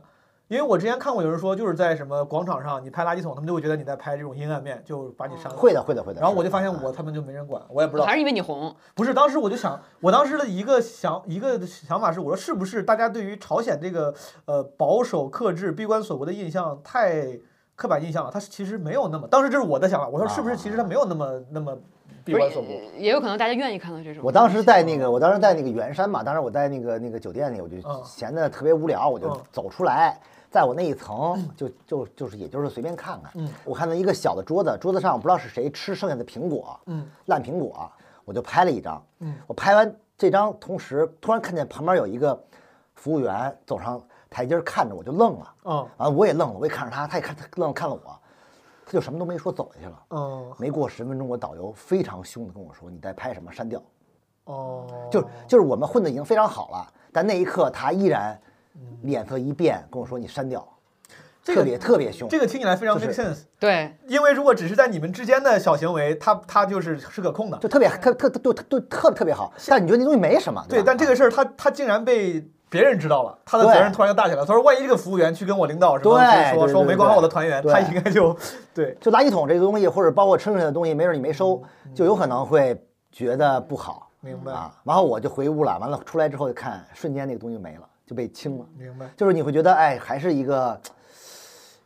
Speaker 1: 因为我之前看过有人说，就是在什么广场上你拍垃圾桶，他们就会觉得你在拍这种阴暗面，就把你删了。
Speaker 2: 哦会的会的会的。
Speaker 1: 然后
Speaker 2: 是
Speaker 1: 我就
Speaker 2: 的
Speaker 1: 发现
Speaker 2: 啊
Speaker 1: 我他们就没人管，我也不知道
Speaker 3: 还。是因为你红，
Speaker 1: 不是，当时我就想，我当时的一个想一个想法是，我说是不是大家对于朝鲜这个呃保守克制、闭关锁国的印象太刻板印象了？它是其实没有那么，当时这是我的想法，我说是不是其实它没有那么那么闭
Speaker 3: 不是
Speaker 1: 关锁国？
Speaker 3: 也也有可能大家愿意看到这
Speaker 1: 啊
Speaker 3: 种。
Speaker 2: 我当时在那个，我当时在那个圆山嘛，当时我在那个那个酒店里，我就
Speaker 1: 嗯
Speaker 2: 闲的特别无聊，我就
Speaker 1: 嗯
Speaker 2: 走出来，在我那一层就就就是也就是随便看看，
Speaker 1: 嗯
Speaker 2: 我看到一个小的桌子，桌子上我不知道是谁吃剩下的苹果，
Speaker 1: 嗯
Speaker 2: 烂苹果，我就拍了一张，
Speaker 1: 嗯
Speaker 2: 我拍完这张，同时突然看见旁边有一个服务员走上台阶儿看着我，就愣了，
Speaker 1: 嗯
Speaker 2: 啊，我也愣了，我也看着他，他也看他愣看了我，他就什么都没说走下去了。
Speaker 1: 嗯
Speaker 2: 没过十分钟，我导游非常凶的跟我说：“你在拍什么？删掉。”
Speaker 1: 哦，
Speaker 2: 就是就是我们混的已经非常好了，但那一刻他依然脸色一变，跟我说你删掉，
Speaker 1: 这个
Speaker 2: 特别特别凶。
Speaker 1: 这个听起来非常
Speaker 2: 就
Speaker 1: make
Speaker 2: 是
Speaker 1: sense，
Speaker 3: 对，
Speaker 1: 因为如果只是在你们之间的小行为，它它就是是可控的。
Speaker 2: 就特别特特特特特特特别好，但你觉得那东西没什么，
Speaker 1: 对，
Speaker 2: 吧
Speaker 1: 但这个事儿他他竟然被别人知道了，他的责任
Speaker 2: 对
Speaker 1: 突然就大起来了。他说，万一这个服务员去跟我领导什么
Speaker 2: 对
Speaker 1: 去说
Speaker 2: 对
Speaker 1: 说
Speaker 2: 对
Speaker 1: 没
Speaker 2: 对
Speaker 1: 管好我的团员，
Speaker 2: 对
Speaker 1: 他应该就对。
Speaker 2: 就垃圾桶这个东西，或者包括吃剩下的东西，没准你没收，就有可能会觉得不好
Speaker 1: 明白，
Speaker 2: 啊。然后我就回屋了，完了出来之后就看，瞬间那个东西就没了，就被清了。
Speaker 1: 明白。
Speaker 2: 就是你会觉得，哎，还是一个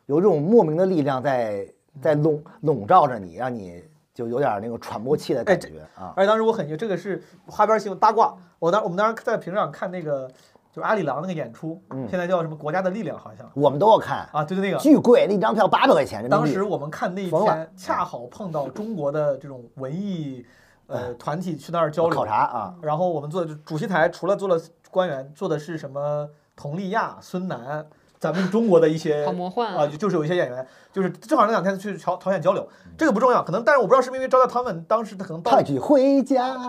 Speaker 2: 有一种莫名的力量在在笼笼罩着你，让你就有点那个喘不过气的感
Speaker 1: 哎这
Speaker 2: 觉啊。
Speaker 1: 而且当时我很这个是花边新闻八卦。我当我们当时在平壤看那个，就是阿里郎那个演出，
Speaker 2: 嗯
Speaker 1: 现在叫什么《国家的力量》好像
Speaker 2: 我们都要看，
Speaker 1: 啊，对对那个。
Speaker 2: 巨贵，那张票八百块钱人民
Speaker 1: 当
Speaker 2: 币
Speaker 1: 时。我们看那一
Speaker 2: 疯了
Speaker 1: 天，恰好碰到中国的这种文艺
Speaker 2: 哎
Speaker 1: 呃团体去那儿交流
Speaker 2: 考察啊，
Speaker 1: 然后我们坐的主席台，除了坐了官员，坐的是什么佟丽娅、孙楠，咱们中国的一些
Speaker 3: 好魔幻
Speaker 1: 啊、！就是有一些演员，就是正好那两天去朝朝鲜交流，这个不重要，可能，但是我不知道是不是因为招待他们，当时可能到
Speaker 2: 快去回家，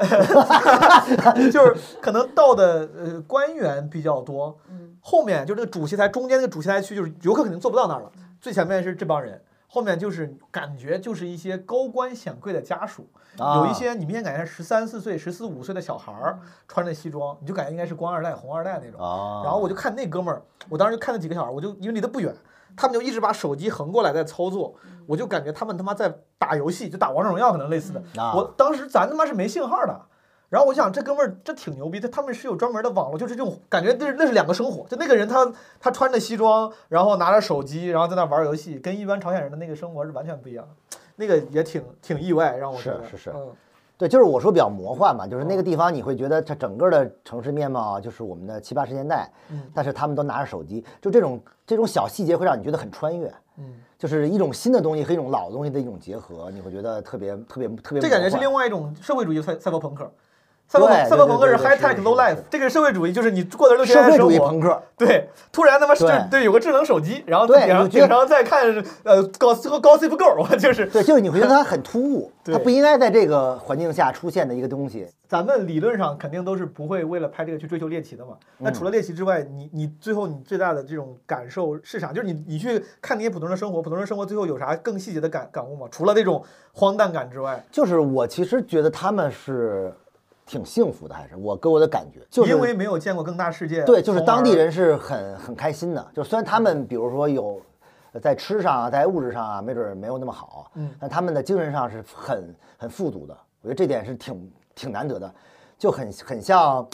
Speaker 1: 就是可能到的呃官员比较多，后面就是那个主席台中间那个主席台区，就是游客肯定坐不到那儿了，最前面是这帮人。后面就是感觉就是一些高官显贵的家属，
Speaker 2: 啊
Speaker 1: 有一些你明显感觉十三四岁、十四五岁的小孩儿穿着西装，你就感觉应该是官二代、红二代那种。
Speaker 2: 哦
Speaker 1: 然后我就看那哥们儿，我当时就看那几个小孩儿，我就因为离得不远，他们就一直把手机横过来在操作，我就感觉他们他妈在打游戏，就打王者荣耀可能类似的。
Speaker 2: 啊
Speaker 1: 我当时咱他妈是没信号的，然后我想这哥们儿这挺牛逼，他他们是有专门的网络，就是这种感觉那是那是两个生活，就那个人他他穿着西装，然后拿着手机，然后在那玩游戏，跟一般朝鲜人的那个生活是完全不一样的。那个也挺挺意外，让我觉
Speaker 2: 是
Speaker 1: 得
Speaker 2: 是是
Speaker 1: 嗯
Speaker 2: 对，就是我说比较魔幻嘛，就是那个地方你会觉得它整个的城市面貌啊就是我们的七八十年代，
Speaker 1: 嗯
Speaker 2: 但是他们都拿着手机，就这种这种小细节会让你觉得很穿越，
Speaker 1: 嗯，
Speaker 2: 就是一种新的东西和一种老东西的一种结合，你会觉得特别特别特别魔幻。
Speaker 1: 这感觉是另外一种社会主义赛赛博朋克。赛博朋
Speaker 2: 对
Speaker 1: 赛博朋克是
Speaker 2: 对对对
Speaker 1: high
Speaker 2: 是
Speaker 1: tech
Speaker 2: 是
Speaker 1: low
Speaker 2: 是
Speaker 1: life，这个是社会主义就是你过的都是
Speaker 2: 社会主义
Speaker 1: 生活
Speaker 2: 朋克，
Speaker 1: 对，突然他妈就
Speaker 2: 对
Speaker 1: 对有个智能手机，然后
Speaker 2: 对
Speaker 1: 顶上
Speaker 2: 你觉得
Speaker 1: 顶上再看呃高高 gossip girl，我就是
Speaker 2: 对，就是你会觉得它很突兀，
Speaker 1: 对
Speaker 2: 它不应该在这个环境下出现的一个东西。
Speaker 1: 咱们理论上肯定都是不会为了拍这个去追求猎奇的嘛。
Speaker 2: 嗯
Speaker 1: 那除了猎奇之外，你你最后你最大的这种感受是啥？就是你你去看那些普通人生活，普通人生活最后有啥更细节的感感悟吗？除了那种荒诞感之外，
Speaker 2: 就是我其实觉得他们是挺幸福的，还是我给我的感觉，就是
Speaker 1: 因为没有见过更大世界，
Speaker 2: 对，就是
Speaker 1: 从
Speaker 2: 当地
Speaker 1: 而
Speaker 2: 人是很很开心的。就虽然他们比如说有呃在吃上啊，在物质上啊，没准儿没有那么好，
Speaker 1: 嗯，
Speaker 2: 但他们的精神上是很很富足的。我觉得这点是挺挺难得的，就很很像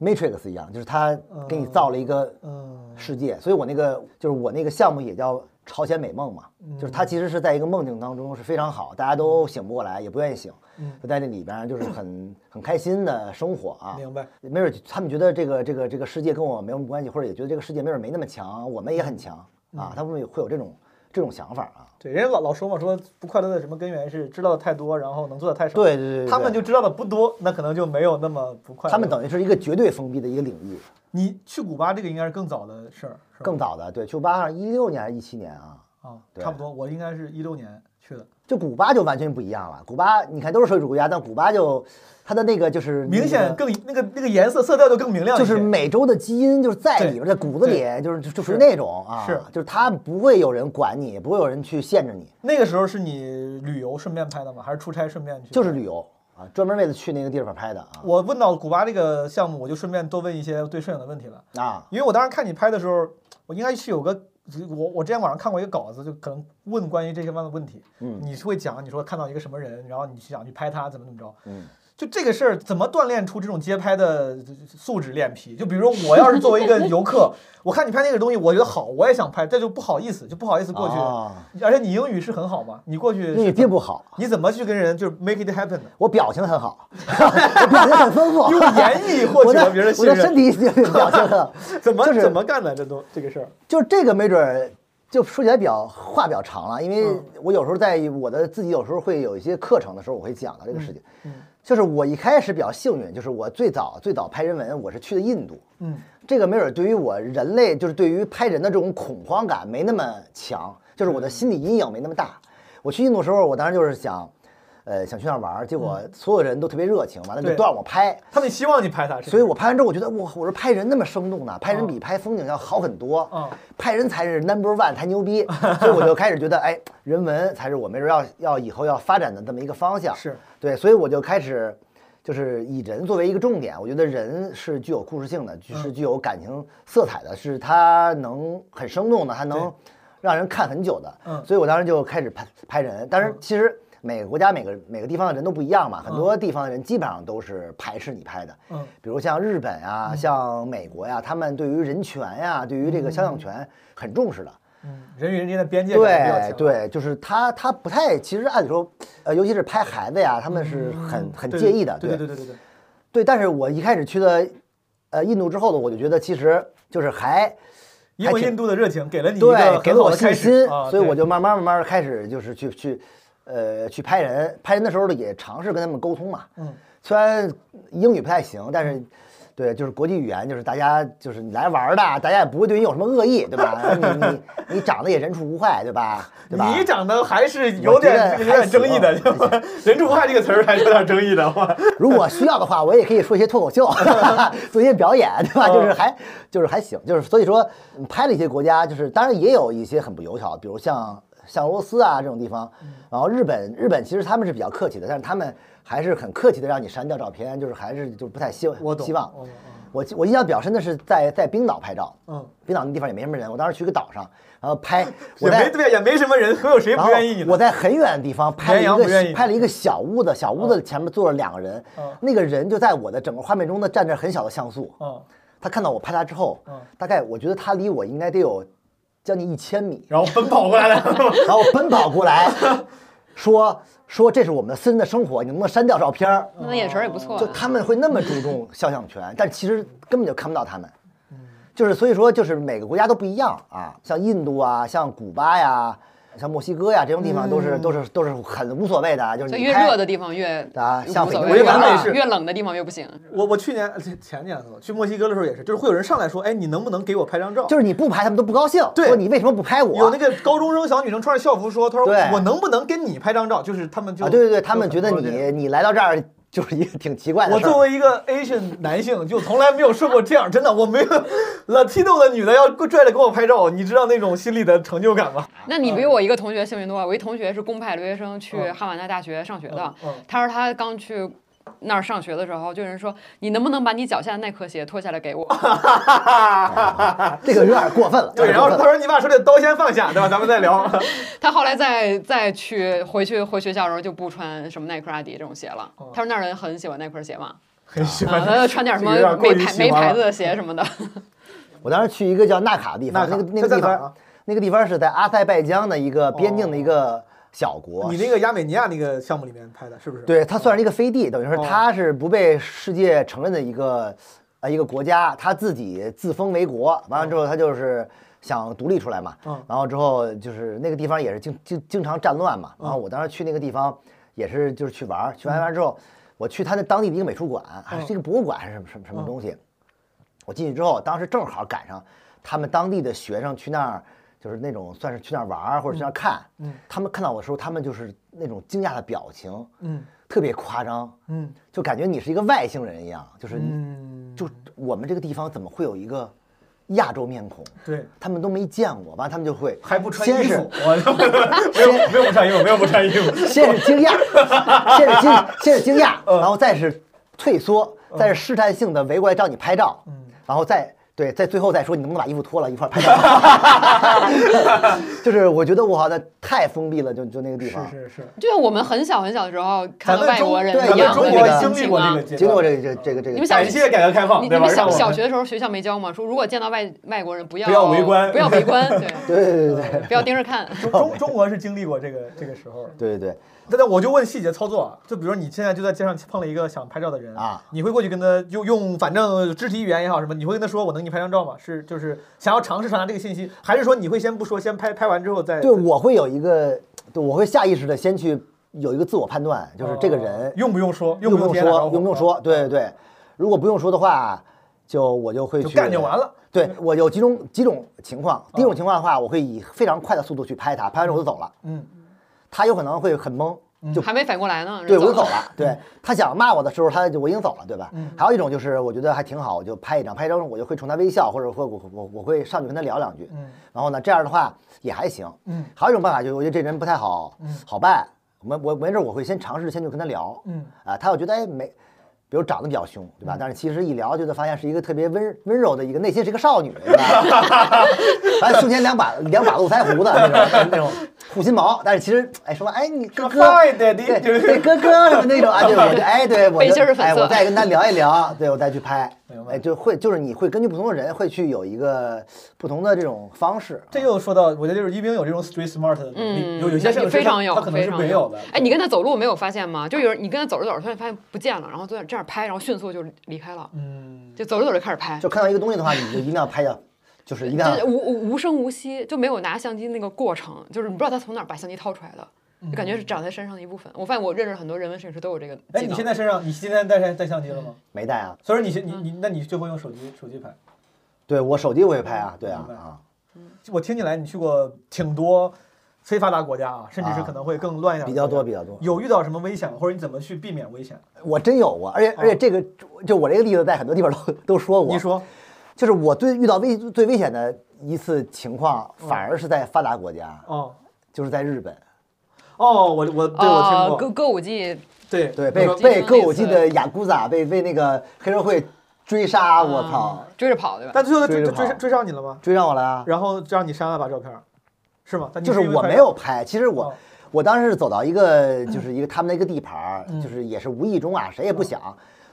Speaker 2: Matrix 一样，就是他给你造了一个
Speaker 1: 嗯
Speaker 2: 世界。所以我那个就是我那个项目也叫朝鲜美梦嘛，
Speaker 1: 嗯
Speaker 2: 就是它其实是在一个梦境当中是非常好，大家都醒不过来，也不愿意醒，
Speaker 1: 嗯
Speaker 2: 就在那里边儿就是很很开心的生活啊。
Speaker 1: 明白。
Speaker 2: 没准他们觉得这个这个这个世界跟我没有什么关系，或者也觉得这个世界没准没那么强，我们也很强
Speaker 1: 嗯
Speaker 2: 啊，他们也会有这种这种想法啊。
Speaker 1: 对人家老老说嘛，说不快乐的什么根源是知道的太多，然后能做的太少。
Speaker 2: 对对对对
Speaker 1: 他们
Speaker 2: 对
Speaker 1: 就知道的不多，那可能就没有那么不快乐。
Speaker 2: 他们等于是一个绝对封闭的一个领域。
Speaker 1: 你去古巴这个应该是更早的事儿，是吧？
Speaker 2: 更早的，对，去古巴上一六年还是一七年啊，
Speaker 1: 啊，
Speaker 2: 对
Speaker 1: 差不多，我应该是一六年去的，
Speaker 2: 就古巴就完全不一样了。古巴你看都是社会主义国家，但古巴就它的那个就是
Speaker 1: 明显
Speaker 2: 那个
Speaker 1: 更那个那个颜色色调就更明亮一
Speaker 2: 就
Speaker 1: 些，
Speaker 2: 是美洲的基因就是在
Speaker 1: 对
Speaker 2: 里边，在骨子里，就是就就属于那种啊，
Speaker 1: 是
Speaker 2: 就是他不会有人管你，不会有人去限制你，
Speaker 1: 那个时候是你旅游顺便拍的吗？还是出差顺便去？
Speaker 2: 就是。旅游啊，专门为了去那个地方拍的啊
Speaker 1: 我问到古巴这个项目，我就顺便多问一些对摄影的问题了，
Speaker 2: 啊，
Speaker 1: 因为我当时看你拍的时候，我应该是有个。我我之前网上看过一个稿子，就可能问关于这些方面的问题，
Speaker 2: 嗯
Speaker 1: 你是会讲你说看到一个什么人，然后你想去拍他怎么怎么着，
Speaker 2: 嗯，
Speaker 1: 就这个事儿怎么锻炼出这种街拍的素质脸皮？就比如我要是作为一个游客， 我看你拍那个东西，我觉得好，我也想拍，这就不好意思，就不好意思过去。
Speaker 2: 啊
Speaker 1: 而且你英语是很好嘛，你过去
Speaker 2: 英语并不好，
Speaker 1: 你怎么去跟人就是 make it happen 呢？
Speaker 2: 我表情很好，我表情很丰富，
Speaker 1: 用言语获取
Speaker 2: 我
Speaker 1: 了
Speaker 2: 的
Speaker 1: 别人的信
Speaker 2: 我的
Speaker 1: 任
Speaker 2: 身，体也表情很好，
Speaker 1: 怎么、
Speaker 2: 就是
Speaker 1: 怎么干的这都这个事儿？
Speaker 2: 就是这个没准儿就说起来比较话比较长了，因为
Speaker 1: 嗯
Speaker 2: 我有时候在我的自己有时候会有一些课程的时候，我会讲到这个事情。
Speaker 1: 嗯
Speaker 2: 就是我一开始比较幸运，就是我最早最早拍人文，我是去的印度。
Speaker 1: 嗯，
Speaker 2: 这个没准儿对于我人类就是对于拍人的这种恐慌感没那么强，就是我的心理阴影没那么大。我去印度的时候，我当时就是想，呃，想去那儿玩儿，结果所有人都特别热情，完了就
Speaker 1: 嗯对
Speaker 2: 都让我拍，
Speaker 1: 他们希望你拍他，是不是
Speaker 2: 所以我拍完之后，我觉得我我说拍人那么生动呢，拍人比拍风景要好很多，
Speaker 1: 嗯
Speaker 2: 拍人才是 number one 才牛逼，所以我就开始觉得，哎，人文才是我没准要要以后要发展的这么一个方向，
Speaker 1: 是
Speaker 2: 对，所以我就开始就是以人作为一个重点，我觉得人是具有故事性的，
Speaker 1: 嗯
Speaker 2: 是具有感情色彩的，是它能很生动的，它能让人看很久的，
Speaker 1: 嗯
Speaker 2: 所以我当时就开始拍拍人，但是其实。每个国家、每个每个地方的人都不一样嘛，很多地方的人基本上都是排斥你拍的，
Speaker 1: 嗯
Speaker 2: 比如像日本啊、像美国呀、他们对于人权呀、对于这个肖像权很重视的。
Speaker 1: 嗯，人与人之间的边界感比较
Speaker 2: 对
Speaker 1: 强，
Speaker 2: 对，就是他他不太，其实按理说，呃，尤其是拍孩子呀，他们是很、很
Speaker 1: 嗯对
Speaker 2: 介意的。
Speaker 1: 对对对对对
Speaker 2: 对但是我一开始去的，呃，印度之后呢，我就觉得其实就是还
Speaker 1: 因为
Speaker 2: 挺
Speaker 1: 印度的热情给了你一个
Speaker 2: 对，给
Speaker 1: 很
Speaker 2: 了
Speaker 1: 好
Speaker 2: 我
Speaker 1: 的
Speaker 2: 信
Speaker 1: 开始
Speaker 2: 心，
Speaker 1: 啊
Speaker 2: 所以
Speaker 1: 对
Speaker 2: 我就慢慢慢慢地开始就是去去，呃，去拍人，拍人的时候呢也尝试跟他们沟通嘛。
Speaker 1: 嗯，
Speaker 2: 虽然英语不太行，但是。对，就是国际语言，就是大家就是你来玩儿的，大家也不会对你有什么恶意，对吧？ 你你你长得也人畜无害，对吧？对吧？
Speaker 1: 你长得还是
Speaker 2: 我
Speaker 1: 有
Speaker 2: 觉
Speaker 1: 点
Speaker 2: 得
Speaker 1: 有点
Speaker 2: 还行啊
Speaker 1: 争议的，就 人畜无害这个词儿还是有点争议的。 我
Speaker 2: 如果需要的话，我也可以说一些脱口秀， 做一些表演，对吧？
Speaker 1: 嗯
Speaker 2: 就是还就是还行，就是所以说嗯拍了一些国家，就是当然也有一些很不友好，比如像像俄罗斯啊这种地方，
Speaker 1: 嗯
Speaker 2: 然后日本日本其实他们是比较客气的，但是他们还是很客气的让你删掉照片，就是还是就不太希望
Speaker 1: 我懂
Speaker 2: 希望。
Speaker 1: 我懂
Speaker 2: 我我印象比较深的是在在冰岛拍照，
Speaker 1: 嗯，
Speaker 2: 冰岛那地方也没什么人，我当时去一个岛上，然后拍
Speaker 1: 也
Speaker 2: 我
Speaker 1: 没
Speaker 2: 在
Speaker 1: 对，也没什么人，会有谁
Speaker 2: 然
Speaker 1: 不
Speaker 2: 后
Speaker 1: 愿意你
Speaker 2: 我
Speaker 1: 呢？
Speaker 2: 在很远的地方拍了
Speaker 1: 绵羊
Speaker 2: 一
Speaker 1: 不愿意
Speaker 2: 个拍了一个小屋子，小屋子前面坐着两个人
Speaker 1: 嗯，
Speaker 2: 那个人就在我的整个画面中呢占着很小的像素。
Speaker 1: 嗯，
Speaker 2: 他看到我拍他之后
Speaker 1: 嗯，
Speaker 2: 大概我觉得他离我应该得有将近一千米，
Speaker 1: 然后奔跑过来了。
Speaker 2: 然后奔跑 过来说说这是我们的私人的生活，你能不能删掉照片儿？
Speaker 1: 呃
Speaker 3: 那眼神儿也不错
Speaker 2: 就
Speaker 3: 啊。
Speaker 2: 他们会那么注重肖像权，但其实根本就看不到他们。就是所以说，就是每个国家都不一样啊，像印度啊，像古巴呀、像墨西哥呀这种地方都是、都是都是很无所谓的，啊就是
Speaker 3: 嗯所以
Speaker 2: 你
Speaker 3: 越
Speaker 2: 拍
Speaker 3: 热的地方越
Speaker 2: 啊像
Speaker 3: 无所
Speaker 2: 北
Speaker 1: 京
Speaker 3: 谓，
Speaker 1: 我
Speaker 3: 越
Speaker 1: 觉得完美
Speaker 3: 冷
Speaker 1: 是
Speaker 3: 越冷的地方越不行。
Speaker 1: 我我去年呃前前年了，去墨西哥的时候也是，就是会有人上来说，哎，你能不能给我拍张照？
Speaker 2: 就是你不拍他们都不高兴，
Speaker 1: 对
Speaker 2: 说你为什么不拍我？
Speaker 1: 有那个高中生小女生穿着校服说，她说
Speaker 2: 对
Speaker 1: 我能不能跟你拍张照？就是他们就
Speaker 2: 啊，对对对，他们
Speaker 1: 就
Speaker 2: 觉得
Speaker 1: 很多这
Speaker 2: 你
Speaker 1: 种
Speaker 2: 你来到这儿就是一个挺奇怪的
Speaker 1: 我
Speaker 2: 事儿。
Speaker 1: 作为一个 Asian 男性，就从来没有受过这样，真的，我没有 Latino 的女的要拽着给我拍照，你知道那种心里的成就感吗？
Speaker 3: 那你比我一个同学幸运多了。我一同学是公派留学生去哈瓦那大学上学的
Speaker 1: 嗯嗯，
Speaker 3: 他说他刚去。那儿上学的时候，就有人说：“你能不能把你脚下的耐克鞋脱下来给我
Speaker 2: 这个有点过分了。
Speaker 1: 对，然后他说你把手里的刀先放下，对吧？咱们再 聊。？”
Speaker 3: 他后来再再去回去回学校的时候，就不穿什么耐克、阿迪这种鞋了。
Speaker 1: 嗯
Speaker 3: 他说那儿人很喜欢耐克鞋嘛，
Speaker 1: 很喜
Speaker 3: 啊，他就穿点什么
Speaker 1: 这个有点过
Speaker 3: 没
Speaker 1: 于
Speaker 3: 牌
Speaker 1: 喜
Speaker 3: 没
Speaker 1: 欢了
Speaker 3: 牌子的鞋什么的。
Speaker 2: 我当时去一个叫纳卡的地方，
Speaker 1: 纳
Speaker 2: 那
Speaker 1: 卡
Speaker 2: 个那
Speaker 1: 这
Speaker 2: 个
Speaker 1: 在
Speaker 2: 地
Speaker 1: 哪儿
Speaker 2: 方
Speaker 1: 啊，
Speaker 2: 那个地方是在阿塞拜疆的一个边境的一个小国。
Speaker 1: 哦你那个亚美尼亚那个项目里面拍的，是不是？，嗯哦
Speaker 2: 对，它算是一个飞地，等于说它是不被世界承认的一个呃一个国家，它自己自封为国，完
Speaker 1: 哦
Speaker 2: 了之后它就是想独立出来嘛，
Speaker 1: 嗯
Speaker 2: 然后之后就是那个地方也是经经经常战乱嘛，然
Speaker 1: 哦
Speaker 2: 后我当时去那个地方也是就是去玩儿，去玩
Speaker 1: 嗯
Speaker 2: 完之后，我去它那当地的一个美术馆，还
Speaker 1: 哦
Speaker 2: 是一个博物馆还是什么什么什么东西，我进去之后，当时正好赶上他们当地的学生去那儿，就是那种算是去那儿玩儿或者去那儿看。
Speaker 1: 嗯
Speaker 2: 他们看到我的时候，他们就是那种惊讶的表情，
Speaker 1: 嗯
Speaker 2: 特别夸张，
Speaker 1: 嗯
Speaker 2: 就感觉你是一个外星人一样，就是你、
Speaker 1: 嗯，
Speaker 2: 就我们这个地方怎么会有一个亚洲面孔？
Speaker 1: 对，
Speaker 2: 他们都没见过，完了他们就会
Speaker 1: 还不穿
Speaker 2: 先
Speaker 1: 衣
Speaker 2: 是
Speaker 1: 服， 我没有没有不穿衣服，没有不穿衣服。
Speaker 2: 先是惊讶，先是惊，先是惊讶，
Speaker 1: 嗯
Speaker 2: 然后再是退缩，再是试探性的围过来找你拍照，
Speaker 1: 嗯
Speaker 2: 然后再对，在最后再说你能不能把衣服脱了，一块儿拍 照。就是我觉得我好像太封闭了，就就那个地方。
Speaker 1: 是是是，
Speaker 3: 就像我们很小很小的时候看
Speaker 1: 咱
Speaker 3: 到
Speaker 1: 们
Speaker 3: 外
Speaker 1: 中
Speaker 3: 国人
Speaker 2: 对
Speaker 3: 一样
Speaker 1: 咱们中
Speaker 3: 的那
Speaker 1: 国
Speaker 3: 个心
Speaker 1: 经历
Speaker 3: 情
Speaker 1: 过这
Speaker 3: 啊
Speaker 1: 个。阶段，
Speaker 2: 经历过这个这这个这
Speaker 3: 你
Speaker 2: 个
Speaker 3: 们，小
Speaker 1: 感谢改革开放，
Speaker 3: 你
Speaker 1: 对
Speaker 3: 你
Speaker 1: 吧？
Speaker 3: 们小
Speaker 1: 让我
Speaker 3: 小
Speaker 1: 们
Speaker 3: 学的时候学校没教吗？说如果见到外外国人不要
Speaker 1: 啊不要围观
Speaker 3: 不要 围观，对
Speaker 2: 对对对对对
Speaker 3: 不要盯着看。
Speaker 1: 中中中国是经历过这个这个时候的。
Speaker 2: 对对
Speaker 1: 但但我就问细节操作啊，就比如你现在就在街上碰了一个想拍照的人
Speaker 2: 啊，
Speaker 1: 你会过去跟他用用反正肢体语言也好什么，你会跟他说我能给你拍张照吗？是就是想要尝试传达这个信息，还是说你会先不说，先拍拍完之后再？
Speaker 2: 对，我会有一个，对我会下意识的先去有一个自我判断，就是这个人
Speaker 1: 哦用不用说，
Speaker 2: 用
Speaker 1: 不
Speaker 2: 不用
Speaker 1: 贴打招
Speaker 2: 说，
Speaker 1: 呼
Speaker 2: 用不用说？对对对，如果不用说的话，就我就会
Speaker 1: 就
Speaker 2: 去
Speaker 1: 干就完了。
Speaker 2: 对我有几种几种情况，第一种情况的话，我会以非常快的速度去拍他，拍完之后我就走了。
Speaker 1: 嗯，
Speaker 2: 他有可能会很懵，就
Speaker 3: 还没反过来呢，人
Speaker 2: 对我就走
Speaker 3: 走
Speaker 2: 了。 对他想骂我的时候，他就我已经走了，对吧？还有一种就是我觉得还挺好，我就拍一张，拍一张我就会冲他微笑，或者会我我我会上去跟他聊两句。然后呢，这样的话也还行。
Speaker 1: 嗯，
Speaker 2: 还有一种办法就是我觉得这人不太好好办，我我没准我会先尝试先去跟他聊。
Speaker 1: 嗯，
Speaker 2: 啊，他要觉得哎没。比如长得比较凶，对吧？但是其实一聊就能发现是一个特别温温柔的一个，内心是一个少女，对吧？完了胸前两把两把络腮胡子啊那种那种护心毛，但是其实哎说哎你哥
Speaker 1: 这
Speaker 2: 哥，
Speaker 1: 坏的的，就
Speaker 2: 对
Speaker 1: 是
Speaker 2: 对，哥哥什么那种啊，对，我就哎，对我
Speaker 3: 背心儿
Speaker 2: 就
Speaker 3: 粉
Speaker 2: 哎，
Speaker 3: 色
Speaker 2: 我再跟他聊一聊，对我再去拍
Speaker 1: 明，白
Speaker 2: 哎，就会就是你会根据不同的人会去有一个不同的这种方式，
Speaker 1: 这又说到，我觉得就是一冰有这种 street smart 的能力，
Speaker 3: 嗯，
Speaker 1: 有有些事
Speaker 3: 那
Speaker 1: 情
Speaker 3: 你非常有，
Speaker 1: 他可能
Speaker 3: 非
Speaker 1: 是
Speaker 3: 常
Speaker 1: 没有的。
Speaker 3: 哎，你跟他走路没有发现吗？就有人你跟他走着走着，突然发现不见了，然后就在这样拍，然后迅速就离开了，
Speaker 1: 嗯，
Speaker 3: 就走着走着开始拍，
Speaker 2: 就看到一个东西的话，你就一定要拍下，就是一定
Speaker 3: 就是
Speaker 2: 要
Speaker 3: 无无无声无息，就没有拿相机那个过程，就是你不知道他从哪儿把相机掏出来的，
Speaker 1: 嗯
Speaker 3: 就感觉是长在身上的一部分。我发现我认识很多人文摄影师都有这个技
Speaker 1: 哎，
Speaker 3: 能。嗯
Speaker 1: 你现在身上，你今天带带带相机了吗？
Speaker 2: 没带啊，
Speaker 1: 所以说你现你你，那你就会用手机手机拍。
Speaker 2: 对我手机我也拍啊，对啊
Speaker 1: 明白
Speaker 2: 啊，
Speaker 1: 我听起来你去过挺多非发达国家啊，甚至是
Speaker 2: 啊
Speaker 1: 可能会更乱一点、
Speaker 2: 比较多。比较多，
Speaker 1: 有遇到什么危险，或者你怎么去避免危险？
Speaker 2: 我真有过，而且而且这个就我这个例子在很多地方都都说
Speaker 1: 嗯
Speaker 2: 过，
Speaker 1: 你说，
Speaker 2: 就是我最遇到危最危险的一次情况，反
Speaker 1: 嗯
Speaker 2: 而是在发达国家，
Speaker 1: 哦
Speaker 2: 就是在日本。
Speaker 1: 哦，我我对我
Speaker 3: 哦
Speaker 1: 听
Speaker 3: 歌
Speaker 1: 过，
Speaker 3: 歌舞伎，
Speaker 1: 对
Speaker 2: 对，被
Speaker 1: 你说
Speaker 2: 被
Speaker 3: 那
Speaker 2: 歌舞
Speaker 3: 次
Speaker 2: 伎的雅库扎被被那个黑社会追杀，啊
Speaker 3: 啊
Speaker 2: 我操，
Speaker 3: 嗯追着跑对吧？
Speaker 1: 但最后他追
Speaker 2: 追着
Speaker 1: 追追上
Speaker 2: 跑
Speaker 1: 追上你了吗？
Speaker 2: 追上我来啊！
Speaker 1: 然后就让你删了把照片儿，是吗？但你
Speaker 2: 就是
Speaker 1: 因为
Speaker 2: 我
Speaker 1: 拍
Speaker 2: 没
Speaker 1: 照
Speaker 2: 有拍，其实我
Speaker 1: 哦
Speaker 2: 我当时是走到一个就是一个他们的一个地盘儿，就是也是无意中啊，谁也不想。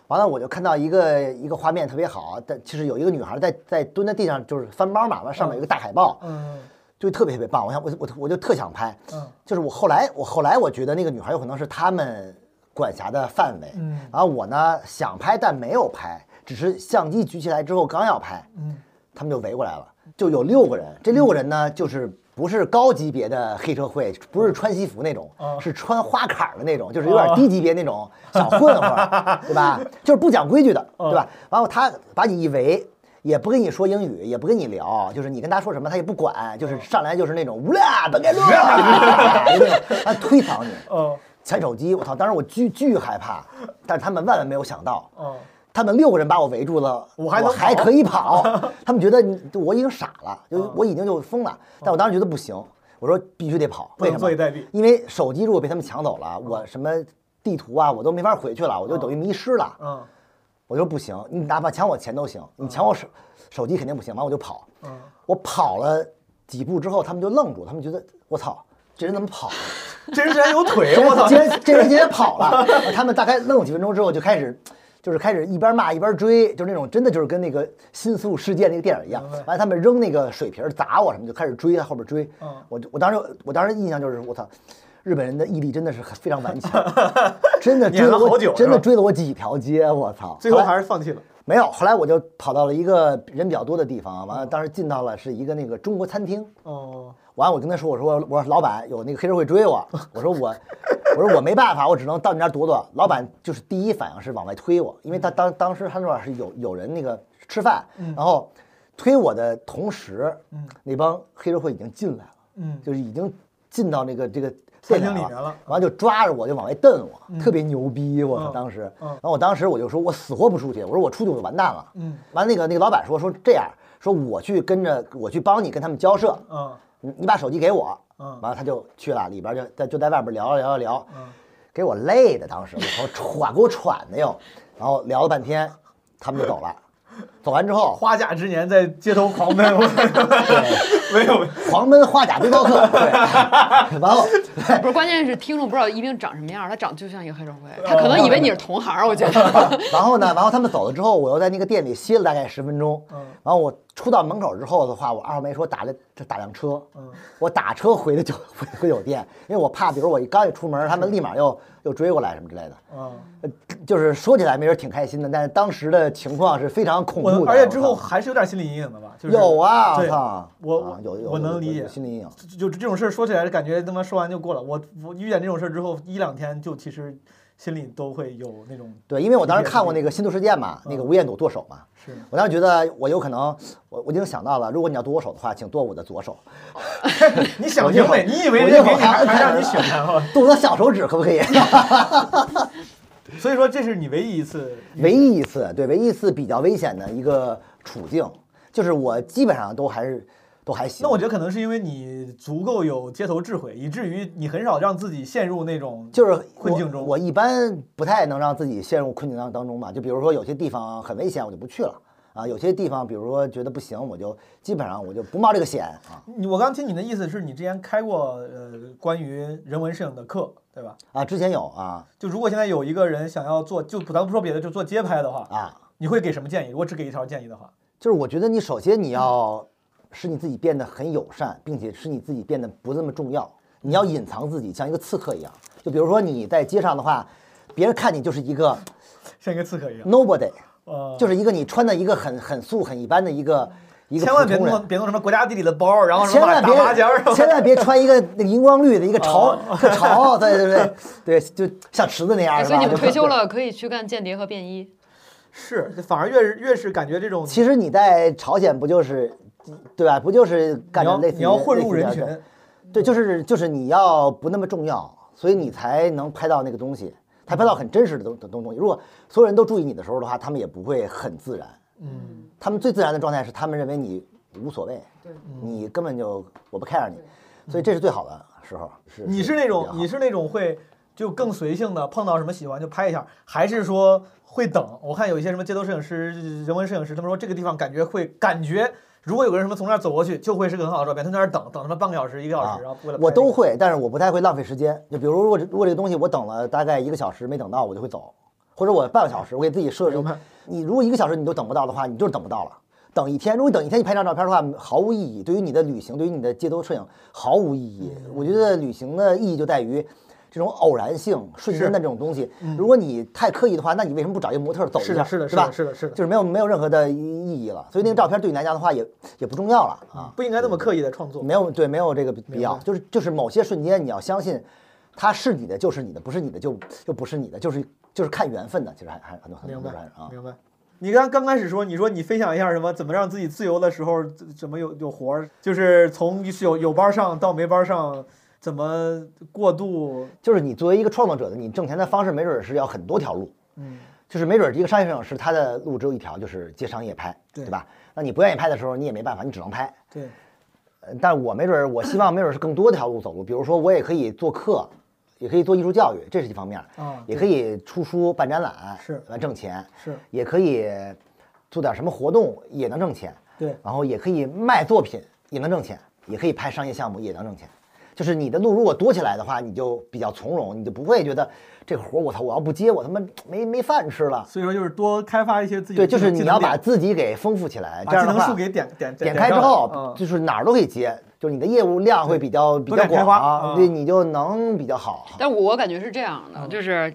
Speaker 2: 完了，我就看到一个一个画面特别好，啊但其实有一个女孩在在蹲在地上，就是翻包嘛，完上面有一个大海报，
Speaker 1: 嗯
Speaker 2: 就特别特别棒。我想我我我就特想拍，
Speaker 1: 嗯
Speaker 2: 就是我后来我后来我觉得那个女孩有可能是他们管辖的范围，
Speaker 1: 嗯
Speaker 2: 然后我呢想拍但没有拍，只是相机举起来之后刚要拍，
Speaker 1: 嗯
Speaker 2: 他们就围过来了，就有六个人，这六个人呢就是不是高级别的黑社会，不是穿西服那种，
Speaker 1: 哦
Speaker 2: 是穿花坎儿的那种，就是有点低级别那种小混混儿，对吧？就是不讲规矩的，对吧？然后他把你一围。也不跟你说英语，也不跟你聊，就是你跟他说什么，他也不管，就是上来就是那种无啦，本该路，就那种他推搡你，
Speaker 1: 哦
Speaker 2: 抢手机，我操！当时我巨巨害怕，但是他们万万没有想到，
Speaker 1: 哦，
Speaker 2: 他们六个人把我围住了，
Speaker 1: 我
Speaker 2: 我
Speaker 1: 还能
Speaker 2: 还
Speaker 1: 跑
Speaker 2: 可 以跑。他们觉得你我已经傻了，就
Speaker 1: 啊
Speaker 2: 我已经就疯了。但我当时觉得不行，我说必须得跑。
Speaker 1: 不
Speaker 2: 为
Speaker 1: 能
Speaker 2: 什
Speaker 1: 坐以
Speaker 2: 么？
Speaker 1: 待毙。啊
Speaker 2: 因为手机如果被他们抢走了，我什么地图啊，我都没法回去了，我就等于迷失了。
Speaker 1: 嗯
Speaker 2: 我就说不行，你哪怕抢我钱都行，你抢我手
Speaker 1: 啊
Speaker 2: 手机肯定不行。完我就跑，
Speaker 1: 嗯，
Speaker 2: 我跑了几步之后，他们就愣住，他们觉得我操，这人怎么跑啊了？
Speaker 1: 这人竟然有腿，
Speaker 2: 这
Speaker 1: 哎我操！
Speaker 2: 这这人今天跑了，他们大概愣几分钟之后就开始，就是开始一边骂一边追，就是那种真的就是跟那个《新宿事件》那个电影一样
Speaker 1: 明白。
Speaker 2: 完了，他们扔那个水瓶儿砸我什么，就开始追，在后边追
Speaker 1: 嗯。
Speaker 2: 我就我当时我当时印象就是我操。日本人的毅力真的是很非常 顽强，真的追
Speaker 1: 撵了好
Speaker 2: 我
Speaker 1: 久
Speaker 2: 真
Speaker 1: 是
Speaker 2: 的
Speaker 1: 吧
Speaker 2: 追了我几条街，我操！
Speaker 1: 最后
Speaker 2: 后来
Speaker 1: 还是放弃了。
Speaker 2: 没有，后来我就跑到了一个人比较多的地方，完了当时进到了是一个那个中国餐厅，
Speaker 1: 哦，
Speaker 2: 完，我跟他说，我说我说老板有那个黑社会追我，我说我，我说我没办法，我只能到你那儿躲躲。老板就是第一反应是往外推我，因为他当当时他那儿是有有人那个吃饭，
Speaker 1: 嗯
Speaker 2: 然后推我的同时，那帮黑社会已经进来了，
Speaker 1: 嗯，
Speaker 2: 就是已经进到那个这个
Speaker 1: 餐
Speaker 2: 店
Speaker 1: 厅里
Speaker 2: 了
Speaker 1: 面了
Speaker 2: 完就抓着我就往外瞪我，特别牛逼，我操！
Speaker 1: 嗯
Speaker 2: 当时，
Speaker 1: 嗯
Speaker 2: 然后我当时我就说，我死活不出去，我说我出去我就完蛋了。
Speaker 1: 嗯，
Speaker 2: 完那个那个老板说说这样，说我去跟着我去帮你跟他们交涉，
Speaker 1: 嗯
Speaker 2: 你你把手机给我，
Speaker 1: 嗯
Speaker 2: 完了他就去了，里边就在就在外边聊聊聊聊，
Speaker 1: 嗯
Speaker 2: 给我累的，当时我操喘给我喘的哟，然后聊了半天，他们就走了，走完之后
Speaker 1: 花甲之年在街头狂 奔，我没有没有，
Speaker 2: 狂奔花甲背包客，对， 完后
Speaker 3: 不是，关键是听众不知道一冰长什么样，他长就像一个黑社会，他可能以为你是同行，我觉得。
Speaker 2: 然后呢，然后他们走了之后，我又在那个店里歇了大概十分钟，
Speaker 1: 嗯
Speaker 2: 然后我出到门口之后的话，我二话没说打了打辆车，
Speaker 1: 嗯
Speaker 2: 我打车回的酒 回回酒店，因为我怕，比如我一刚一出门，他们立马又又追过来什么之类的。
Speaker 1: 嗯，
Speaker 2: 呃就是说起来没人挺开心的，但是当时的情况是非常恐怖
Speaker 1: 我
Speaker 2: 的。啊
Speaker 1: 而且之后
Speaker 2: 我操
Speaker 1: 还是有点心理阴影的吧？就是
Speaker 2: 有啊，我
Speaker 1: 对
Speaker 2: 操！
Speaker 1: 我
Speaker 2: 啊
Speaker 1: 我
Speaker 2: 有有
Speaker 1: 我能
Speaker 2: 有
Speaker 1: 理
Speaker 2: 有
Speaker 1: 解
Speaker 2: 心理阴影。
Speaker 1: 就就这种事儿说起来，感觉他妈说完就过了。我我遇见这种事儿之后，一两天就其实心里都会有那种
Speaker 2: 对，因为我当时
Speaker 1: 理解嗯
Speaker 2: 看过那个《新宿事件》嘛，那个吴彦祖剁手嘛，
Speaker 1: 是
Speaker 2: 我当时觉得我有可能，我我已经想到了，如果你要剁我手的话，请剁我的左手，
Speaker 1: 你想
Speaker 2: 我
Speaker 1: 明
Speaker 2: 就
Speaker 1: 白，你以为
Speaker 2: 我
Speaker 1: 人家
Speaker 2: 就
Speaker 1: 给你
Speaker 2: 好
Speaker 1: 还
Speaker 2: 好
Speaker 1: 还让你
Speaker 2: 看
Speaker 1: 选啊？
Speaker 2: 剁我的小手指可不可以？
Speaker 1: 所以说这是你唯一一次遇见，
Speaker 2: 唯一一次，对，唯一一次比较危险的一个处境，就是我基本上都还是都还行。
Speaker 1: 那我觉得可能是因为你足够有街头智慧，以至于你很少让自己陷入那种
Speaker 2: 就是
Speaker 1: 困
Speaker 2: 我
Speaker 1: 境中
Speaker 2: 我一般不太能让自己陷入困境当当中吧。就比如说有些地方很危险，我就不去了啊。有些地方，比如说觉得不行，我就基本上我就不冒这个险啊
Speaker 1: 你我刚听你的意思是你之前开过呃关于人文摄影的课，对吧？
Speaker 2: 啊。之前有啊
Speaker 1: 就如果现在有一个人想要做，就不咱不说别的，就做街拍的话，
Speaker 2: 啊，
Speaker 1: 你会给什么建议？如果只给一条建议的话，
Speaker 2: 就是我觉得你首先你要使你自己变得很友善，并且使你自己变得不那么重要。
Speaker 1: 嗯
Speaker 2: 你要隐藏自己，像一个刺客一样。就比如说你在街上的话，别人看你就是一个
Speaker 1: 像一个刺客一样，
Speaker 2: nobody，
Speaker 1: 呃，
Speaker 2: 就是一个你穿的一个很很素很一般的一个一个
Speaker 1: 千万别
Speaker 2: 普通人
Speaker 1: 弄别弄什么国家地理的包，然后什
Speaker 2: 千
Speaker 1: 么打
Speaker 2: 万
Speaker 1: 打麻将儿，啊
Speaker 2: 别千万别穿一个那个荧光绿的一个潮特 潮，对对对对，就像池子那样
Speaker 3: 哎
Speaker 2: 是
Speaker 3: 所以
Speaker 2: 吧？
Speaker 3: 你们
Speaker 2: 就
Speaker 3: 退休。了，可以去干间谍和便衣。
Speaker 1: 是，反而越是越是感觉这种
Speaker 2: 其实你在朝鲜不就是，对吧？不就是干着
Speaker 1: 你要
Speaker 2: 类似于
Speaker 1: 你要混入
Speaker 2: 类似
Speaker 1: 人
Speaker 2: 于
Speaker 1: 群
Speaker 2: 这，样的对，就是就是你要不那么重要，所以你才能拍到那个东西，才拍到很真实的东东东西。如果所有人都注意你的时候的话，他们也不会很自然。
Speaker 1: 嗯，
Speaker 2: 他们最自然的状态是，他们认为你无所谓，你根本就我不 care 你，所以这是最好的时候。是
Speaker 1: 你是那
Speaker 2: 比
Speaker 1: 种
Speaker 2: 较好
Speaker 1: 你是那种会就更随性的，碰到什么喜欢就拍一下，还是说会等？我看有一些什么街头摄影师、人文摄影师，他们说这个地方感觉会感觉，如果有个人什么从那儿走过去，就会是个很好的照片。他在那儿等等他妈半个小时、一个小时，然后为了
Speaker 2: 啊我
Speaker 1: 拍这
Speaker 2: 都
Speaker 1: 个
Speaker 2: 会，但是我不太会浪费时间。就比如如果这如果这个东西我等了大概一个小时没等到，我就会走，或者我半个小时，我给自己设置
Speaker 1: 明白。
Speaker 2: 你如果一个小时你都等不到的话，你就是等不到了。等一天，如果等一天你拍张照片的话，毫无意
Speaker 1: 嗯
Speaker 2: 义。对于你的旅行，对于你的街头摄影毫无意义。我觉得旅行的意义就在于，这种偶然性、瞬间的这种东西。如果你太刻意的话，那你为什么不找一个模特儿走一
Speaker 1: 嗯是
Speaker 2: 下？
Speaker 1: 的，是的，
Speaker 2: 是
Speaker 1: 是
Speaker 2: 吧
Speaker 1: 的，？是的，是的，
Speaker 2: 就是没有没有任何的意义了。所以那个照片对你来讲的话也也不重要了啊，
Speaker 1: 不应该那么刻意的创作。
Speaker 2: 没有对没有这个必要
Speaker 1: 明，白
Speaker 2: 就是就是某些瞬间你要相信，它是你的就是你的，不是你的就就不是你的，就是就是看缘分的，其实还还很多很
Speaker 1: 明
Speaker 2: 多
Speaker 1: 白
Speaker 2: 人啊，。
Speaker 1: 明白。你刚刚开始说，你说你分享一下什么，怎么让自己自由的时候，怎怎么有有活儿，就是从有有班上到没班上，怎么过渡？
Speaker 2: 就是你作为一个创作者的，你挣钱的方式没准儿是要很多条路，
Speaker 1: 嗯，
Speaker 2: 就是没准儿一个商业摄影师他的路只有一条，就是接商业拍，
Speaker 1: 对
Speaker 2: 吧？那你不愿意拍的时候，你也没办法，你只能拍。
Speaker 1: 对，
Speaker 2: 呃但我没准儿，我希望没准儿是更多条路走路，比如说我也可以做课，也可以做艺术教育，这是一方面儿，
Speaker 1: 啊，
Speaker 2: 也可以出书、办展览，
Speaker 1: 是
Speaker 2: 完挣钱，
Speaker 1: 是，
Speaker 2: 也可以做点什么活动也能挣钱，
Speaker 1: 对，
Speaker 2: 然后也可以卖作品也能挣钱，也可以拍商业项目也能挣钱。就是你的路如果多起来的话，你就比较从容，你就不会觉得这活儿我操，我要不接我他妈没没饭吃了。
Speaker 1: 所以说就是多开发一些自己的
Speaker 2: 对，
Speaker 1: 技
Speaker 2: 就
Speaker 1: 能。
Speaker 2: 是你
Speaker 1: 技
Speaker 2: 要
Speaker 1: 能
Speaker 2: 把
Speaker 1: 点
Speaker 2: 自己给丰富起来，这
Speaker 1: 把
Speaker 2: 样
Speaker 1: 技
Speaker 2: 的
Speaker 1: 能
Speaker 2: 话
Speaker 1: 树，给点点
Speaker 2: 点开之后
Speaker 1: 嗯，
Speaker 2: 就是哪儿都可以接，就是你的业务量会比较比
Speaker 1: 多
Speaker 2: 较
Speaker 1: 点开
Speaker 2: 广
Speaker 1: 花
Speaker 2: 啊，
Speaker 1: 嗯
Speaker 2: 对，你就能比较好。嗯
Speaker 3: 但我感觉是这样的，就是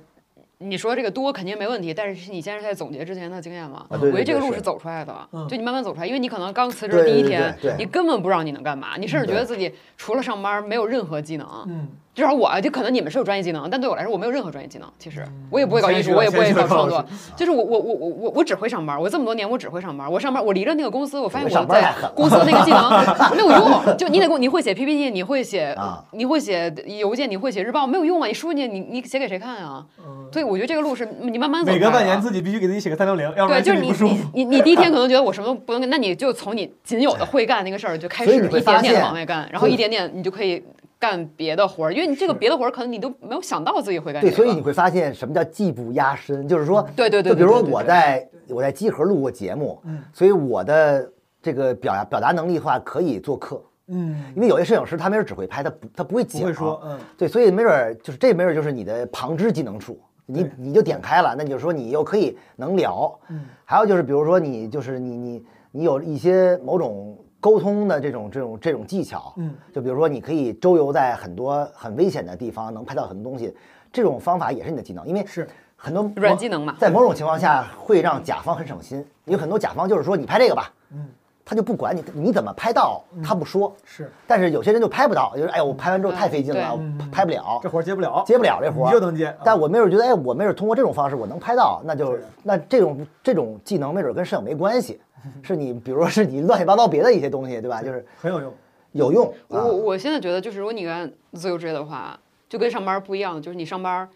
Speaker 3: 你说这个多肯定没问题，但是你现在是在总结之前的经验嘛？
Speaker 2: 啊对对
Speaker 3: 我觉得这个
Speaker 2: 对
Speaker 3: 路
Speaker 2: 是
Speaker 3: 是走出来的，
Speaker 1: 嗯
Speaker 3: 就你慢慢走出来，因为你可能刚辞职
Speaker 2: 对
Speaker 3: 第一
Speaker 2: 对
Speaker 3: 天，
Speaker 2: 对对
Speaker 3: 你根本不知道你能干嘛，你甚至觉得自己除了上班没有任何技能。
Speaker 1: 嗯，
Speaker 3: 至少我啊就可能你们是有专业技能，但对我来说我没有任何专业技能。其实
Speaker 2: 嗯
Speaker 3: 我也不会搞
Speaker 1: 谦
Speaker 3: 艺
Speaker 1: 虚
Speaker 3: 术，
Speaker 1: 了
Speaker 3: 我也不
Speaker 1: 谦
Speaker 3: 会
Speaker 1: 虚
Speaker 3: 搞
Speaker 1: 了
Speaker 3: 创
Speaker 1: 老
Speaker 3: 作，就是我我我我我我只会上班。我这么多年我只会上班。我上班我离了那个公司，我发现
Speaker 2: 上
Speaker 3: 我
Speaker 2: 班
Speaker 3: 在
Speaker 2: 还狠
Speaker 3: 公司那个 技能没有用。就你得给我你会写 PPT，你会写
Speaker 2: 啊
Speaker 3: 你会写邮件，你会写日报，没有用啊！你输进去你你写给谁看啊？
Speaker 2: 嗯
Speaker 3: 对，我觉得这个路是你慢慢走出
Speaker 1: 每
Speaker 3: 来的。
Speaker 1: 隔
Speaker 2: 啊
Speaker 1: 半年自己必须给自己写个三六零，要不
Speaker 3: 对，
Speaker 1: 然
Speaker 3: 就
Speaker 1: 心
Speaker 3: 是
Speaker 1: 里
Speaker 3: 你
Speaker 1: 不舒
Speaker 3: 你
Speaker 1: 服。
Speaker 3: 你你第一天可能觉得我什么都不能干，那你就从你仅有的会干那个事儿就开始
Speaker 2: 哎所以你会
Speaker 3: 一
Speaker 2: 发
Speaker 3: 点点
Speaker 2: 现
Speaker 3: 的往外干，然后
Speaker 2: 对
Speaker 3: 一点点你就可以干别的活儿，因为你这个别的活儿可能你都没有想到自己会干这
Speaker 2: 对，
Speaker 3: 个。
Speaker 2: 所以你会发现什么叫技不压身，就是说，
Speaker 3: 嗯对对对
Speaker 2: 就比
Speaker 3: 对
Speaker 2: 如说
Speaker 3: 对对
Speaker 2: 我
Speaker 3: 对嗯
Speaker 2: 在我在集合录过节目，所以我的这个表达表达能力的话可以做客，
Speaker 1: 嗯，
Speaker 2: 因为有些摄影师他没准只会拍，他不他不会啊
Speaker 1: 不
Speaker 2: 讲，
Speaker 1: 会说，嗯，
Speaker 2: 对，所以没准儿就是这没准儿就是你的旁支技能处，你你就点开了，那你就说你又可以能聊，
Speaker 1: 嗯，
Speaker 2: 还有就是比如说你就是你你你有一些某种沟通的这种这种这种技巧，
Speaker 1: 嗯，
Speaker 2: 就比如说你可以周游在很多很危险的地方，能拍到很多东西，这种方法也是你的技能，因为
Speaker 1: 是
Speaker 2: 很多
Speaker 3: 软技能嘛
Speaker 2: 在某种情况下会让甲方很省心，有很多甲方就是说你拍这个吧，
Speaker 1: 嗯，
Speaker 2: 他就不管你你怎么拍到，他不说。
Speaker 1: 是，
Speaker 2: 但是有些人就拍不到，就是哎呦，我拍完之后
Speaker 3: 嗯
Speaker 2: 太费劲了，
Speaker 3: 对
Speaker 2: 我
Speaker 1: 嗯
Speaker 2: 拍不了
Speaker 1: 这，活儿接不了，
Speaker 2: 接不了这活
Speaker 1: 你
Speaker 2: 儿
Speaker 1: 就能接。嗯
Speaker 2: 但我没准觉得，哎，我没准通过这种方式我能拍到，那就是那这种这种技能没准跟摄影没关 系，是你比如说是你乱七八糟别的一些东西，对吧？就是
Speaker 1: 很有 用，
Speaker 2: 有用啊
Speaker 3: 我，我现在觉得，就是如果你干自由职业的话，就跟上班不一样，就是你上班，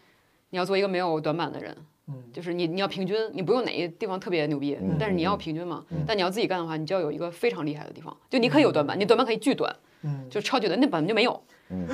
Speaker 3: 你要做一个没有短板的人，
Speaker 1: 嗯
Speaker 3: 就是你你要平均，你不用哪一地方特别牛逼，
Speaker 2: 嗯
Speaker 3: 但是你要平均嘛。但你要自己干的话，你就要有一个非常厉害的地方，就你可以有短板，你短板可以巨短，
Speaker 1: 嗯，
Speaker 3: 就超巨短，那本就没有，
Speaker 2: 嗯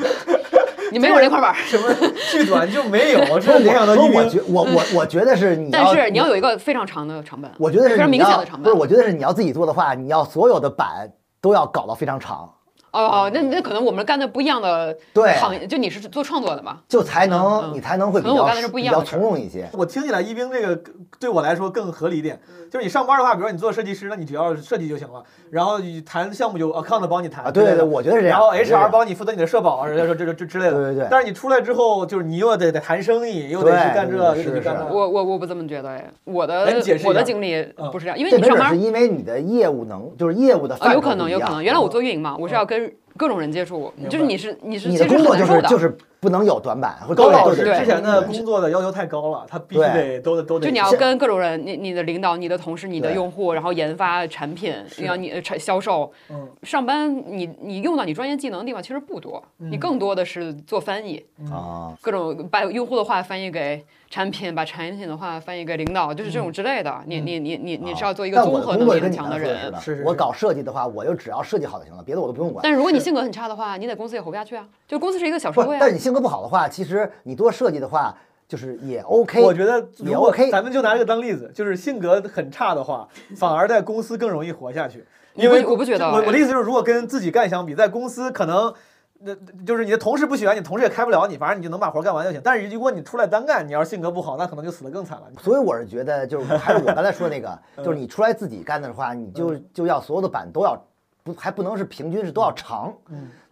Speaker 3: 你没有那块板儿。
Speaker 1: 嗯什么剧短就没 有，这联想到
Speaker 2: 所以
Speaker 1: 一
Speaker 2: 我嗯
Speaker 1: 冰
Speaker 2: 觉我我我觉得是你
Speaker 3: 但
Speaker 2: 要，
Speaker 3: 是你要有一个非常长的长板，
Speaker 2: 我觉得
Speaker 3: 非
Speaker 2: 是
Speaker 3: 常
Speaker 2: 你
Speaker 3: 明显的
Speaker 2: 要
Speaker 3: 长
Speaker 2: 不
Speaker 3: 板
Speaker 2: 是，。我觉得是你要自己做的话，你要所有的板都要搞到非常长，
Speaker 3: 哦，那那可能我们干的不一样的
Speaker 2: 对
Speaker 3: 行业，就你是做创作的嘛？
Speaker 2: 就才能
Speaker 3: 嗯
Speaker 2: 你才能会比
Speaker 3: 可能我
Speaker 2: 较
Speaker 3: 干的是不一
Speaker 2: 比
Speaker 3: 样的
Speaker 2: 较从容一些。
Speaker 1: 我听起来一冰这个对我来说更合理一点，
Speaker 3: 嗯
Speaker 1: 就是你上班的话，比如说你做设计师，那你只要设计就行了，然后你谈项目就 account 帮你谈
Speaker 2: 啊对
Speaker 1: 之类
Speaker 2: 对
Speaker 1: 的
Speaker 2: 对我觉得是这样
Speaker 1: 然后
Speaker 2: 我觉得是这样
Speaker 1: HR 帮你负责你的社保，然后这这这之类的，
Speaker 2: 对对对
Speaker 1: 但是你出来之后，就是你又得得谈生意，又得去干这，又
Speaker 2: 对
Speaker 1: 得
Speaker 2: 是
Speaker 1: 去干那，
Speaker 3: 我我我不这么觉得哎，我的
Speaker 1: 来你解释一下
Speaker 3: 我的经历不是这样，因为
Speaker 2: 嗯这
Speaker 3: 你
Speaker 2: 没
Speaker 3: 上
Speaker 2: 准
Speaker 3: 班
Speaker 2: 是因为你的业务能，就是业务的范
Speaker 3: 啊，
Speaker 2: 畴
Speaker 3: 有可能，
Speaker 2: 不一
Speaker 3: 有可
Speaker 2: 样嗯
Speaker 3: 能。原来我做运营嘛，我是要跟各种人接触
Speaker 1: 明，白
Speaker 3: 就是你是你是
Speaker 2: 你
Speaker 3: 其
Speaker 2: 的
Speaker 3: 实
Speaker 2: 工
Speaker 3: 很
Speaker 2: 作就
Speaker 3: 难受
Speaker 2: 是
Speaker 3: 的，
Speaker 2: 就是不能有短板，会
Speaker 1: 高老
Speaker 2: 老
Speaker 1: 师
Speaker 3: 对
Speaker 1: 之前的工作的要求太高了，他必须
Speaker 2: 对
Speaker 1: 得都得都得
Speaker 3: 就你要
Speaker 2: 是
Speaker 3: 跟各种人，你你的领导、你的同事、你的
Speaker 2: 对
Speaker 3: 用户，然后研发产品，然后你呃产销售，
Speaker 1: 嗯
Speaker 3: 上班你你用到你专业技能的地方其实不多，
Speaker 2: 嗯
Speaker 3: 你更多的是做翻译，
Speaker 2: 啊，
Speaker 3: 各种把用户的话翻译给产品，把产品的话翻译给领导，就是这种之类的。你你你你你是要做一
Speaker 2: 嗯
Speaker 3: 个
Speaker 2: 啊但我
Speaker 3: 综
Speaker 2: 的
Speaker 3: 合
Speaker 2: 工
Speaker 3: 能
Speaker 2: 作
Speaker 3: 力
Speaker 2: 就跟
Speaker 3: 很
Speaker 2: 你
Speaker 3: 强
Speaker 2: 刚
Speaker 3: 的
Speaker 2: 才说似
Speaker 3: 人
Speaker 2: 的。
Speaker 1: 是是
Speaker 2: 我
Speaker 1: 是
Speaker 2: 搞设计的话，我就只要设计好就行了，别的我都不用管。
Speaker 3: 但是如果你性格很差的话，你在公司也活不下去啊。就公司是一个小社
Speaker 2: 不
Speaker 3: 会，啊
Speaker 2: 但。你性格不好的话，其实你多设计的话，就是也 OK。
Speaker 1: 我觉得
Speaker 2: 也
Speaker 1: 如果
Speaker 2: OK
Speaker 1: 咱们就拿这个当例子，就是性格很差的话，反而在公司更容易活下去。
Speaker 3: 我不
Speaker 1: 因为
Speaker 3: 我不觉得
Speaker 1: 我我的
Speaker 3: 哎
Speaker 1: 意思就是，如果跟自己干相比，在公司可能。那就是你的同事不喜欢你，同事也开不了你，反正你就能把活干完就行。但是如果你出来单干，你要是性格不好，那可能就死得更惨了。
Speaker 2: 所以我是觉得，就是还是我刚才说 那个，就是你出来自己干的话，你就
Speaker 1: 嗯
Speaker 2: 就要所有的板嗯
Speaker 3: 嗯
Speaker 2: 都要不还不能是平均，是都要长，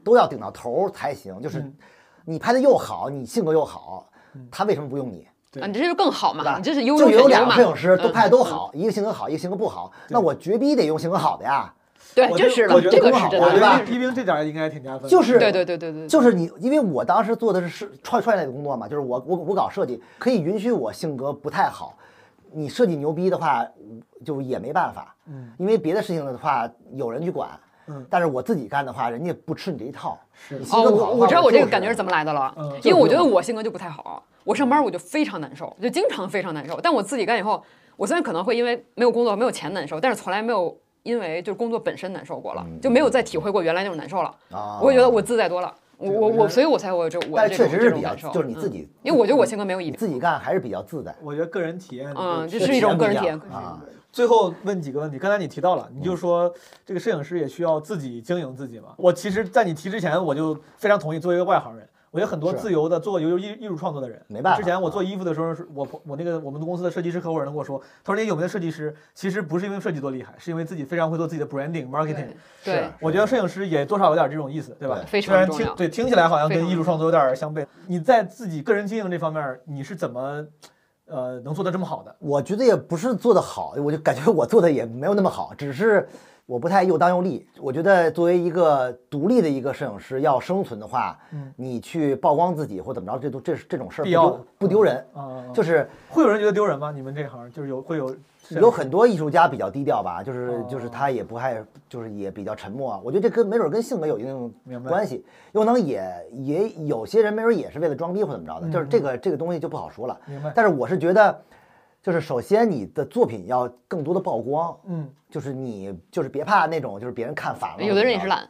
Speaker 2: 都要顶到头儿才行。就是你拍的又好，你性格又好，他为什么不用你？
Speaker 1: 对
Speaker 3: 啊，你这就更好
Speaker 2: 对
Speaker 3: 嘛，
Speaker 2: 吧？
Speaker 3: 你这是优
Speaker 2: 就
Speaker 3: 秀
Speaker 2: 有
Speaker 3: 选
Speaker 2: 两个
Speaker 3: 手嘛，
Speaker 2: 摄影师都
Speaker 3: 嗯
Speaker 2: 拍的都好，一个性格好，一个性格不好，那我绝逼得用性格好的呀。
Speaker 3: 对，
Speaker 1: 我
Speaker 3: 这
Speaker 1: 觉
Speaker 3: 是
Speaker 1: 得我
Speaker 3: 的，
Speaker 1: 觉
Speaker 3: 这
Speaker 1: 得
Speaker 3: 个
Speaker 1: 挺
Speaker 3: 是
Speaker 1: 好，
Speaker 3: 真
Speaker 1: 我觉
Speaker 2: 啊对吧
Speaker 1: 得
Speaker 3: 的，
Speaker 1: 批评这点儿应该挺加分的。
Speaker 2: 就是
Speaker 3: 对对对对对，
Speaker 2: 就是你，因为我当时做的是是创创业类的工作嘛，就是我我我搞设计，可以允许我性格不太好。你设计牛逼的话，就也没办法，
Speaker 1: 嗯，
Speaker 2: 因为别的事情的话有人去管，
Speaker 1: 嗯，
Speaker 2: 但是我自己干的话，人家不吃你这一套。
Speaker 1: 是
Speaker 2: 你性
Speaker 3: 哦，
Speaker 2: 格不好的
Speaker 3: 我
Speaker 2: 话
Speaker 3: 我知道我这个
Speaker 2: 就
Speaker 3: 感觉是
Speaker 2: 是
Speaker 3: 怎么来的了
Speaker 1: 嗯，
Speaker 3: 因为我觉得我性格就不太好，我上班我就非常难受，就经常非常难受。但我自己干以后，我虽然可能会因为没有工作、没有钱难受，但是从来没有因为就是工作本身难受过了，就没有再体会过原来那种难受了。
Speaker 2: 嗯啊，
Speaker 3: 我会觉得我自在多了，我
Speaker 1: 对
Speaker 3: 我
Speaker 1: 我觉得
Speaker 3: 我，所以我才有这我
Speaker 2: 但是确
Speaker 3: 这种
Speaker 2: 实
Speaker 3: 这
Speaker 2: 是
Speaker 3: 种
Speaker 2: 比较，
Speaker 3: 感受，
Speaker 2: 就是你自
Speaker 3: 嗯，
Speaker 2: 己，
Speaker 3: 因为我觉得我性格没有一
Speaker 2: 你
Speaker 3: 点，
Speaker 2: 自己干还是比较自在。
Speaker 1: 我觉得个人体验，
Speaker 3: 嗯，这
Speaker 1: 对
Speaker 3: 是一种个人体验
Speaker 2: 确实不一样啊。
Speaker 1: 最后问几个问题，刚才你提到了，你就说这个摄影师也需要自己经营自己嘛。我其实，在你提之前，我就非常同意，作为一个外行人，我觉得很多
Speaker 2: 是
Speaker 1: 自由的做由艺艺术创作的人，
Speaker 2: 没办法
Speaker 1: 之前我做衣服的时候，是我我那个我们公司的设计师合伙人跟我说，他说那些有名的设计师其实不是因为设计多厉害，是因为自己非常会做自己的 branding marketing
Speaker 3: 对。对，
Speaker 2: 啊
Speaker 1: 我觉得摄影师也多少有点这种意思，对吧？
Speaker 2: 对
Speaker 3: 非常
Speaker 1: 虽然
Speaker 3: 重
Speaker 1: 听
Speaker 3: 要
Speaker 1: 对听起来好像
Speaker 3: 非
Speaker 1: 跟
Speaker 3: 常
Speaker 1: 艺术创作有点相悖。你在自己个人经营这方面，你是怎么呃能做得这么好的？
Speaker 2: 我觉得也不是做得好， 我就感觉我做的也没有那么好，只是我不太又当又立。我觉得作为一个独立的一个摄影师要生存的话，
Speaker 1: 嗯
Speaker 2: 你去曝光自己或怎么着，这都这是这种事儿不
Speaker 1: 必要的
Speaker 2: 丢不丢人，
Speaker 1: 啊、
Speaker 2: 就是
Speaker 1: 会有人觉得丢人吗？你们这行就是有会有
Speaker 2: 有很多艺术家比较低调吧，就是
Speaker 1: 哦
Speaker 2: 就是他也不太，就是也比较沉默啊。我觉得这跟没准跟性格有一定
Speaker 1: 明白
Speaker 2: 关系，有可能也也有些人没准也是为了装逼或怎么着的，就是这个这个东西就不好说了。
Speaker 1: 明白，
Speaker 2: 但是我是觉得，就是首先你的作品要更多的曝光，
Speaker 1: 嗯，
Speaker 2: 就是你就是别怕那种就是别人看反了，
Speaker 3: 有的人也是懒，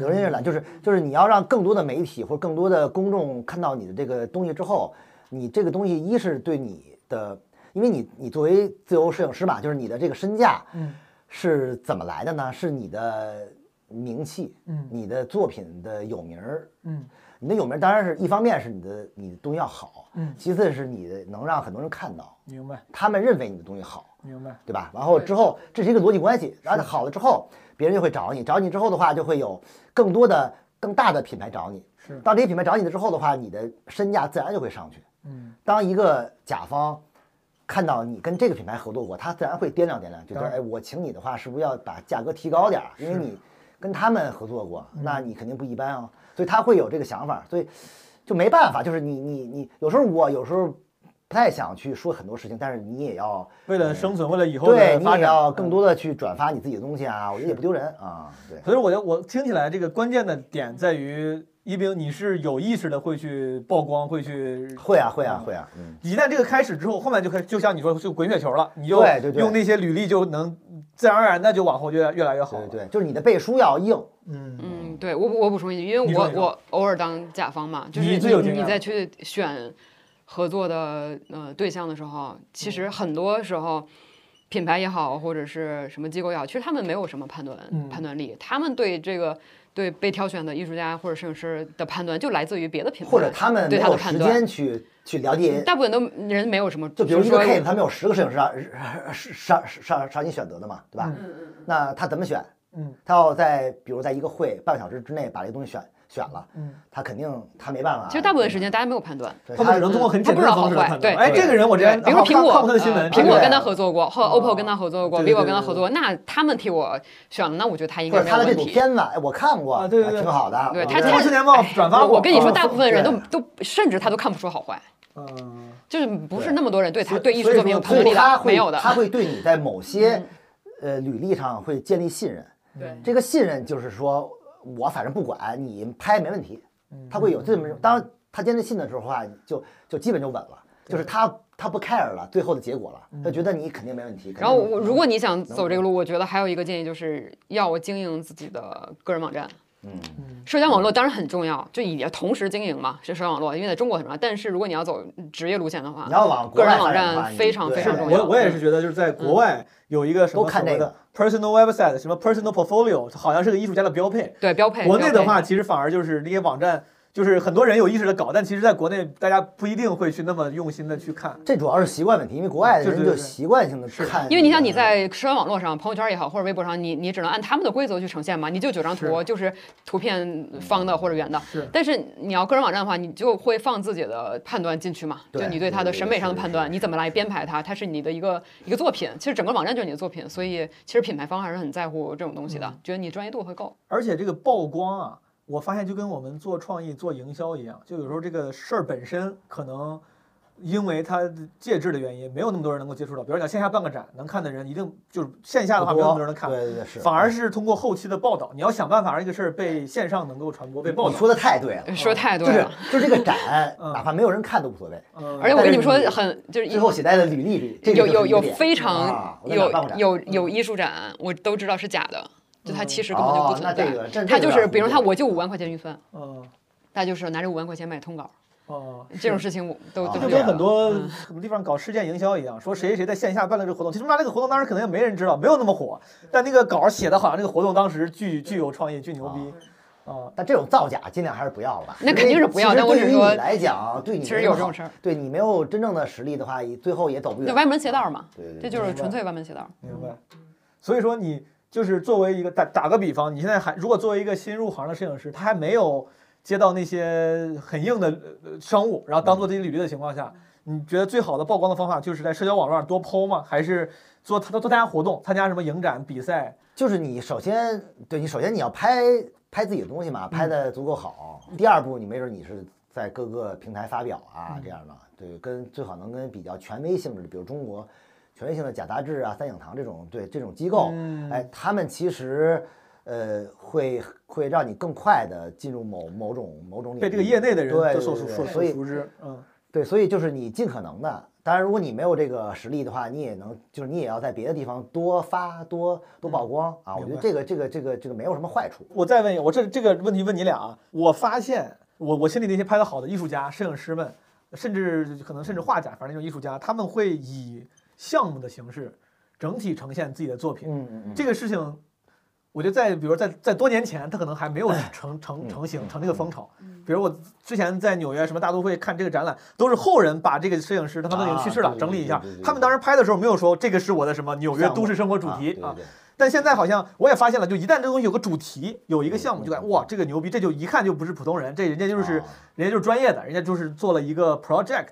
Speaker 2: 有人也是懒，就是就是你要让更多的媒体或者更多的公众看到你的这个东西之后，你这个东西一是对你的，因为你你作为自由摄影师嘛，就是你的这个身价，
Speaker 1: 嗯，
Speaker 2: 是怎么来的呢？是你的名气，
Speaker 1: 嗯
Speaker 2: 你的作品的有名儿，
Speaker 1: 嗯，
Speaker 2: 你的有名儿当然是一方面是你的你的东西要好，
Speaker 1: 嗯
Speaker 2: 其次是你的能让很多人看到，
Speaker 1: 明白
Speaker 2: 他们认为你的东西好，
Speaker 1: 明白，
Speaker 2: 对吧？然后之后这是一个逻辑关系，然后好了之后，别人就会找你，找你之后的话，就会有更多的更大的品牌找你。
Speaker 1: 是
Speaker 2: 当这些品牌找你了之后的话，你的身价自然就会上去。
Speaker 1: 嗯，
Speaker 2: 当一个甲方看到你跟这个品牌合作过，他自然会掂量掂量，觉得
Speaker 1: 当然
Speaker 2: 哎，我请你的话，是不是要把价格提高点儿？因为你跟他们合作过，那你肯定不一般啊。所以他会有这个想法，所以就没办法，就是你你你，有时候我有时候不太想去说很多事情，但是你也要。
Speaker 1: 为了生存，为了以后
Speaker 2: 对
Speaker 1: 的
Speaker 2: 你
Speaker 1: 发
Speaker 2: 也
Speaker 1: 展，嗯
Speaker 2: 要更多的去转发你自己的东西啊，我觉得也不丢人啊。对，
Speaker 1: 所以我觉得我听起来这个关键的点在于，一冰你是有意识的会去曝光，会去。
Speaker 2: 会啊会啊会啊，嗯，
Speaker 1: 一旦这个开始之后，后面就开始，就像你说，就滚雪球了，你就
Speaker 2: 对对对
Speaker 1: 用那些履历就能自然而然的就往后越来越来越好
Speaker 2: 对
Speaker 1: 了。
Speaker 2: 对，就是你的背书要硬，
Speaker 1: 嗯，
Speaker 3: 嗯，对我我补充一句，因
Speaker 1: 你
Speaker 3: 为
Speaker 1: 说
Speaker 3: 我
Speaker 1: 你说
Speaker 3: 我偶尔当甲方嘛，就是
Speaker 1: 你最有经
Speaker 3: 你
Speaker 1: 验
Speaker 3: 再去选合作的呃对象的时候，其实
Speaker 1: 嗯
Speaker 3: 很多时候。品牌也好，或者是什么机构也好，其实他们没有什么判断、
Speaker 1: 嗯
Speaker 3: 判断力，他们对这个对被挑选的艺术家或者摄影师的判断，就来自于别的品牌，
Speaker 2: 或者他们没
Speaker 3: 对他
Speaker 2: 有
Speaker 3: 的判
Speaker 2: 时
Speaker 3: 断嗯
Speaker 2: 间。去去了解，
Speaker 3: 大部分都人没有什么，
Speaker 2: 就比如一个
Speaker 3: 说
Speaker 2: case，他们有十个摄影师啊让让让让你选择的嘛，对
Speaker 3: 嗯
Speaker 2: 吧？那他怎么选？
Speaker 1: 嗯，
Speaker 2: 他要在比如在一个会半个小时之内把这东西选选了，
Speaker 1: 嗯，
Speaker 2: 他肯定他没办法。
Speaker 3: 其实大部分时间大家没有判断。
Speaker 2: 对
Speaker 1: 他们只能通过很简单的方式来判断。哎，这个人我之前
Speaker 3: 比如说苹
Speaker 1: 看
Speaker 3: 果，
Speaker 1: 过他的新
Speaker 3: 呃
Speaker 1: 闻，啊
Speaker 3: 苹果
Speaker 2: 对
Speaker 3: 跟他合作过，或者
Speaker 1: 哦
Speaker 3: OPPO 跟他合作过
Speaker 1: 对对
Speaker 3: ，vivo
Speaker 1: 对
Speaker 3: 跟他合作过，那他们替我选了，那我觉得他应
Speaker 2: 或者
Speaker 3: 该没
Speaker 2: 他
Speaker 3: 有
Speaker 2: 的这
Speaker 3: 问
Speaker 2: 组
Speaker 3: 题。
Speaker 2: 片子，哎，我看过，
Speaker 1: 啊对对对
Speaker 2: 挺好的。
Speaker 3: 对
Speaker 2: 我
Speaker 3: 他
Speaker 2: 觉
Speaker 1: 《
Speaker 2: 得
Speaker 3: 他
Speaker 1: 时年报》转发
Speaker 3: 我
Speaker 1: 过。
Speaker 3: 我跟你说，
Speaker 2: 啊
Speaker 3: 大部分人都
Speaker 2: 对
Speaker 3: 都甚至他都看不出好坏，
Speaker 1: 嗯，
Speaker 3: 就是不是那么多人对他
Speaker 1: 所以
Speaker 3: 对艺
Speaker 1: 所以
Speaker 3: 术作品有
Speaker 1: 说
Speaker 3: 判断
Speaker 2: 所
Speaker 3: 力
Speaker 2: 以他
Speaker 3: 的，
Speaker 2: 会
Speaker 3: 没有的。嗯
Speaker 2: 他会对你在某些呃履历上会建立信任。
Speaker 3: 对
Speaker 2: 这个信任就是说我反正不管你拍没问题，
Speaker 1: 嗯
Speaker 2: 他会有这么一种。当他建立信的时候啊，就就基本就稳了，就是他他不 care 了最后的结果了，
Speaker 1: 嗯
Speaker 2: 他觉得你肯定没问题。肯定
Speaker 3: 然后我如果你想走这个路，我觉得还有一个建议就是要我经营自己的个人网站。
Speaker 2: 嗯
Speaker 3: 社交网络当然很重要，就也同时经营嘛，这社交网络，因为在中国很重要。但是如果你要走职业路线的话
Speaker 2: 你，要往国
Speaker 3: 个人
Speaker 2: 外
Speaker 3: 网
Speaker 2: 发展的
Speaker 3: 站
Speaker 2: 话你
Speaker 3: 非常
Speaker 2: 对
Speaker 3: 非
Speaker 1: 是
Speaker 3: 常重要嗯
Speaker 1: 我我也是觉得，就是在国外有一个什么
Speaker 2: 都看
Speaker 1: 所谓
Speaker 2: 这
Speaker 1: 的 personal website，什么 personal portfolio，好像是个艺术家的标配。
Speaker 3: 对标配。
Speaker 1: 国内
Speaker 3: 标
Speaker 1: 的
Speaker 3: 配
Speaker 1: 话，其实反而就是那些网站就是很多人有意识的搞，但其实在国内大家不一定会去那么用心的去看。
Speaker 2: 这主要是习惯问题，因为国外的
Speaker 1: 对
Speaker 2: 人
Speaker 1: 对
Speaker 2: 就
Speaker 1: 对
Speaker 2: 习惯性的看，
Speaker 3: 因为你像你。在社交网络上、朋友圈也好，或者微博上，你你只能按他们的规则去呈现嘛，你就九张图，
Speaker 1: 是
Speaker 3: 就是图片方的或者圆的。
Speaker 1: 是
Speaker 3: 但是你要个人网站的话，你就会放自己的判断进去嘛，
Speaker 2: 对
Speaker 3: 就你对它
Speaker 2: 对
Speaker 3: 的
Speaker 2: 对
Speaker 3: 审美上的
Speaker 2: 是
Speaker 3: 判
Speaker 2: 是
Speaker 3: 断，你怎么来编排它，它是你的一个一个作品。其实整个网站就是你的作品，所以其实品牌方还是很在乎这种东西的，
Speaker 2: 嗯
Speaker 3: 觉得你专业度会够。
Speaker 1: 而且这个曝光啊，我发现就跟我们做创意、做营销一样，就有时候这个事儿本身可能因为它介质的原因，没有那么多人能够接触到。比如讲线下办个展，能看的人一定就是线下的话，
Speaker 2: 不
Speaker 1: 没有那么多
Speaker 2: 多
Speaker 1: 人能看。
Speaker 2: 对对对是，
Speaker 1: 反而是通过后期的报道，你要想办法让这个事儿被线上能够传播、被报
Speaker 2: 你
Speaker 1: 道。
Speaker 2: 说的太啊对了，
Speaker 3: 说太
Speaker 2: 就
Speaker 3: 对
Speaker 2: 是
Speaker 3: 了。
Speaker 2: 就是这个展，
Speaker 1: 嗯
Speaker 2: 哪怕没有人看都无所谓。
Speaker 1: 嗯
Speaker 3: 而且我跟你们说
Speaker 2: 但是，你
Speaker 3: 很就是一
Speaker 2: 最后写在了履历里，这个
Speaker 3: 有
Speaker 2: 就是一
Speaker 3: 有
Speaker 2: 个
Speaker 3: 有
Speaker 2: 点
Speaker 3: 非
Speaker 2: 啊
Speaker 3: 常
Speaker 2: 我在哪
Speaker 3: 有
Speaker 2: 儿办过展嗯
Speaker 3: 有有艺术展，我都知道是假的，就它其实根本就
Speaker 2: 哦
Speaker 3: 不存
Speaker 2: 那这个这
Speaker 3: 在。它
Speaker 2: 这个
Speaker 3: 就
Speaker 2: 要
Speaker 3: 是，比如
Speaker 2: 理解
Speaker 3: 他我就五万块钱预算，
Speaker 1: 嗯
Speaker 3: 他就是拿这五万块钱买通稿，
Speaker 1: 哦，
Speaker 3: 这种事情我都
Speaker 2: 啊
Speaker 1: 这
Speaker 3: 都
Speaker 1: 就
Speaker 3: 这
Speaker 1: 跟
Speaker 3: 样
Speaker 1: 很多
Speaker 3: 嗯
Speaker 1: 很多地方搞事件营销一样，说谁谁谁在线下办了这个活动，其实那这个活动当时可能也没人知道，没有那么火，但那个稿儿写的好像这个活动当时巨巨有创意、巨牛逼啊。
Speaker 2: 但这种造假尽量还是不要了吧。
Speaker 3: 那肯定是不要
Speaker 2: 因为
Speaker 3: 但我只是
Speaker 2: 其实
Speaker 3: 说
Speaker 2: 对于你来讲，对你
Speaker 3: 其
Speaker 2: 没
Speaker 3: 实
Speaker 2: 那
Speaker 3: 有
Speaker 2: 么
Speaker 3: 这种
Speaker 2: 好
Speaker 3: 事儿，
Speaker 2: 对你没有真正的实力的话，也最后也走不
Speaker 3: 就
Speaker 2: 远。
Speaker 3: 歪门邪道嘛，
Speaker 2: 对对对，
Speaker 3: 这就是纯粹歪门邪道。
Speaker 1: 明白。
Speaker 2: 嗯
Speaker 1: 所以说你就是作为一个打打个比方，你现在还如果作为一个新入行的摄影师，他还没有接到那些很硬的呃商务，然后当做
Speaker 2: 嗯
Speaker 1: 自己履历的情况下，你觉得最好的曝光的方法就是在社交网络上多 PO 吗？还是做多多参加活动，参加什么影展比赛？
Speaker 2: 就是你首先对你首先你要拍拍自己的东西嘛，拍的足够好。
Speaker 3: 嗯
Speaker 2: 第二步，你没准你是在各个平台发表啊，
Speaker 3: 嗯
Speaker 2: 这样的对，跟最好能跟比较权威性质的，比如中国权威性的假杂志啊、三影堂这种对这种机构，
Speaker 1: 嗯
Speaker 2: 哎，他们其实呃会会让你更快的进入某某种某种领域
Speaker 1: 被这个业内的人
Speaker 2: 对
Speaker 1: 就所
Speaker 2: 对对
Speaker 1: 所
Speaker 2: 所
Speaker 1: 所
Speaker 2: 以
Speaker 1: 熟知，嗯，
Speaker 2: 对，所以就是你尽可能的，当然如果你没有这个实力的话，你也能，就是你也要在别的地方多发多多曝光啊。我觉
Speaker 1: 嗯明
Speaker 2: 得
Speaker 1: 白
Speaker 2: 这个这个这个这个没有什么坏处。
Speaker 1: 我再问一个，我这这个问题问你俩啊，我发现我我心里那些拍的好的艺术家、摄影师们，甚至可能甚至画家，反正那种艺术家，他们会以项目的形式整体呈现自己的作品。
Speaker 2: 嗯嗯
Speaker 1: 这个事情，我觉得在比如在在多年前，他可能还没有
Speaker 2: 嗯
Speaker 1: 成成成型成这个风潮。比如我之前在纽约什么大都会看这个展览，都是后人把这个摄影师他们已经去世
Speaker 2: 啊
Speaker 1: 了
Speaker 2: 对
Speaker 1: 整理一下
Speaker 2: 对对对，对
Speaker 1: 他们当时拍的时候没有说这个是我的什么纽约
Speaker 2: 项目
Speaker 1: 都市生活主题
Speaker 2: 对
Speaker 1: 啊
Speaker 2: 对，对
Speaker 1: 但现在好像我也发现了，就一旦这东西有个主题，有
Speaker 2: 嗯
Speaker 1: 一个项目，就感觉哇，这个牛逼，这就一看就不是普通人，这人家就是
Speaker 2: 啊
Speaker 1: 人家就是专业的，人家就是做了一个 project。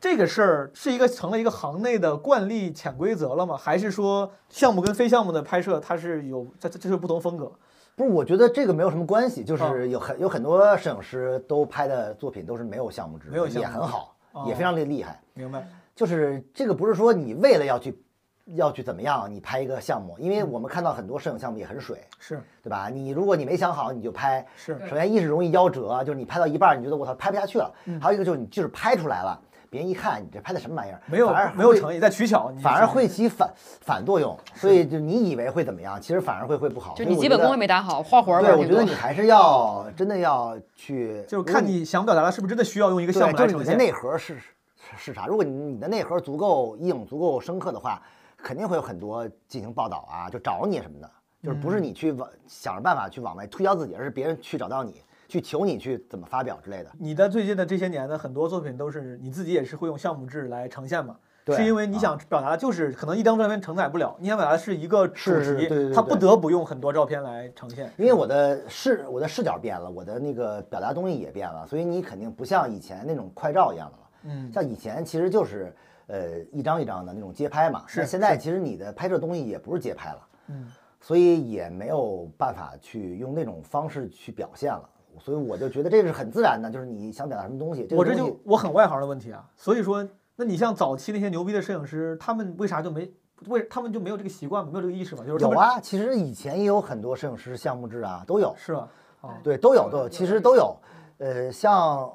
Speaker 1: 这个事儿是一个成了一个行内的惯例潜规则了吗？还是说项目跟非项目的拍摄它是有这这这是不同风格？
Speaker 2: 不是，我觉得这个没有什么关系，就
Speaker 1: 啊
Speaker 2: 是有很有很多摄影师都拍的作品都是没有项目制的，
Speaker 1: 没有项
Speaker 2: 也
Speaker 1: 目
Speaker 2: 很
Speaker 1: 制
Speaker 2: 好，
Speaker 1: 哦
Speaker 2: 也非常的厉害。
Speaker 1: 明白？
Speaker 2: 就是这个不是说你为了要去要去怎么样，你拍一个项目，因为我们看到很多摄影项目也很水，
Speaker 1: 是
Speaker 2: 对吧？你如果你没想好，你就拍，
Speaker 1: 是
Speaker 2: 首先一是容易夭折，啊就是你拍到一半儿，你觉得我操拍不下去了；
Speaker 3: 嗯
Speaker 2: 还有一个就是你就是拍出来了，别人一看你这拍的什么玩意儿，
Speaker 1: 没有
Speaker 2: 反而
Speaker 1: 没有
Speaker 2: 会
Speaker 1: 诚意，在取巧，你
Speaker 2: 反而会起反反作用，所以就你以为会怎么样，其实反而会会不好。
Speaker 3: 就
Speaker 2: 所以
Speaker 3: 你
Speaker 2: 我
Speaker 3: 基
Speaker 2: 觉
Speaker 3: 本功
Speaker 2: 得
Speaker 3: 也没打好，花活儿
Speaker 2: 对，
Speaker 3: 玩
Speaker 2: 我
Speaker 3: 挺
Speaker 2: 觉得
Speaker 3: 多
Speaker 2: 你。还是要真的要去，
Speaker 1: 就是
Speaker 2: 如果
Speaker 1: 看
Speaker 2: 你
Speaker 1: 你想表达的是不是真的需要用一个
Speaker 2: 对
Speaker 1: 项目来
Speaker 2: 就是
Speaker 1: 呈
Speaker 2: 你的
Speaker 1: 现。
Speaker 2: 内核是是是啥？如果你你的内核足够硬、足够深刻的话，肯定会有很多进行报道啊，就找你什么的，就是不是
Speaker 1: 嗯
Speaker 2: 你去往想着办法去往外推销自己，而是别人去找到你，去求你去怎么发表之类的。
Speaker 1: 你的最近的这些年的很多作品都是你自己也是会用项目制来呈现嘛？
Speaker 2: 对啊
Speaker 1: 是因为你想表达的就是可能一张照片承载不了，你想表达的是一个主
Speaker 2: 是是
Speaker 1: 题
Speaker 2: 对对，对
Speaker 1: 它不得不用很多照片来呈现。
Speaker 2: 因为我的视我的视角变了，我的那个表达东西也变了，所以你肯定不像以前那种快照一样的了。
Speaker 1: 嗯，
Speaker 2: 像以前其实就是呃一张一张的那种街拍嘛，
Speaker 1: 是
Speaker 2: 那现在其实你的拍摄东西也不是街拍了，
Speaker 1: 嗯，
Speaker 2: 所以也没有办法去用那种方式去表现了，所以我就觉得这是很自然的，就是你想表达什么东西，个
Speaker 1: 我这
Speaker 2: 东西
Speaker 1: 就我很外行的问题啊，所以说，那你像早期那些牛逼的摄影师，他们为啥就没为他们就没有这个习惯吗，没有这个意识嘛？就是他
Speaker 2: 有
Speaker 1: 们，
Speaker 2: 啊，其实以前也有很多摄影师项目制啊，都有，
Speaker 1: 是吧？啊，
Speaker 2: 对，都有都有，其实都有。呃，像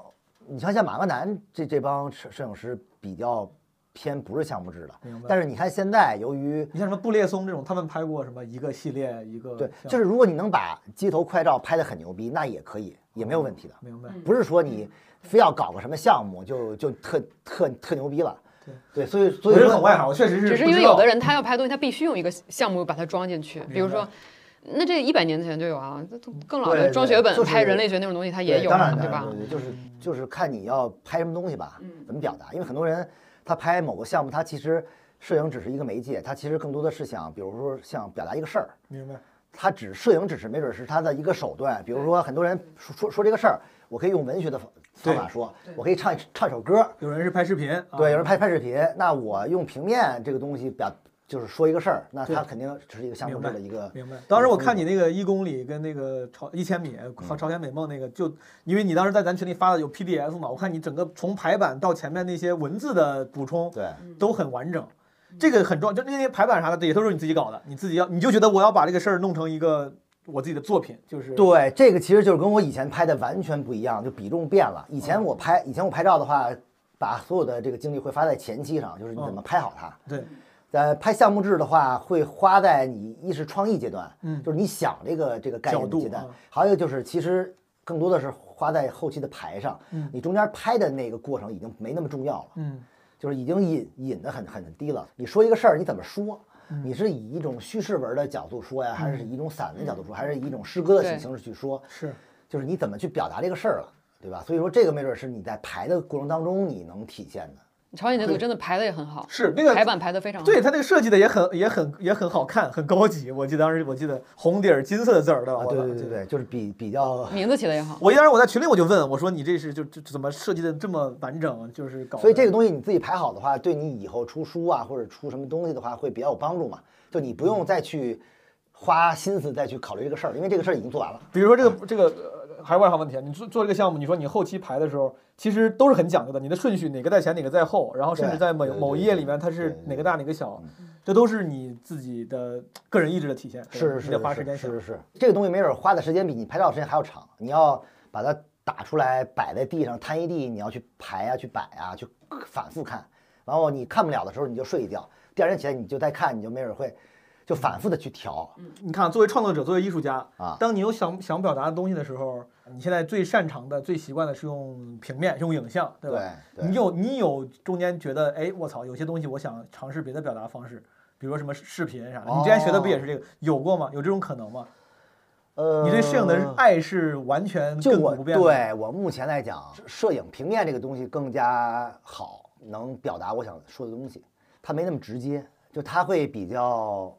Speaker 2: 你像像马格南这这帮摄摄影师比较偏不是项目制的，
Speaker 1: 明白
Speaker 2: 但是你看现在由于
Speaker 1: 你像什么布列松这种，他们拍过什么一个系列一个
Speaker 2: 对，
Speaker 1: 呃像
Speaker 2: 就是如果你能把街头快照拍得很牛逼，那也可以，也没有问题的。
Speaker 1: 明
Speaker 3: 嗯
Speaker 1: 白。
Speaker 2: 不是说你非要搞个什么项目就就特特特牛逼了。
Speaker 1: 对
Speaker 2: 对，所以所
Speaker 1: 我
Speaker 2: 以
Speaker 1: 这
Speaker 2: 说
Speaker 1: 很外行，我确实是
Speaker 3: 只
Speaker 1: 不
Speaker 3: 是因为
Speaker 1: 知道
Speaker 3: 有的人他要拍东西，他必须用一个项目把它装进去，比
Speaker 1: 明
Speaker 3: 如
Speaker 1: 白
Speaker 3: 说。那这一百年前就有啊，这都更老
Speaker 2: 对
Speaker 3: 的
Speaker 2: 对
Speaker 3: 庄学本
Speaker 2: 就是
Speaker 3: 拍人类学那种东西，它也
Speaker 2: 对
Speaker 3: 有
Speaker 2: 当
Speaker 3: 啊，
Speaker 2: 然
Speaker 3: 对
Speaker 2: 当然
Speaker 3: 吧？
Speaker 2: 对对，就是
Speaker 1: 嗯
Speaker 2: 就是看你要拍什么东西吧，
Speaker 3: 嗯
Speaker 2: 怎么表达。因为很多人他拍某个项目，他其实摄影只是一个媒介，他其实更多的是想，比如说想表达一个事儿。
Speaker 1: 明白。
Speaker 2: 他只摄影只是没准是他的一个手段，比如说很多人说说说这个事儿，我可以用文学的方方法说，我可以唱一唱首歌，
Speaker 1: 有人是拍视频，啊
Speaker 2: 对，有人拍拍视频，那我用平面这个东西表就是说一个事儿，那他肯定只是一个相互制的一个，
Speaker 1: 明白。当时我看你那个一公里跟那个朝一千米
Speaker 2: 嗯
Speaker 1: 和朝鲜美梦那个，就因为你当时在咱群里发的有 PDF 嘛，我看你整个从排版到前面那些文字的补充
Speaker 2: 对
Speaker 3: 嗯
Speaker 1: 都很完整，这个很重要。就那些排版啥的，这也都是你自己搞的，你自己要你就觉得我要把这个事儿弄成一个我自己的作品，就是
Speaker 2: 对，这个其实就是跟我以前拍的完全不一样，就比重变了。以前我拍以前我拍照的话，把所有的这个精力会花在前期上，就是你怎么拍好它，
Speaker 1: 对
Speaker 2: 呃，拍项目制的话，会花在你一是创意阶段，
Speaker 1: 嗯
Speaker 2: 就是你想这个这个概
Speaker 1: 角
Speaker 2: 念的
Speaker 1: 度
Speaker 2: 阶段
Speaker 1: 啊，
Speaker 2: 还有一个就是其实更多的是花在后期的排上，
Speaker 1: 嗯
Speaker 2: 你中间拍的那个过程已经没那么重要了，
Speaker 1: 嗯
Speaker 2: 就是已经引引的很很低了。你说一个事儿，你怎么说？
Speaker 1: 嗯
Speaker 2: 你是以一种叙事文的角度说呀，还是以一种散文角度说，还是以一种诗歌的
Speaker 3: 对
Speaker 2: 形式去说？
Speaker 1: 是
Speaker 2: 就是你怎么去表达这个事儿了，对吧？所以说这个没准是你在排的过程当中你能体现的。
Speaker 3: 朝鲜那组真的排的也很好，
Speaker 1: 是那个
Speaker 3: 排版排的非常好。
Speaker 1: 对，它这个设计的也很也很也很好看，很高级。我记得当时我记得红底儿金色的字儿对吧？我
Speaker 2: 啊，对
Speaker 1: 把
Speaker 2: 对
Speaker 1: 这
Speaker 2: 对
Speaker 1: 个
Speaker 2: 对，就是比比较
Speaker 3: 名字起的也好，
Speaker 1: 我当时我在群里我就问我说你这是就就怎么设计的这么完整，就是搞的。
Speaker 2: 所以这个东西你自己排好的话，对你以后出书啊或者出什么东西的话会比较有帮助嘛。就你不用再去花心思再去考虑这个事儿，因为这个事儿已经做完了。
Speaker 1: 比如说这
Speaker 2: 嗯
Speaker 1: 个这个呃还是外行问题啊，你做做这个项目，你说你后期排的时候，其实都是很讲究的，你的顺序哪个在前哪个在后，然后甚至
Speaker 2: 对
Speaker 1: 在某
Speaker 2: 对对
Speaker 1: 某一页里面它是
Speaker 2: 对对
Speaker 1: 哪个大哪个小，这都是你自己的个人意志的体现，对吧
Speaker 2: 是是
Speaker 1: 你
Speaker 2: 是
Speaker 1: 得花时间
Speaker 2: 是
Speaker 1: 想
Speaker 2: 是。是，这个东西没准花的时间比你拍照时间还要长。你要把它打出来，摆在地上摊一地，你要去排啊，去摆啊，去反复看。然后你看不了的时候你就睡一觉，第二天起来你就再看，你就没准会就反复的去调。
Speaker 1: 你看啊，作为创作者，作为艺术家
Speaker 2: 啊
Speaker 1: 当你有想想表达的东西的时候，你现在最擅长的、最习惯的是用平面、用影像，对吧？
Speaker 2: 对对
Speaker 1: 你有你有中间觉得，哎，我操，有些东西我想尝试别的表达方式，比如说什么视频啥的。你之前学的不也是这个？有过吗？有这种可能吗？
Speaker 2: 呃，
Speaker 1: 你对摄影的爱是完全
Speaker 2: 就
Speaker 1: 亘
Speaker 2: 我
Speaker 1: 古不变的。，
Speaker 2: 对我目前来讲，摄影平面这个东西更加好，能表达我想说的东西。它没那么直接，就它会比较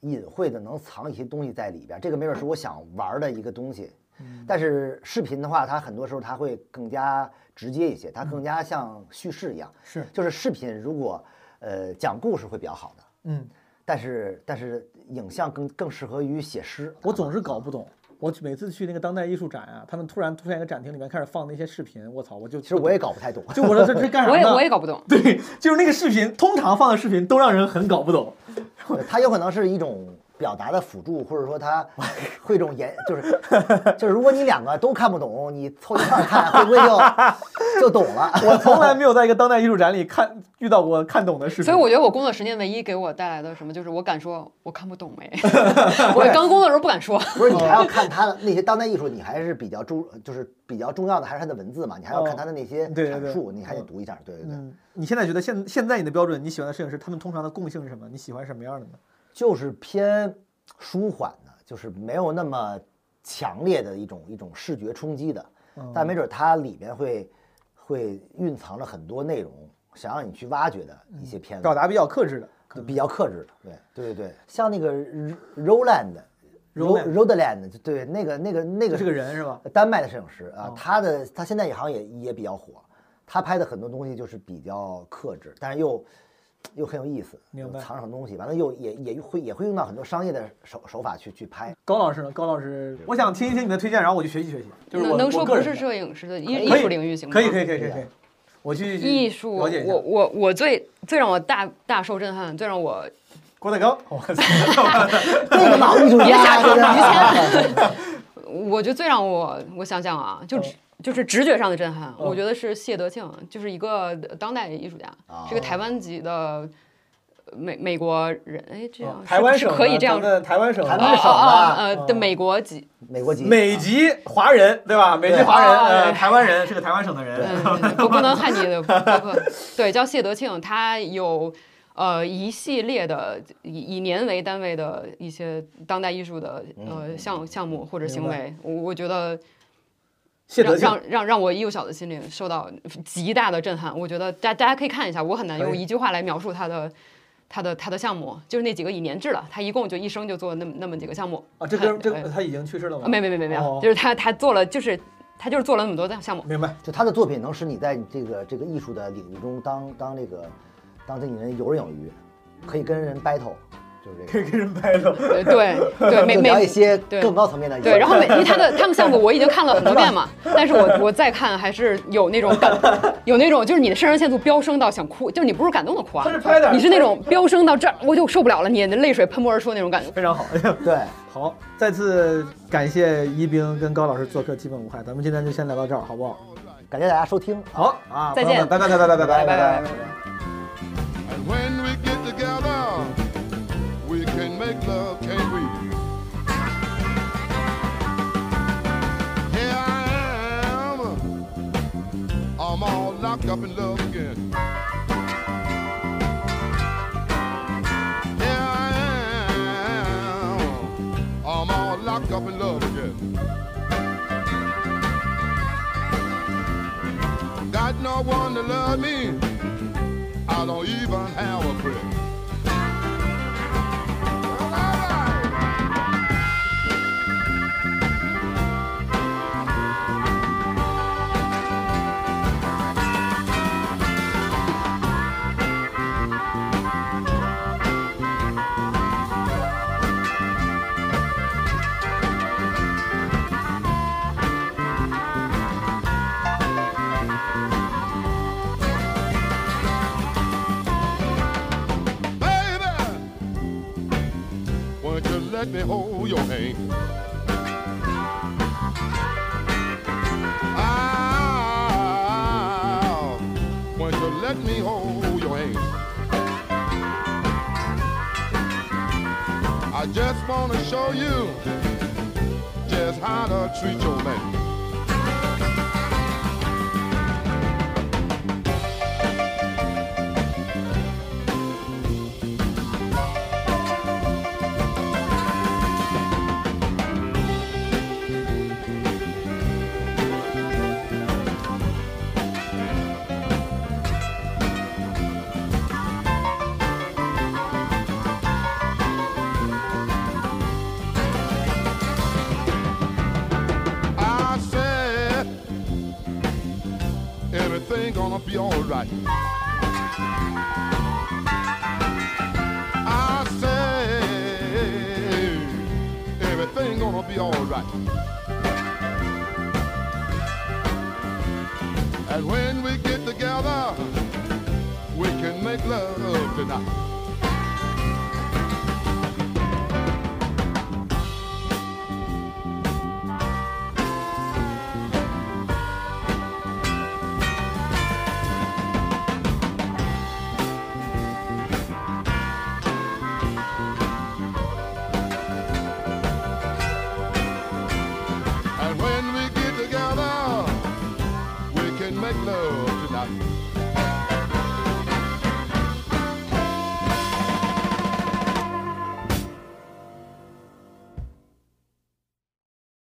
Speaker 2: 隐晦的能藏一些东西在里边儿。这个没准是我想玩儿的一个东西。
Speaker 1: 嗯
Speaker 2: 但是视频的话，它很多时候它会更加直接一些，它更加像叙事一样。
Speaker 1: 嗯是，
Speaker 2: 就是视频如果呃讲故事会比较好的，
Speaker 1: 嗯，
Speaker 2: 但是但是影像更更适合于写诗。
Speaker 1: 我总是搞不懂。我每次去那个当代艺术展啊，他们突然出现一个展厅里面开始放那些视频，我操，我就
Speaker 2: 其实我也搞不 太懂。
Speaker 1: 就我说这这干啥
Speaker 3: 我
Speaker 1: 呢？
Speaker 3: 也我也搞不懂。
Speaker 1: 对，就是那个视频，通常放的视频都让人很搞不懂。
Speaker 2: 对它有可能是一种表达的辅助，或者说它会一种延， 就是就是，如果你两个都看不懂，你凑一块儿看，会不会就就懂了？
Speaker 1: 我从来没有在一个当代艺术展里看遇到过看懂的视频。
Speaker 3: 所以我觉得我工作十年唯一给我带来的什么，就是我敢说我看 不懂没。我刚工作的时候不敢说，
Speaker 2: 不是，你还要看它的那些当代艺术，你还是比较重，就是比较重要的还是它的文字嘛，你还要看它的那些
Speaker 1: 哦对对对
Speaker 2: 阐述，你还得读一下，对对对，
Speaker 1: 嗯，你现在觉得现现在你的标准，你喜欢的摄影师，他们通常的共性是什么？你喜欢什么样的呢？
Speaker 2: 就是偏舒缓的，就是没有那么强烈的一种一种视觉冲击的，
Speaker 1: 嗯哦
Speaker 2: 但没准它里面会会蕴藏着很多内容，想让你去挖掘的一
Speaker 1: 嗯
Speaker 2: 些片子，
Speaker 1: 表达比较克制的，可
Speaker 2: 就
Speaker 1: 能
Speaker 2: 比较克制的。对对对对，像那个 Ro- Roland
Speaker 1: Roland
Speaker 2: Ro- Roland，就对那个那个那
Speaker 1: 这
Speaker 2: 个
Speaker 1: 是个人是吧？
Speaker 2: 丹麦的摄影师啊
Speaker 1: 哦，
Speaker 2: 他的他现在也好像也也比较火，他拍的很多东西就是比较克制，但是又又很有意思，
Speaker 1: 明白
Speaker 2: 有藏着很多东西，完了又也也会也会用到很多商业的手手法去去拍。
Speaker 1: 高老师呢？高老师，我想听一听你的推荐，然后我去学习啊学习。 就是我
Speaker 3: 能
Speaker 1: 我
Speaker 3: 说
Speaker 1: 个
Speaker 3: 不
Speaker 1: 人
Speaker 3: 是
Speaker 1: 的
Speaker 3: 摄影师的艺
Speaker 1: 可以
Speaker 3: 艺术领域行吗？
Speaker 1: 可以可以可以可以可
Speaker 2: 对
Speaker 1: 以，我去
Speaker 3: 艺术，
Speaker 1: 了解一下
Speaker 3: 我。我我最最让我大大受震撼，最让我
Speaker 1: 郭德纲， 我操，
Speaker 2: 这个老艺术
Speaker 3: 别瞎
Speaker 2: 家，
Speaker 3: 说
Speaker 2: 真
Speaker 3: 别
Speaker 2: 的
Speaker 3: 我觉得最让我我想想啊，就
Speaker 1: 嗯
Speaker 3: 直、就是直觉上的震撼，
Speaker 1: 嗯
Speaker 3: 我觉得是谢德庆，就是一个当代艺术家，
Speaker 1: 哦
Speaker 2: 啊
Speaker 3: 是一个台湾籍的美美国人，哎，这样、
Speaker 1: 嗯
Speaker 3: 是
Speaker 1: 台湾省
Speaker 3: 是可以
Speaker 1: 的
Speaker 3: 这样
Speaker 1: 咱。们台湾省
Speaker 2: 台
Speaker 1: 的
Speaker 2: 湾省
Speaker 3: 哦哦
Speaker 2: 的
Speaker 3: 呃的美国籍，
Speaker 2: 美国籍
Speaker 1: 美籍华人对吧？美籍
Speaker 2: 对
Speaker 1: 华人，
Speaker 3: 哦
Speaker 1: 呃，
Speaker 3: 嗯对
Speaker 1: 台湾人是个
Speaker 3: 嗯
Speaker 1: 台湾省的人。
Speaker 3: 嗯，不不能害你的播客。对，叫谢德庆，他有呃一系列的以以年为单位的一些当代艺术的呃项项目或者行
Speaker 1: 明白
Speaker 3: 为，我我觉得
Speaker 1: 谢德
Speaker 3: 让
Speaker 1: 庆
Speaker 3: 让让让我幼小的心灵受到极大的震撼。我觉得大大家可以看一下，我很难
Speaker 1: 可
Speaker 3: 用
Speaker 1: 以
Speaker 3: 一句话来描述他的。他的他的项目就是那几个以年制了，他一共就一生就做那么那么几个项目
Speaker 1: 啊，这哥们这
Speaker 3: 哎
Speaker 1: 个他已经去世了吗？
Speaker 3: 没没没没没
Speaker 1: 哦
Speaker 3: 有，就是他他做了就是他就是做了那么多的 项目，
Speaker 1: 明白，
Speaker 2: 啊就他的作品能使你在这个这个艺术的领域中当当这个当经纪人游刃有余，可以跟人 battle，就是这
Speaker 1: 可
Speaker 2: 个
Speaker 1: 以跟人拍了。
Speaker 3: 对对对，每
Speaker 2: 就聊一
Speaker 3: 每
Speaker 2: 些
Speaker 3: 对
Speaker 2: 更高层面的艺术。
Speaker 3: 对，然后每因为他的他们项目我已经看了很多 遍嘛，但是我我再看还是有那种感，有那种就是你的肾上腺素飙升到想哭，就是你不是感动的哭啊
Speaker 1: 他是拍的，
Speaker 3: 你是那种飙升到这儿我就受不了了，你的泪水喷薄而出那种 感觉。
Speaker 1: 非常好。
Speaker 2: 对，
Speaker 1: 好，再次感谢一冰跟高老师做客，基本无害。咱们今天就先聊到这儿，好不好？
Speaker 2: 感谢大家收听啊。
Speaker 1: 好啊，
Speaker 3: 再
Speaker 1: 朋友们
Speaker 3: 见
Speaker 1: 拜拜拜拜拜拜
Speaker 3: 拜拜拜。
Speaker 4: And when we get together, we can make love, can't we? Here I am. I'm all locked up in love again. Here I am. I'm all locked up in love again. Got no one to love me. I don't even have a friend. Alright. Baby, won't you let me hold your hand? Ah, won't you let me hold your hand? I just want to show you just how to treat your man. I said everything gonna be alright. I said everything gonna be alright. And when we get together, we can make love tonight. And when we get together, we can make love tonight.